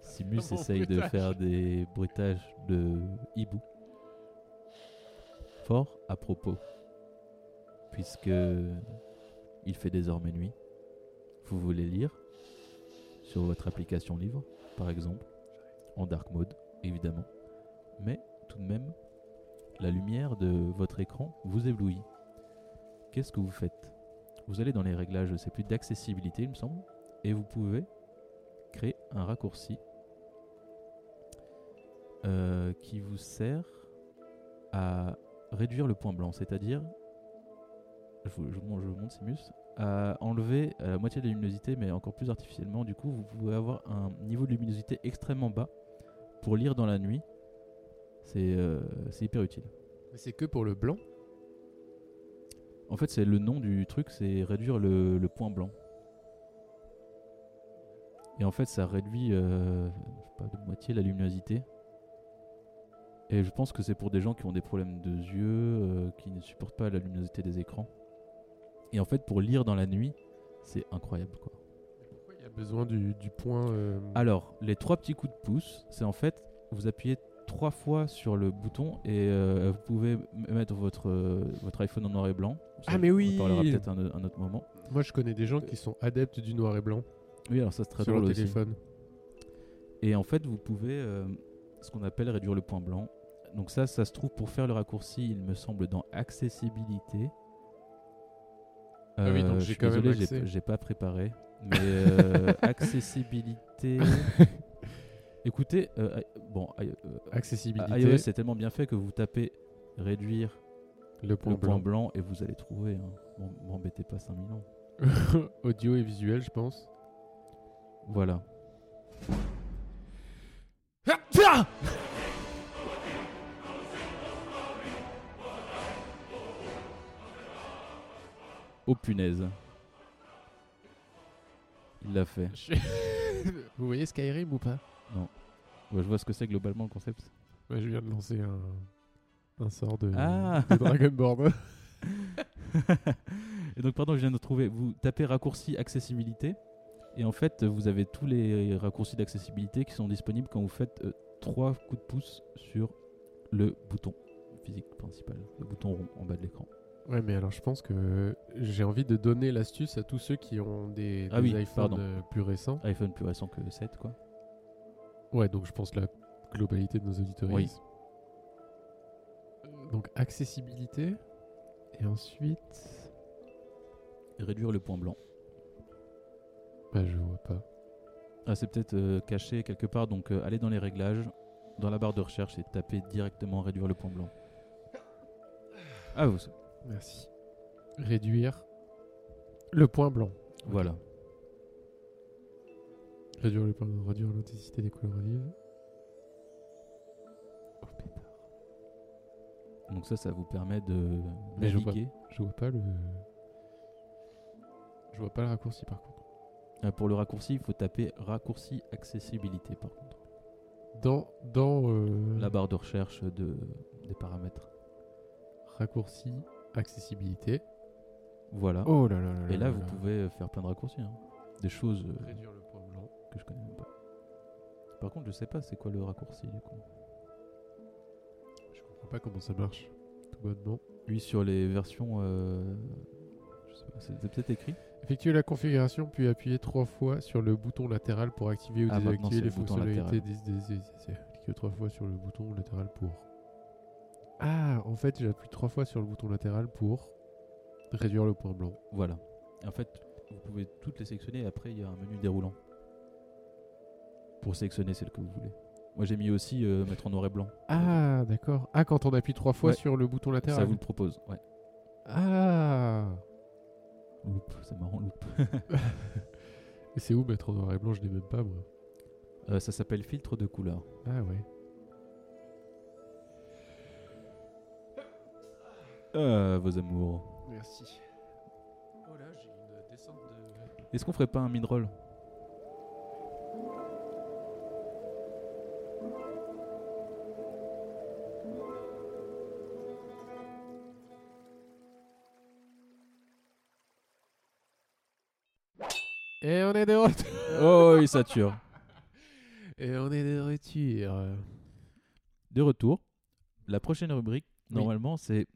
Simus
Mon
essaye de
bruitage.
faire des bruitages de hibou. Fort à propos. Puisque il fait désormais nuit. Vous voulez lire sur votre application livre, par exemple, en dark mode, évidemment. Mais tout de même, la lumière de votre écran vous éblouit. Qu'est-ce que vous faites Vous allez dans les réglages, je sais plus, d'accessibilité, il me semble, et vous pouvez créer un raccourci euh, qui vous sert à réduire le point blanc, c'est-à-dire je vous, je vous mon- je vous montre Simus, à enlever euh, la moitié de la luminosité, mais encore plus artificiellement. Du coup, vous pouvez avoir un niveau de luminosité extrêmement bas pour lire dans la nuit. C'est euh, c'est hyper utile.
Mais c'est que pour le blanc.
En fait, c'est le nom du truc, c'est réduire le, le point blanc. Et en fait, ça réduit euh, je sais pas, de moitié la luminosité. Et je pense que c'est pour des gens qui ont des problèmes de yeux, euh, qui ne supportent pas la luminosité des écrans. Et en fait, pour lire dans la nuit, c'est incroyable quoi.
Pourquoi il y a besoin du, du point euh,
Alors, les trois petits coups de pouce, c'est en fait, vous appuyez trois fois sur le bouton et euh, vous pouvez m- mettre votre, euh, votre iPhone en noir et blanc. Ça,
Ah, mais oui
On en parlera peut-être un, un autre moment.
Moi, je connais des gens qui sont adeptes du noir et blanc
Oui, alors ça c'est très
sur
drôle
le
aussi.
téléphone.
Et en fait, vous pouvez euh, ce qu'on appelle réduire le point blanc. Donc ça, ça se trouve pour faire le raccourci, il me semble, dans accessibilité.
Ah oui, donc
Euh,
j'ai
je suis
quand même
désolé, j'ai-
accès.
J'ai pas préparé, mais
<laughs>
euh, accessibilité. Écoutez, euh, i- bon, i- euh,
Accessibilité,
iOS c'est tellement bien fait que vous tapez réduire
le point
le point
blanc.
blanc
<laughs>
et vous allez trouver. hein. Bon, M'embêtez pas 5 millions.
Audio et visuel,
<laughs>
je pense.
Voilà. Ah, Oh punaise. Il l'a fait.
Vous voyez Skyrim ou pas
Ouais, je vois ce que c'est globalement le concept.
ouais, Je viens de lancer un, un sort de,
Ah.
de Dragonborn.
et donc pardon, je viens de trouver. Vous tapez raccourci accessibilité et en fait vous avez tous les raccourcis d'accessibilité qui sont disponibles quand vous faites euh, trois coups de pouce sur le bouton physique principal, le bouton rond en bas de l'écran.
ouais, mais alors je pense que j'ai envie de donner l'astuce à tous ceux qui ont des,
Ah
des
oui,
iPhones
pardon.
euh, plus récents.
iPhone plus récent que 7 quoi.
Ouais, donc je pense la globalité de nos auditeurs. Euh,
Oui.
Donc accessibilité. Et ensuite.
Et réduire le point blanc.
Bah, je vois pas.
Ah, c'est peut-être euh, caché quelque part, donc euh, allez dans les réglages, dans la barre de recherche et tapez directement réduire le point blanc. Ah, vous,
Merci. Réduire le point blanc.
voilà.
Réduire le point blanc. Réduire l'intensité des couleurs vives. Oh pétard.
Donc ça, ça vous permet de
Mais je vois.
naviguer.
Je vois pas le. Je vois pas le raccourci par contre.
Euh, pour le raccourci, il faut taper raccourci accessibilité par contre.
Dans. Dans. euh,
La barre de recherche de, des paramètres.
Raccourci. Accessibilité.
Voilà.
Oh là là là.
et là,
là
vous
là.
pouvez euh, faire plein de raccourcis. hein. Des choses euh,
Réduire le point blanc.
que je connais même pas. Par contre, je sais pas c'est quoi le raccourci du coup.
Je comprends pas comment ça marche. Tout bonnement.
Oui, sur les versions... euh, je sais pas, c'est c'est peut-être écrit
Effectuer la configuration, puis appuyer trois fois sur le bouton latéral pour activer ou
Ah, maintenant,
désactiver
c'est
les
le bouton
fonctionnalités. Des, des- des- des- Cliquez trois fois sur le bouton latéral pour. Ah, en fait, j'appuie trois fois sur le bouton latéral pour réduire le point blanc.
Voilà. En fait, vous pouvez toutes les sélectionner et après il y a un menu déroulant. Pour sélectionner celle que vous voulez. Moi j'ai mis aussi euh, mettre en noir et blanc.
Ah, d'accord. Ah, quand on appuie trois fois
Ouais.
sur le bouton latéral.
Ça vous le propose. Ouais.
Ah
Loop, c'est marrant, loop.
Et c'est où mettre en noir et blanc Je l'ai même pas, moi.
Euh, ça s'appelle filtre de couleur.
Ah, ouais.
Euh, vos amours.
Merci. Oh là, j'ai une descente de.
Est-ce qu'on ferait pas un midroll
Et on est de retour
Oh, il sature.
Et on est de retour
De retour, la prochaine rubrique,
Oui.
normalement, c'est.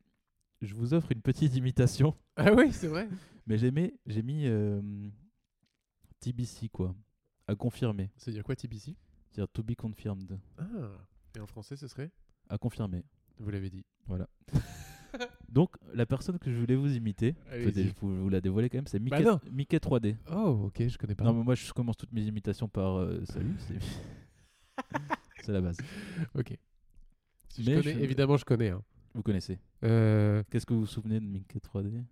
Je vous offre une petite imitation,
Ah, oui,
<laughs>
c'est vrai
mais j'ai mis, j'ai mis euh, TBC, quoi. À confirmer.
C'est dire quoi, TBC
C'est-à-dire to be confirmed.
Ah Et en français, ce serait
À confirmer.
Vous l'avez dit.
Donc, la personne que je voulais vous imiter, je peux
Allez-y.
dé- je vous, vous la dévoiler quand même, c'est
Bah
Mickey,
non.
Mickey 3D.
Oh, ok, je connais pas.
Non, mais moi, je commence toutes mes imitations par euh, salut. c'est- <laughs> C'est la base.
Ok. Si je
Mais
connais,
je-
Évidemment, je connais. hein.
Vous connaissez.
Euh,
Qu'est-ce que vous vous souvenez de Mickey 3D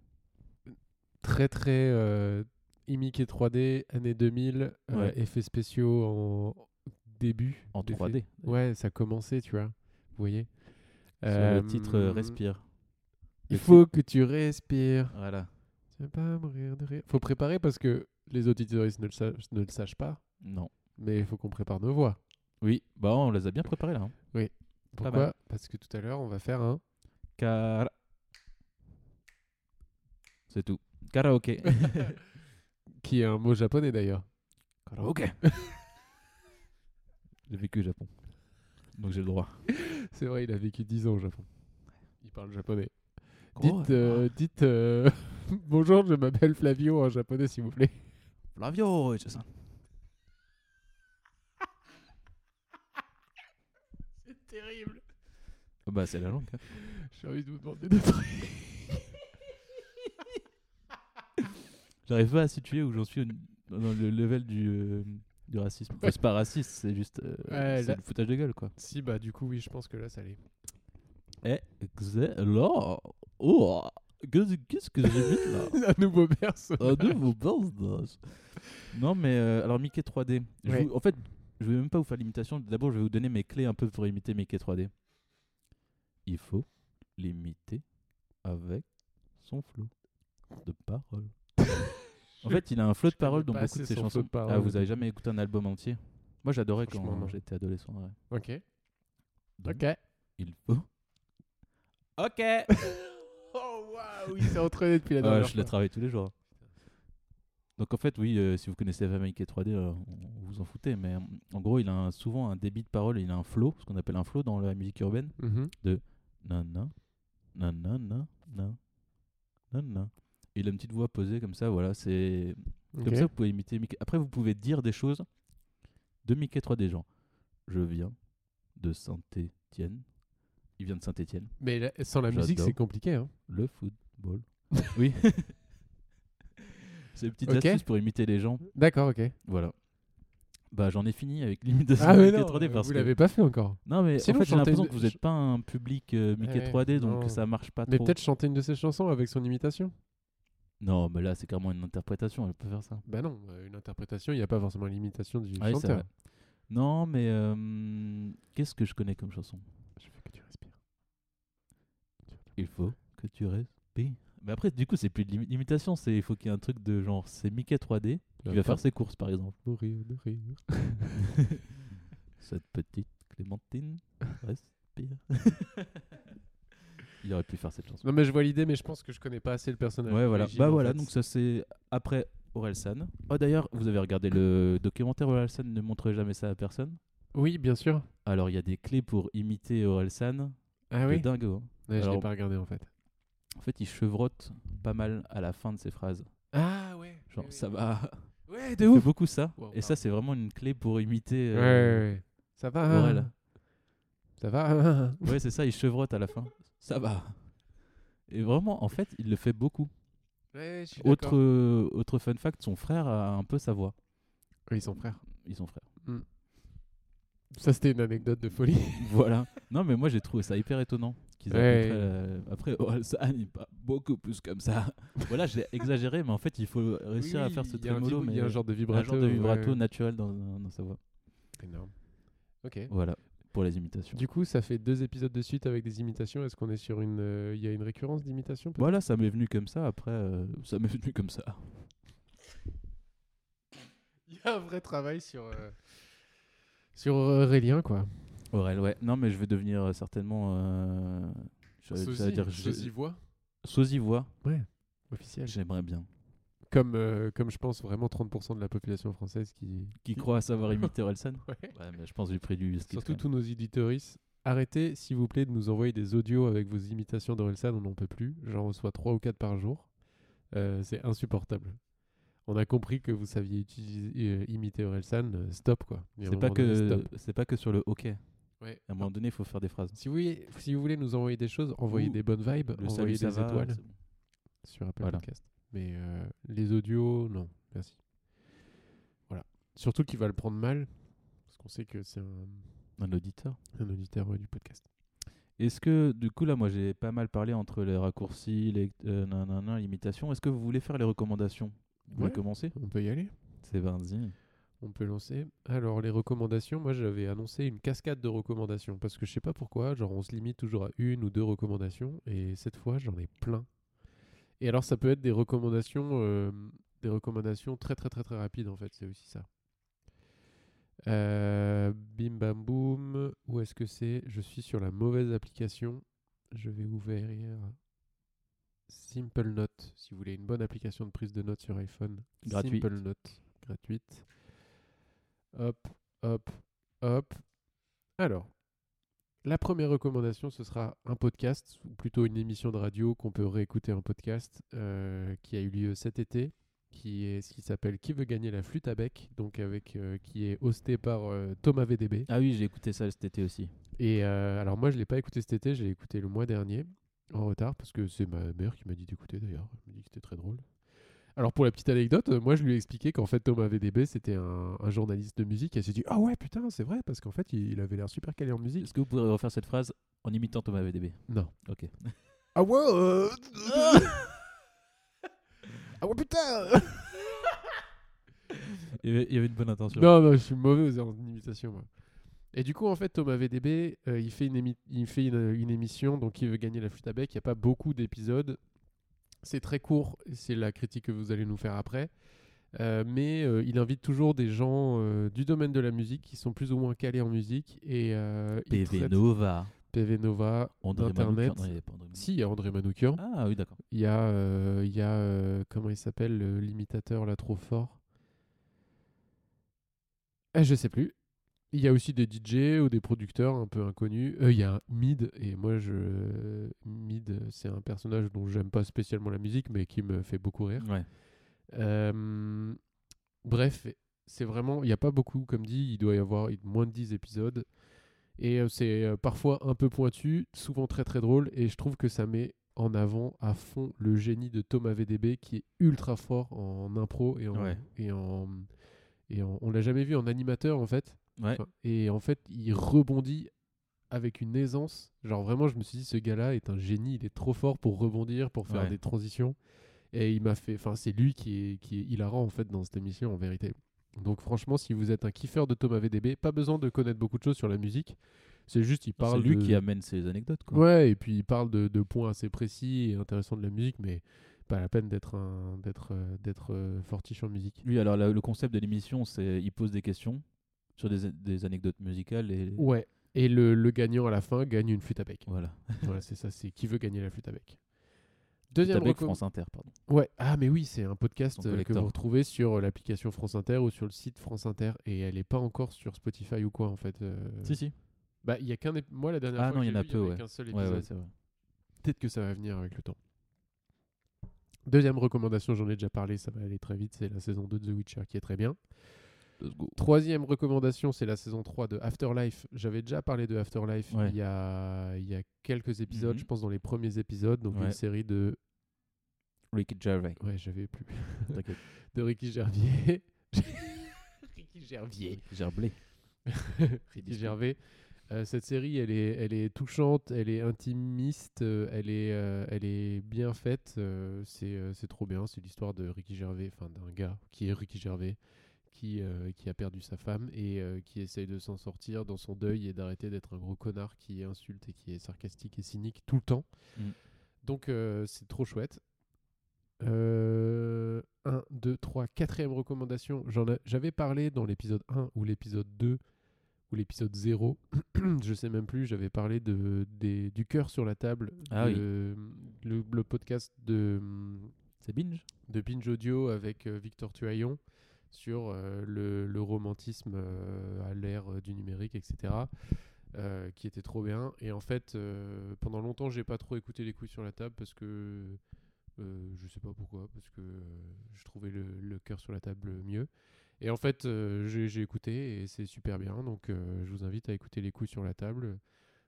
très très euh, Imiqué 3D, années 2000, euh,
Ouais.
effets spéciaux en début.
En
d'effets.
3D.
Ouais, ça commençait, tu vois. Vous voyez
Sur
Euh,
le titre euh, Respire.
Il
Le
faut que tu respires.
Voilà.
Tu vas pas mourir de rire. Faut préparer parce que les auditeurs ne le, sa- ne le sachent pas,
Non.
mais il faut qu'on prépare nos voix.
Oui, bah on les a bien préparés là. hein. Pas mal.
Pourquoi Parce que tout à l'heure, on va faire un.
Cara- C'est tout. Karaoké.
qui est un mot japonais d'ailleurs. <laughs>
Karaoké. <laughs> J'ai vécu au Japon. Donc j'ai le droit.
C'est vrai, il a vécu 10 ans au Japon. Il parle japonais.
Gros,
Dites, euh, dites euh, <laughs> bonjour, je m'appelle Flavio en japonais, s'il vous plaît. <laughs>
Flavio, c'est ça.
C'est terrible.
Ah Bah c'est la langue. hein.
J'ai envie de vous demander des trucs.
J'arrive pas à situer où j'en suis au- dans le level du, euh, du racisme. Enfin, c'est pas raciste, c'est juste euh,
Ouais,
c'est
là-
le foutage de gueule quoi.
Si, bah, du coup, oui, je pense que là, ça l'est.
Excellent. Oh, qu'est-ce qu'est-ce que j'évite là
<laughs> un nouveau perso.
Ah, de vos bords. Non, mais euh, alors Mickey 3D. Je
Ouais.
vous- en fait, je vais même pas vous faire l'imitation. D'abord, je vais vous donner mes clés un peu pour imiter Mickey 3D. Il faut l'imiter avec son flot de
<laughs>
parole. en fait, il a un flot de parole dans
connais pas
beaucoup de
assez
ses
son flot
chansons.
de parole.
Ah, vous avez jamais écouté un album entier Moi, j'adorais
Franchement, non.
quand j'étais adolescent. ouais.
Ok.
Donc,
Ok.
Il faut. Ok.
Oh, waouh, il s'est entraîné depuis la
Ah,
dernière
je le
fois.
travaille tous les jours. hein. Donc en fait, oui, euh, si vous connaissez pas Mickey 3D, euh, on- vous en foutez, mais euh, en gros, il a un- souvent un débit de parole, il a un flow, ce qu'on appelle un flow dans la musique urbaine.
Mhm.
Nan nan, nan nan nan, nan, nan nan. Et Il a une petite voix posée comme ça, voilà, c'est comme
Ok.
ça vous pouvez imiter Mickey. Après, vous pouvez dire des choses de Mickey 3D, genre je viens de Saint-Étienne. Il vient de Saint-Étienne.
Mais là, sans la musique,
J'adore.
c'est compliqué. Hein.
Le football. <laughs> oui. C'est une petite
Ok.
astuce pour imiter les gens. <laughs>
D'accord, ok.
Voilà. Bah j'en ai fini avec l'imitation
Ah,
de
mais
Mickey
non,
3D parce
vous
que...
l'avez pas fait encore.
Non mais
Sinon,
en fait j'ai
chantez
l'impression
une- Ah
que vous n'êtes pas un public euh, Mickey
Ouais,
3D donc
non.
ça marche pas
Mais
trop.
peut-être chanter une de ses chansons avec son imitation.
Non mais là c'est carrément une interprétation, elle peut faire ça.
Bah non, euh, une interprétation, il n'y a pas forcément l'imitation du
Ah oui, c'est
chanteur.
vrai. Non mais euh, qu'est-ce que je connais comme chanson
Je veux que tu respires.
Il faut que tu respires. Mais après du coup c'est plus de l'imi- l'imitation, c'est il faut qu'il y ait un truc de genre c'est Mickey 3D qui va faire ses courses par exemple.
mourir de rire.
Cette petite Clémentine respire. Il aurait pu faire cette chanson.
Non mais je vois l'idée, mais je pense que je connais pas assez le personnage.
Ouais, voilà.
d'origine,
Bah
en
voilà,
fait.
donc ça c'est après Orelsan. Oh d'ailleurs, vous avez regardé le documentaire Orelsan ne montre jamais ça à personne.
Oui, bien sûr.
Alors il y a des clés pour imiter Orelsan.
Ah
de
oui.
dingo. hein.
Ouais, Je l'ai
Alors-
pas regardé en fait.
En fait, il chevrotte pas mal à la fin de ses phrases.
Ah ouais.
Genre ça va. <laughs>
Ouais, de
Il fait
ouf.
beaucoup ça.
Wow,
Et ça c'est vraiment une clé pour imiter.
Ouais, ouais,
euh,
ouais. Ça va. hein.
Orelsan.
Ça va. hein.
Ouais, c'est ça, il chevrotte à la fin. Ça va. Et vraiment, en fait, il le fait beaucoup.
Ouais, je suis
Autre, euh,
d'accord.
autre fun fact, son frère a un peu sa voix.
Oui, son frère.
Ils sont frères. <laughs>
Ça c'était une anecdote de folie.
voilà. Non, mais moi j'ai trouvé ça hyper étonnant. qu'ils aient à peu
Ouais.
près la- Après, Orelsan, il est pas beaucoup plus comme ça. <laughs> voilà, j'ai exagéré, mais en fait, il faut réussir à faire ce
il y a un
trémolo.
petit-
mais
Il y a un genre de
un
vibrato.
genre de vibrato
ouais.
naturel dans, dans sa voix.
Énorme. Ok.
Voilà, pour les imitations.
Du coup, ça fait deux épisodes de suite avec des imitations. Est-ce qu'on est sur une. euh, Il y a une récurrence d'imitation peut-être
Voilà, ça m'est venu comme ça. Après, euh, ça m'est <laughs> venu comme ça.
<laughs> Il y a un vrai travail sur. euh, Sur euh, Aurélien, quoi.
Aurel, ouais. Non, mais je vais devenir euh, certainement. Euh... j'allais- j'allais dire je-
voix
sosie voix.
officielle.
J'aimerais bien.
Comme, euh, comme je pense vraiment 30% de la population française qui.
Qui croit savoir imiter Orelsan
Ouais.
Ouais, mais je pense que j'ai pris du whisky.
Surtout
quand
tous nos éditoristes. Arrêtez, s'il vous plaît, de nous envoyer des audios avec vos imitations d'Orelsan. On n'en peut plus. J'en reçois 3 ou 4 par jour. Euh, C'est insupportable. On a compris que vous saviez utiliser, euh, imiter Orelsan. euh, Stop, quoi. Il y a
même. C'est
un
pas
moment donné,
que
stop.
c'est pas que sur le hockey.
Ouais.
À un moment donné, il faut faire des phrases.
Si vous, voulez, si vous voulez nous envoyer des choses, envoyez
Ou
des bonnes vibes,
Le salut,
envoyez
ça
des
va,
étoiles
c'est bon.
sur Apple
Voilà.
Podcast. Mais euh, les audios, non, merci. Voilà. Surtout qu'il va le prendre mal, parce qu'on sait que c'est un,
Un auditeur.
un auditeur ouais, du podcast.
Est-ce que, du coup, là, moi, j'ai pas mal parlé entre les raccourcis, les, euh, nanana, l'imitation. Est-ce que vous voulez faire les recommandations Vous voulez
Ouais.
commencer
On peut y aller
C'est Vinzi.
On peut lancer. Alors, les recommandations, moi j'avais annoncé une cascade de recommandations parce que je sais pas pourquoi, genre on se limite toujours à une ou deux recommandations et cette fois j'en ai plein. Et alors, ça peut être des recommandations, euh, des recommandations très très très très rapides en fait, c'est aussi ça. Euh, bim bam boum, où est-ce que c'est Je suis sur la mauvaise application. Je vais ouvrir Simple Note si vous voulez une bonne application de prise de notes sur iPhone.
Gratuite.
Simple Note gratuite. Hop, hop, hop. Alors, la première recommandation, ce sera un podcast, ou plutôt une émission de radio qu'on peut réécouter en podcast, euh, qui a eu lieu cet été, qui est ce qui s'appelle Qui veut gagner la flûte à bec, donc avec, euh, qui est hosté par euh, Thomas VDB.
Ah oui, j'ai écouté ça cet été aussi.
Et euh, alors moi, je l'ai pas écouté cet été, je l'ai écouté le mois dernier, en retard, parce que c'est ma mère qui m'a dit d'écouter d'ailleurs. Elle m'a dit que c'était très drôle. Alors pour la petite anecdote, euh, moi je lui ai expliqué qu'en fait Thomas VDB c'était un, un journaliste de musique. Et elle s'est dit ah ouais putain c'est vrai parce qu'en fait il, il avait l'air super calé en musique.
Est-ce que vous pourrez refaire cette phrase en imitant Thomas VDB
Non.
Ok.
Ah ouais <laughs> Ah ouais putain
Il y avait, il y avait une bonne intention.
Non, non, je suis mauvais en imitation, moi. Et du coup, en fait, Thomas VDB, euh, il fait, une, émi- il fait une, euh, une émission, donc il veut gagner la flûte à bec. Il n'y a pas beaucoup d'épisodes. C'est très court, et c'est la critique que vous allez nous faire après. Euh, mais euh, il invite toujours des gens euh, du domaine de la musique qui sont plus ou moins calés en musique. Et, euh, il
PV
traite-
Nova.
PV Nova.
André
D'Internet.
Manoukian. Non, il y avait pas André Manoukian.
Si, il y a André Manoukian.
Ah oui, d'accord.
Il y a, euh, il y a euh, comment il s'appelle, le- l'imitateur là trop fort. Eh, je sais plus. Il y a aussi des DJ ou des producteurs un peu inconnus. Euh, il y a Mid et moi je Mid, c'est un personnage dont j'aime pas spécialement la musique mais qui me fait beaucoup rire.
Ouais.
Euh, bref, c'est vraiment, il n'y a pas beaucoup, comme dit, il doit y avoir moins de 10 épisodes. Et euh, c'est euh, parfois un peu pointu, souvent très très drôle, et je trouve que ça met en avant à fond le génie de Thomas VDB qui est ultra fort en impro et en.
Ouais.
Et en et en- on l'a jamais vu en animateur en fait.
Ouais.
Enfin, Et en fait, il rebondit avec une aisance. Genre vraiment, je me suis dit, ce gars-là est un génie. Il est trop fort pour rebondir, pour faire
Ouais.
des transitions. Et il m'a fait. Enfin, c'est lui qui est, qui est hilarant en fait dans cette émission en vérité. Donc franchement, si vous êtes un kiffeur de Thomas VDB, pas besoin de connaître beaucoup de choses sur la musique. C'est juste, il
C'est
parle.
lui
de-
qui amène ses anecdotes. Quoi.
Ouais, et puis il parle de, de points assez précis et intéressants de la musique, mais pas la peine d'être un- d'être euh, d'être euh, fortiche en musique.
Lui, alors, la- le concept de l'émission, c'est il pose des questions sur des, des anecdotes musicales et.
Ouais. Et le, le gagnant à la fin gagne une flûte à bec.
Voilà.
voilà, c'est ça, c'est qui veut gagner la flûte à bec.
Tout
Deuxième
Avec
recomm-
France Inter, pardon.
Ouais, ah mais oui, c'est un podcast
Ton
euh, que
collector.
vous retrouvez sur euh, l'application France Inter ou sur le site France Inter et elle est pas encore sur Spotify ou quoi en fait. euh.
Si, si.
Bah, il y a qu'un ép- moi la dernière
Ah
fois
non,
que
il y
j'ai
en a
vu,
peu,
avait
ouais.
qu'un seul
Ouais,
épisode.
ouais, c'est vrai.
Peut-être que ça va venir avec le temps. Deuxième recommandation, j'en ai déjà parlé, ça va aller très vite, c'est la saison 2 de The Witcher qui est très bien.
Let's go.
Troisième recommandation, c'est la saison 3 de Afterlife. J'avais déjà parlé de Afterlife
Ouais.
il, y a, il y a quelques épisodes,
Mhm.
je pense dans les premiers épisodes, donc une
Ouais.
série de...
Ricky Gervais.
Ouais, j'avais plus.
T'inquiète. <laughs>
De Ricky Gervier. <laughs> Ricky Gervier.
Gerblé.
<laughs> Ricky Gervais. Euh, cette série, elle est, elle est touchante, elle est intimiste, euh, elle, est, euh, elle est bien faite. euh, c'est, euh, c'est trop bien. C'est l'histoire de Ricky Gervais, enfin d'un gars qui est Ricky Gervais, qui, euh, qui a perdu sa femme et euh, qui essaye de s'en sortir dans son deuil et d'arrêter d'être un gros connard qui insulte et qui est sarcastique et cynique tout le temps.
Mm.
Donc euh, c'est trop chouette. Euh, 1, 2, 3, quatrième recommandation. J'en a- J'avais parlé dans l'épisode 1 ou l'épisode 2 ou l'épisode 0, <clears throat> je sais même plus, j'avais parlé de, des, du cœur sur la table,
Ah oui.
de- le, le podcast de,
C'est Binge
de Binge Audio avec euh, Victor Tuaillon sur euh, le, le romantisme euh, à l'ère euh, du numérique, etc. euh, qui était trop bien. Et en fait, euh, pendant longtemps, j'ai pas trop écouté les couilles sur la table parce que euh, je sais pas pourquoi, parce que euh, je trouvais le, le cœur sur la table mieux. Et en fait, euh, j'ai j'ai écouté et c'est super bien. Donc, euh, je vous invite à écouter les couilles sur la table.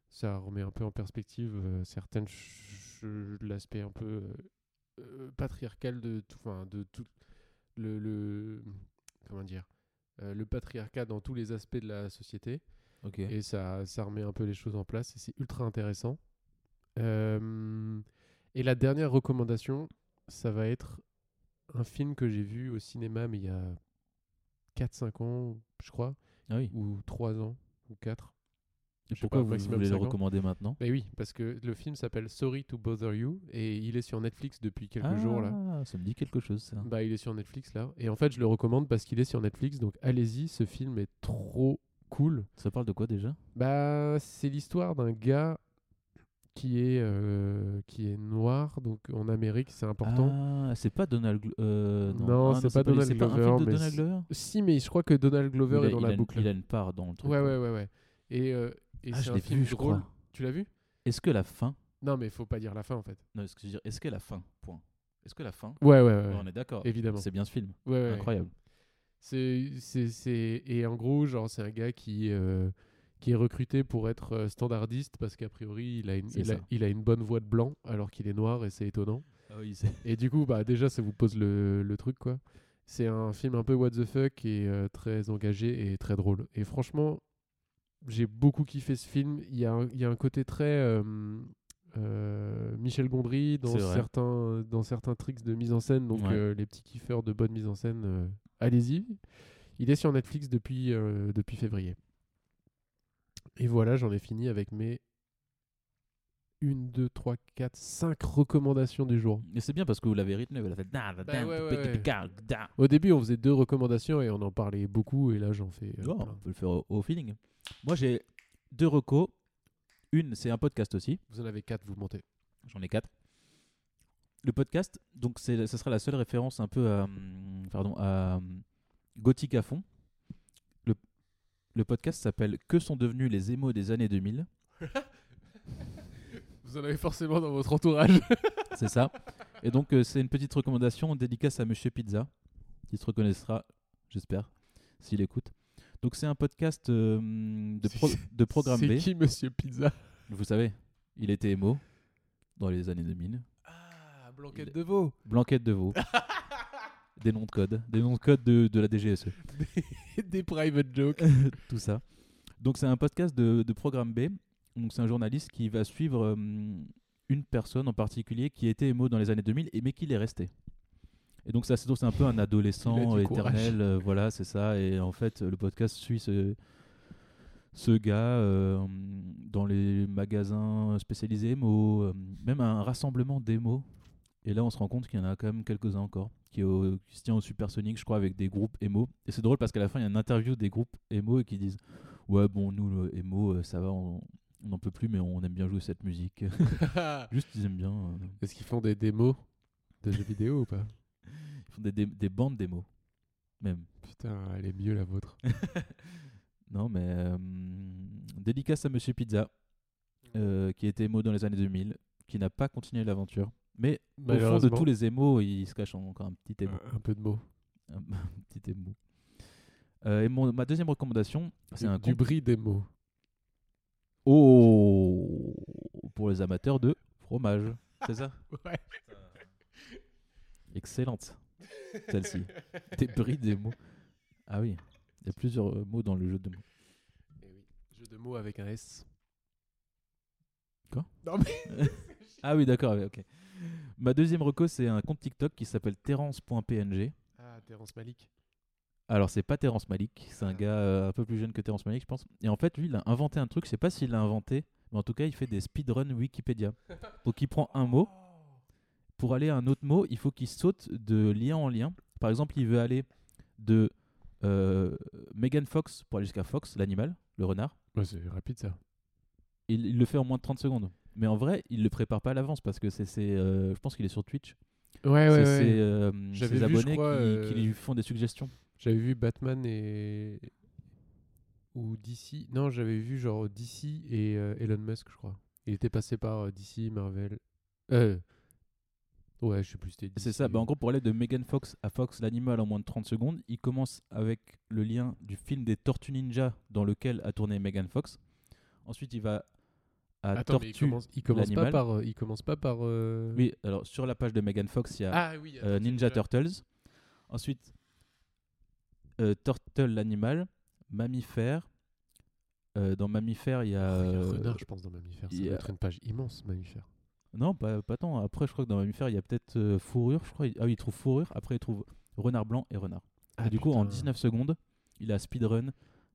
Ça remet un peu en perspective euh, certaines ch- ch- l'aspect un peu euh, euh, patriarcal de tout, enfin de tout le, le comment dire euh, le patriarcat dans tous les aspects de la société
Ok.
et ça, ça remet un peu les choses en place et c'est ultra intéressant. Euh, et la dernière recommandation, ça va être un film que j'ai vu au cinéma mais il y a 4-5 ans, je crois,
Ah oui.
ou 3 ans, ou 4.
Et
je sais
pourquoi
pas,
vous
maximum
voulez le
cinq ans.
recommander maintenant
Ben oui, parce que le film s'appelle Sorry to Bother You et il est sur Netflix depuis quelques
ah,
jours là.
Ça me dit quelque chose, ça.
Bah, il est sur Netflix là. Et en fait, je le recommande parce qu'il est sur Netflix. Donc allez-y, ce film est trop cool.
Ça parle de quoi déjà
Bah, c'est l'histoire d'un gars qui est, euh, qui est noir, donc en Amérique, c'est important.
Ah, c'est pas Donald Glover. non,
Non,
Ah,
c'est pas Donald
c'est pas un
Glover,
film de
mais
Donald
c'est-
Glover
Si, mais je crois que Donald Glover
Il a-
est dans
il
la
a une-
boucle.
Il a une part dans le truc.
Ouais, ouais, ouais, ouais. Et, euh, et
Ah,
c'est
je
un
l'ai
film
vu, je
drôle.
crois.
Tu l'as vu
Est-ce que la fin
Non, mais faut pas dire la fin en fait.
Non, est-ce que je veux dire, est-ce que la fin Point. Est-ce que la fin
Ouais, ouais, ouais. ouais.
On est d'accord.
Évidemment.
C'est bien ce film.
Ouais, ouais, ouais.
Incroyable.
C'est, c'est, c'est... Et en gros, genre, c'est un gars qui, euh, qui est recruté pour être euh, standardiste parce qu'a priori, il a, une,
C'est
il, a,
ça.
il a une bonne voix de blanc alors qu'il est noir et c'est étonnant.
Ah oui, c'est-
Et du coup, bah, déjà, ça vous pose le, le truc, quoi. C'est un film un peu what the fuck et euh, très engagé et très drôle. Et franchement, j'ai beaucoup kiffé ce film. Il y a, un- il y a un côté très euh, euh, Michel Gondry dans
C'est vrai.
certains, dans certains tricks de mise en scène. Donc,
Ouais.
euh, les petits kiffeurs de bonne mise en scène, euh, allez-y. Il est sur Netflix depuis, euh, depuis février. Et voilà, j'en ai fini avec mes 1, 2, 3, 4, 5 recommandations du jour.
Mais c'est bien parce que vous l'avez rythmé. Vous l'avez fait. Da, da,
Bah
da,
ouais,
da,
ouais,
da, da,
ouais.
da.
Au début, on faisait deux recommandations et on en parlait beaucoup. Et là, j'en fais. euh,
Oh, on
plein.
peut le faire au, au feeling. Moi, j'ai deux recos. Une, c'est un podcast aussi.
Vous en avez quatre, vous montez.
J'en ai quatre. Le podcast, donc c'est, ça sera la seule référence un peu à, hum, pardon, à hum, gothique à fond. Le, le podcast s'appelle Que sont devenus les émaux des années 2000
Vous en avez forcément dans votre entourage.
C'est ça. Et donc, euh, c'est une petite recommandation dédicace à Monsieur Pizza, qui se reconnaîtra, j'espère, s'il écoute. Donc, c'est un podcast euh, de,
C'est-
pro- de <laughs> programme
C'est
B.
qui, Monsieur Pizza
Vous savez, il était émo dans les années 2000.
Ah,
Blanquette
de veau.
Blanquette de veau. des noms de code. Des noms de code de, de la DGSE.
<laughs> Des
<laughs>
private jokes.
E. Tout ça. Donc, c'est un podcast de, de programme B. Donc, c'est un journaliste qui va suivre euh, une personne en particulier qui était émo dans les années 2000, et mais qui l'est resté. Et donc, ça, c'est c'est un
<laughs>
peu un adolescent
du courage.
éternel. euh, voilà, c'est ça. Et en fait, le podcast suit ce, ce gars euh, dans les magasins spécialisés émo, euh, même un rassemblement d'émo. Et là, on se rend compte qu'il y en a quand même quelques-uns encore qui, est au- qui se tient au Supersonic, je crois, avec des groupes émo. Et c'est drôle parce qu'à la fin, il y a une interview des groupes émo et qui disent Ouais, bon, nous, le émo, euh, ça va, on on n'en peut plus, mais on aime bien jouer cette musique. <laughs> Juste, ils aiment bien. euh,
Est-ce qu'ils font des démos de jeux vidéo ou pas
ils font des, dé- des bandes démos,
<laughs>
même.
Putain, elle est mieux la vôtre.
Non, mais. euh, dédicace à Monsieur Pizza, euh, qui était émo dans les années 2000, qui n'a pas continué l'aventure. Mais au fond de
Malheureusement.
tous les émos, il se cache encore un petit émo.
Un peu de mots.
Un <laughs> petit émo. Euh, et mon- ma deuxième recommandation, Ah, c'est un
du
compte-
bris des mots.
Oh Pour les amateurs de fromage, c'est ça
Ouais.
Excellente, celle-ci. Débris des mots. Ah oui, il y a plusieurs euh, mots dans le jeu de mots.
Eh Jeu de mots avec un S.
Quoi
Non mais.
Ah oui, d'accord, ouais, ok. Ma deuxième reco, c'est un compte TikTok qui s'appelle terence.png.
Ah, Terence Malik.
Alors, c'est pas Terence Malik, c'est
Ah.
un gars euh, un peu plus jeune que Terence Malik, je pense. Et en fait, lui, il a inventé un truc, je sais pas s'il l'a inventé, mais en tout cas, il fait des speedruns
<laughs>
Wikipédia. Donc, il prend un mot. Pour aller à un autre mot, il faut qu'il saute de lien en lien. Par exemple, il veut aller de euh, Megan Fox pour aller jusqu'à Fox, l'animal, le renard.
Ouais, c'est rapide ça.
Il, il le fait en moins de 30 secondes. Mais en vrai, il le prépare pas à l'avance parce que c'est. c'est, euh, je pense qu'il est sur Twitch.
Ouais,
C'est
ouais,
ses,
ouais.
euh,
J'avais
ses
vu, je
abonnés
crois,
qui,
euh,
qui lui font des suggestions.
J'avais vu Batman et. Ou DC. Non, j'avais vu genre DC et euh, Elon Musk, je crois. Il était passé par euh, DC, Marvel. Euh. Ouais, je sais plus, c'était DC.
C'est ça, bah en gros, pour aller de Megan Fox à Fox l'animal en moins de 30 secondes, il commence avec le lien du film des Tortues Ninja dans lequel a tourné Megan Fox. Ensuite, il va à
Attends, mais il
Tortue.
commence, il commence pas
l'animal.
par. euh, il commence pas par. euh,
Oui, alors sur la page de Megan Fox, il y a
Ah oui.
euh,
attends,
Ninja
c'est déjà-
Turtles. Ensuite, euh, Turtle l'animal, mammifère, Euh, dans Mammifère, il y a.
Oh, Il y a un
euh,
renard, je pense, dans Mammifère. Ça
il y a-
doit être une page immense, Mammifère.
Non, pas, pas tant. Après, je crois que dans Mammifère, il y a peut-être euh, fourrure. Je crois. Ah oui, il trouve fourrure. Après, il trouve renard blanc et renard. et Ah, du coup, en
putain.
19 secondes, il a speedrun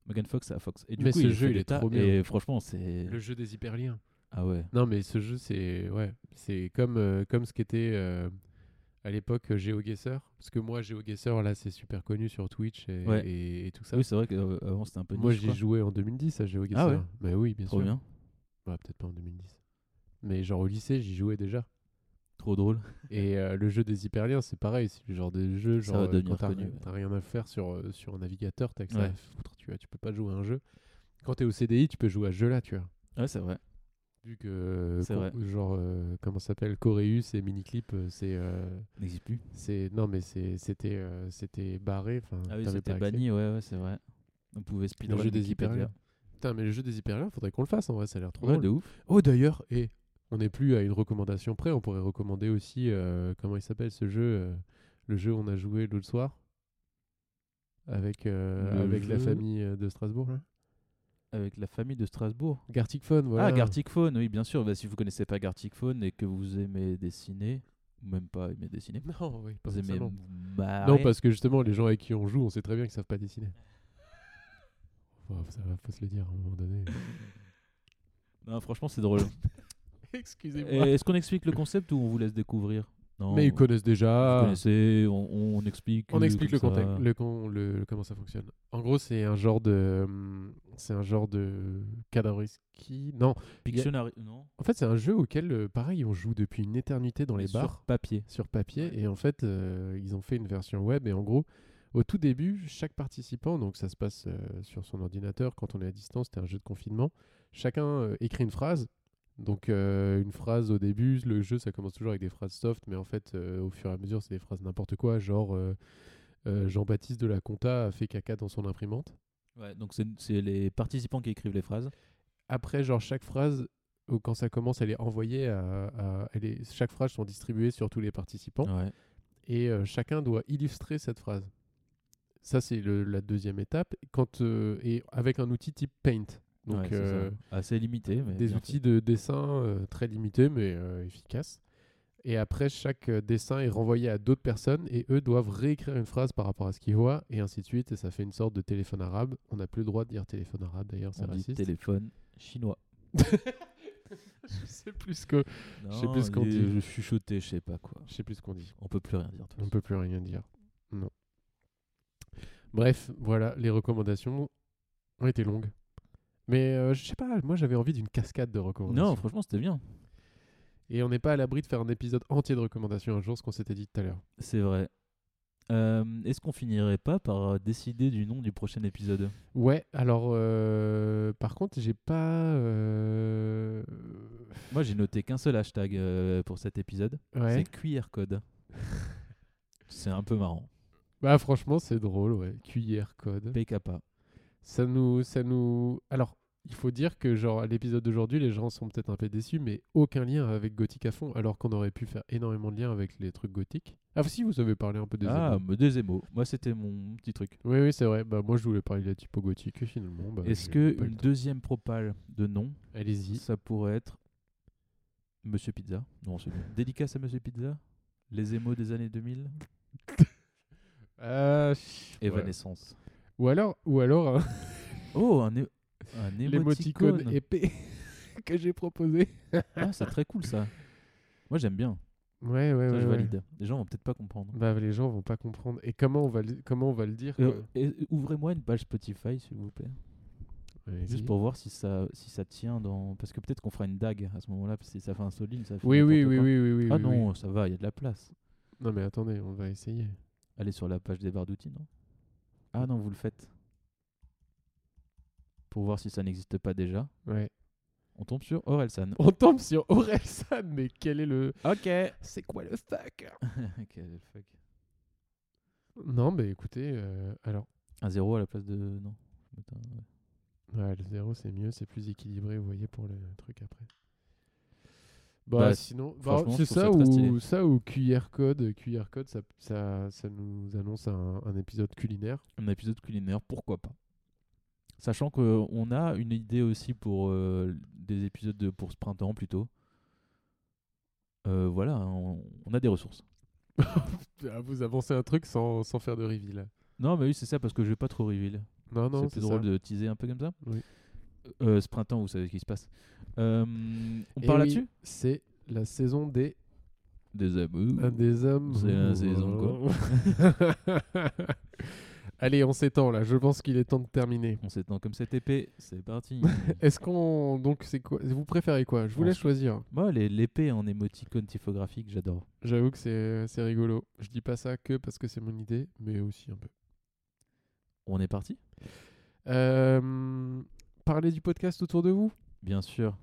Megan Fox à Fox. Et du
Mais
coup,
ce
il
jeu,
fait
il
des
est
tas,
trop bien.
Et franchement, c'est.
Le jeu des hyperliens.
Ah ouais.
Non, mais ce jeu, c'est ouais, c'est comme euh, comme ce qu'était euh, à l'époque euh, GeoGuessr. Parce que moi, GeoGuessr, là, c'est super connu sur Twitch et,
Ouais.
et, et tout ça.
Ah Oui, c'est vrai qu'avant, c'était un peu
moi,
niche,
j'ai
quoi.
joué en 2010 à GeoGuessr.
Ah ouais
Mais oui, bien
Trop
sûr.
bien.
Ouais, peut-être pas en 2010. Mais genre au lycée, j'y
<laughs>
jouais déjà.
Trop drôle.
Et euh, le jeu des hyperliens, c'est pareil, c'est le genre de jeu
Ça
genre
va
euh,
devenir
quand t'as,
connu,
rien-
ouais.
t'as rien à faire sur euh, sur un navigateur, t'as que ça à
Ouais.
foutre, tu vois, tu peux pas jouer à un jeu. Quand t'es au CDI, tu peux jouer à ce jeu-là, tu vois.
Ouais, c'est vrai.
Vu que euh,
C'est
co-
vrai.
genre euh, comment ça s'appelle Coreus et Miniclip, euh, c'est euh,
N'existe plus.
c'est non mais c'est c'était euh, c'était barré, enfin
Ah oui,
t'avais
c'était
pas accès.
banni, ouais, ouais, c'est vrai. On pouvait speedrun.
Le jeu des
Wikipédia.
hyperliens. Putain, mais le jeu des hyperliens, faudrait qu'on le fasse en vrai, ça a l'air trop
Ouais,
drôle.
de ouf.
Oh d'ailleurs, et on n'est plus à une recommandation près, on pourrait recommander aussi euh, comment il s'appelle ce jeu, euh, le jeu où on a joué l'autre soir avec euh,
Le
avec la
jeu-
famille euh, de Strasbourg là.
Avec la famille de Strasbourg.
Gartic Phone, voilà.
Ah, Gartic Phone, oui, bien sûr. Bah, si vous connaissez pas Gartic Phone et que vous aimez dessiner, ou même pas aimer dessiner,
<laughs> Non, oui, pas
vous aimez
forcément.
vous marrer.
Non, parce que justement, les gens avec qui on joue, on sait très bien qu'ils savent pas dessiner. Faut- ça va, faut se le dire à un moment donné.
Non, franchement, c'est
<laughs>
drôle. Et
Excusez-moi.
Est-ce qu'on explique le concept ou on vous laisse découvrir Non.
Mais ils
vous
connaissent déjà.
connaissez, on, Euh, on explique.
On
euh,
explique le
comme ça.
contexte, le, con- le- le- comment ça fonctionne. En gros, c'est un genre de, hum, c'est un genre de cadavreski. Non,
Pictionary, non
en fait, c'est un jeu auquel, euh, pareil, on joue depuis une éternité dans les
Sur
bars,
papier.
sur papier, et en fait, euh, ils ont fait une version web. Et en gros, au tout début, chaque participant, donc ça se passe euh, sur son ordinateur quand on est à distance, c'était un jeu de confinement. Chacun euh, écrit une phrase. Donc euh, une phrase au début, le jeu ça commence toujours avec des phrases soft, mais en fait euh, au fur et à mesure c'est des phrases n'importe quoi, genre euh, euh, Jean-Baptiste de la Compta a fait caca dans son imprimante.
Ouais, donc c'est c'est les participants qui écrivent les phrases.
Après genre chaque phrase, ou quand ça commence, elle est envoyée à, à- elle est, chaque phrase sont distribuées sur tous les participants
Ouais.
et euh, chacun doit illustrer cette phrase. Ça c'est le- la deuxième étape. Quand euh, et avec un outil type Paint. Donc
Ouais, c'est ça.
euh,
assez limité. Mais
des
bien
outils de dessin euh, très limités mais euh, efficaces. Et après, chaque euh, dessin est renvoyé à d'autres personnes et eux doivent réécrire une phrase par rapport à ce qu'ils voient et ainsi de suite. Et ça fait une sorte de téléphone arabe. On n'a plus le droit de dire téléphone arabe d'ailleurs,
fait.
c'est
On dit
<laughs> raciste.
téléphone chinois.
je sais plus ce que-
Non,
sais plus ce qu'on
il-
dit.
Je chuchotais, je sais pas quoi.
je sais plus ce qu'on dit.
On peut plus rien dire. de toute
On
façon.
peut plus rien dire. Non. Bref, voilà, les recommandations ont été longues. Mais euh, je sais pas, moi j'avais envie d'une cascade de recommandations.
Non, franchement, c'était bien.
Et on n'est pas à l'abri de faire un épisode entier de recommandations un jour, ce qu'on s'était dit tout à l'heure.
C'est vrai. Euh, Est-ce qu'on finirait pas par euh, décider du nom du prochain épisode
Ouais, alors euh, par contre, j'ai pas. euh,
Moi, j'ai noté qu'un seul hashtag euh, pour cet épisode. C'est
Ouais.
QR code. <laughs> c'est un peu marrant.
Bah franchement, c'est drôle, ouais. QR code.
PKP.
Ça nous, ça nous. Alors, il faut dire que genre à l'épisode d'aujourd'hui, les gens sont peut-être un peu déçus, mais aucun lien avec Gothic à fond, alors qu'on aurait pu faire énormément de liens avec les trucs gothiques. Ah si, vous avez parlé un peu des.
Ah,
émois.
me- des émaux. Moi, c'était mon petit truc.
Oui, oui, c'est vrai. Bah moi, je voulais parler de la typo gothique et finalement. bah,
Est-ce
j'ai
que
pas eu
une
le temps.
deuxième propale de nom,
Allez-y.
ça pourrait être Monsieur Pizza Non, c'est bon. Dédicace à Monsieur Pizza Les émaux des années 2000
Ah, ouais.
Evanescence.
Ou alors, ou alors, hein,
Oh, un, é- un émoticône.
<laughs> l'émoticône épais <laughs> que j'ai proposé.
Ah, c'est très cool ça. Moi, j'aime bien.
Ouais, ouais,
Ça,
ouais.
je
ouais.
valide. Les gens vont peut-être pas comprendre.
Bah, les gens vont pas comprendre. Et comment on va le, comment on va le dire
Euh,
quoi
et- Ouvrez-moi une page Spotify, s'il vous plaît.
Allez-y.
Juste pour voir si ça, si ça tient dans. Parce que peut-être qu'on fera une dague à ce moment-là, parce que ça fait un solide. Ça fait
Oui, oui,
n'importe
oui, oui,
quoi.
oui, oui,
Ah
oui, oui.
non, ça va, il y a de la place.
Non, mais attendez, on va essayer.
Allez sur la page des barres d'outils, non Ah non, vous le faites. Pour voir si ça n'existe pas déjà.
Ouais.
On tombe sur Orelsan.
<laughs> On tombe sur Orelsan, mais quel est le.
<laughs> Ok.
C'est quoi le fuck
fuck.
Non, mais écoutez, euh, alors.
Un zéro à la place de. Non. Putain, ouais.
Ouais, le zéro, c'est mieux, c'est plus équilibré, vous voyez, pour le truc après. Bah,
Bah,
sinon, bah,
franchement, je trouve
c'est
ça
ça
très stylé.
ou, ça ou QR code. QR code, ça, ça, ça nous annonce un, un épisode culinaire.
Un épisode culinaire, pourquoi pas Sachant qu'on a une idée aussi pour euh, des épisodes de, pour ce printemps plutôt. Euh, voilà, on, on a des ressources.
Ah, vous avancez un truc sans, sans faire de reveal.
Non, mais oui, c'est ça, parce que je vais pas trop reveal.
Non, non,
c'est
c'est
plus
ça.
drôle de teaser un peu comme ça.
Oui.
Euh, ce printemps, vous savez ce qui se passe. Euh, on
Et
parle
oui,
là-dessus
C'est la saison des,
Des abus.
un Ah, des hommes.
C'est la saison,
quoi. <laughs> Allez, on s'étend là. Je pense qu'il est temps de terminer.
On s'étend comme cette épée, c'est
<laughs>
parti.
Est-ce qu'on donc c'est quoi Vous préférez quoi Je vous
On
laisse
se-
choisir.
Moi, les- l'épée en émoticône typographique, j'adore.
J'avoue que c'est c'est rigolo. Je dis pas ça que parce que c'est mon idée, mais aussi un peu.
On est parti
Euh, parlez du podcast autour de vous.
Bien sûr.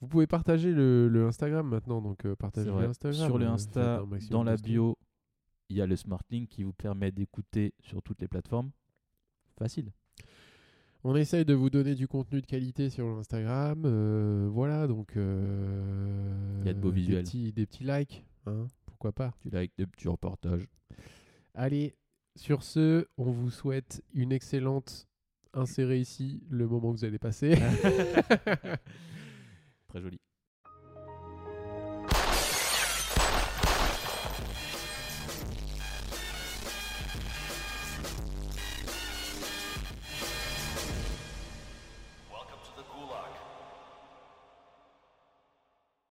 Vous pouvez partager le, le Instagram maintenant, donc euh, partagez
C'est
le
vrai.
Instagram.
Sur le
euh,
Insta,
faites un maximum
dans la
de
bio, il y a le Smart Link qui vous permet d'écouter sur toutes les plateformes. Facile.
On essaye de vous donner du contenu de qualité sur l'Instagram. euh, voilà, donc. euh,
Il y a de beaux visuels.
Des petits, des petits likes, hein, pourquoi pas.
Tu likes des petits reportages.
<laughs> Allez, sur ce, on vous souhaite une excellente.
<laughs>
Insérez ici le moment que vous allez passer.
Très joli.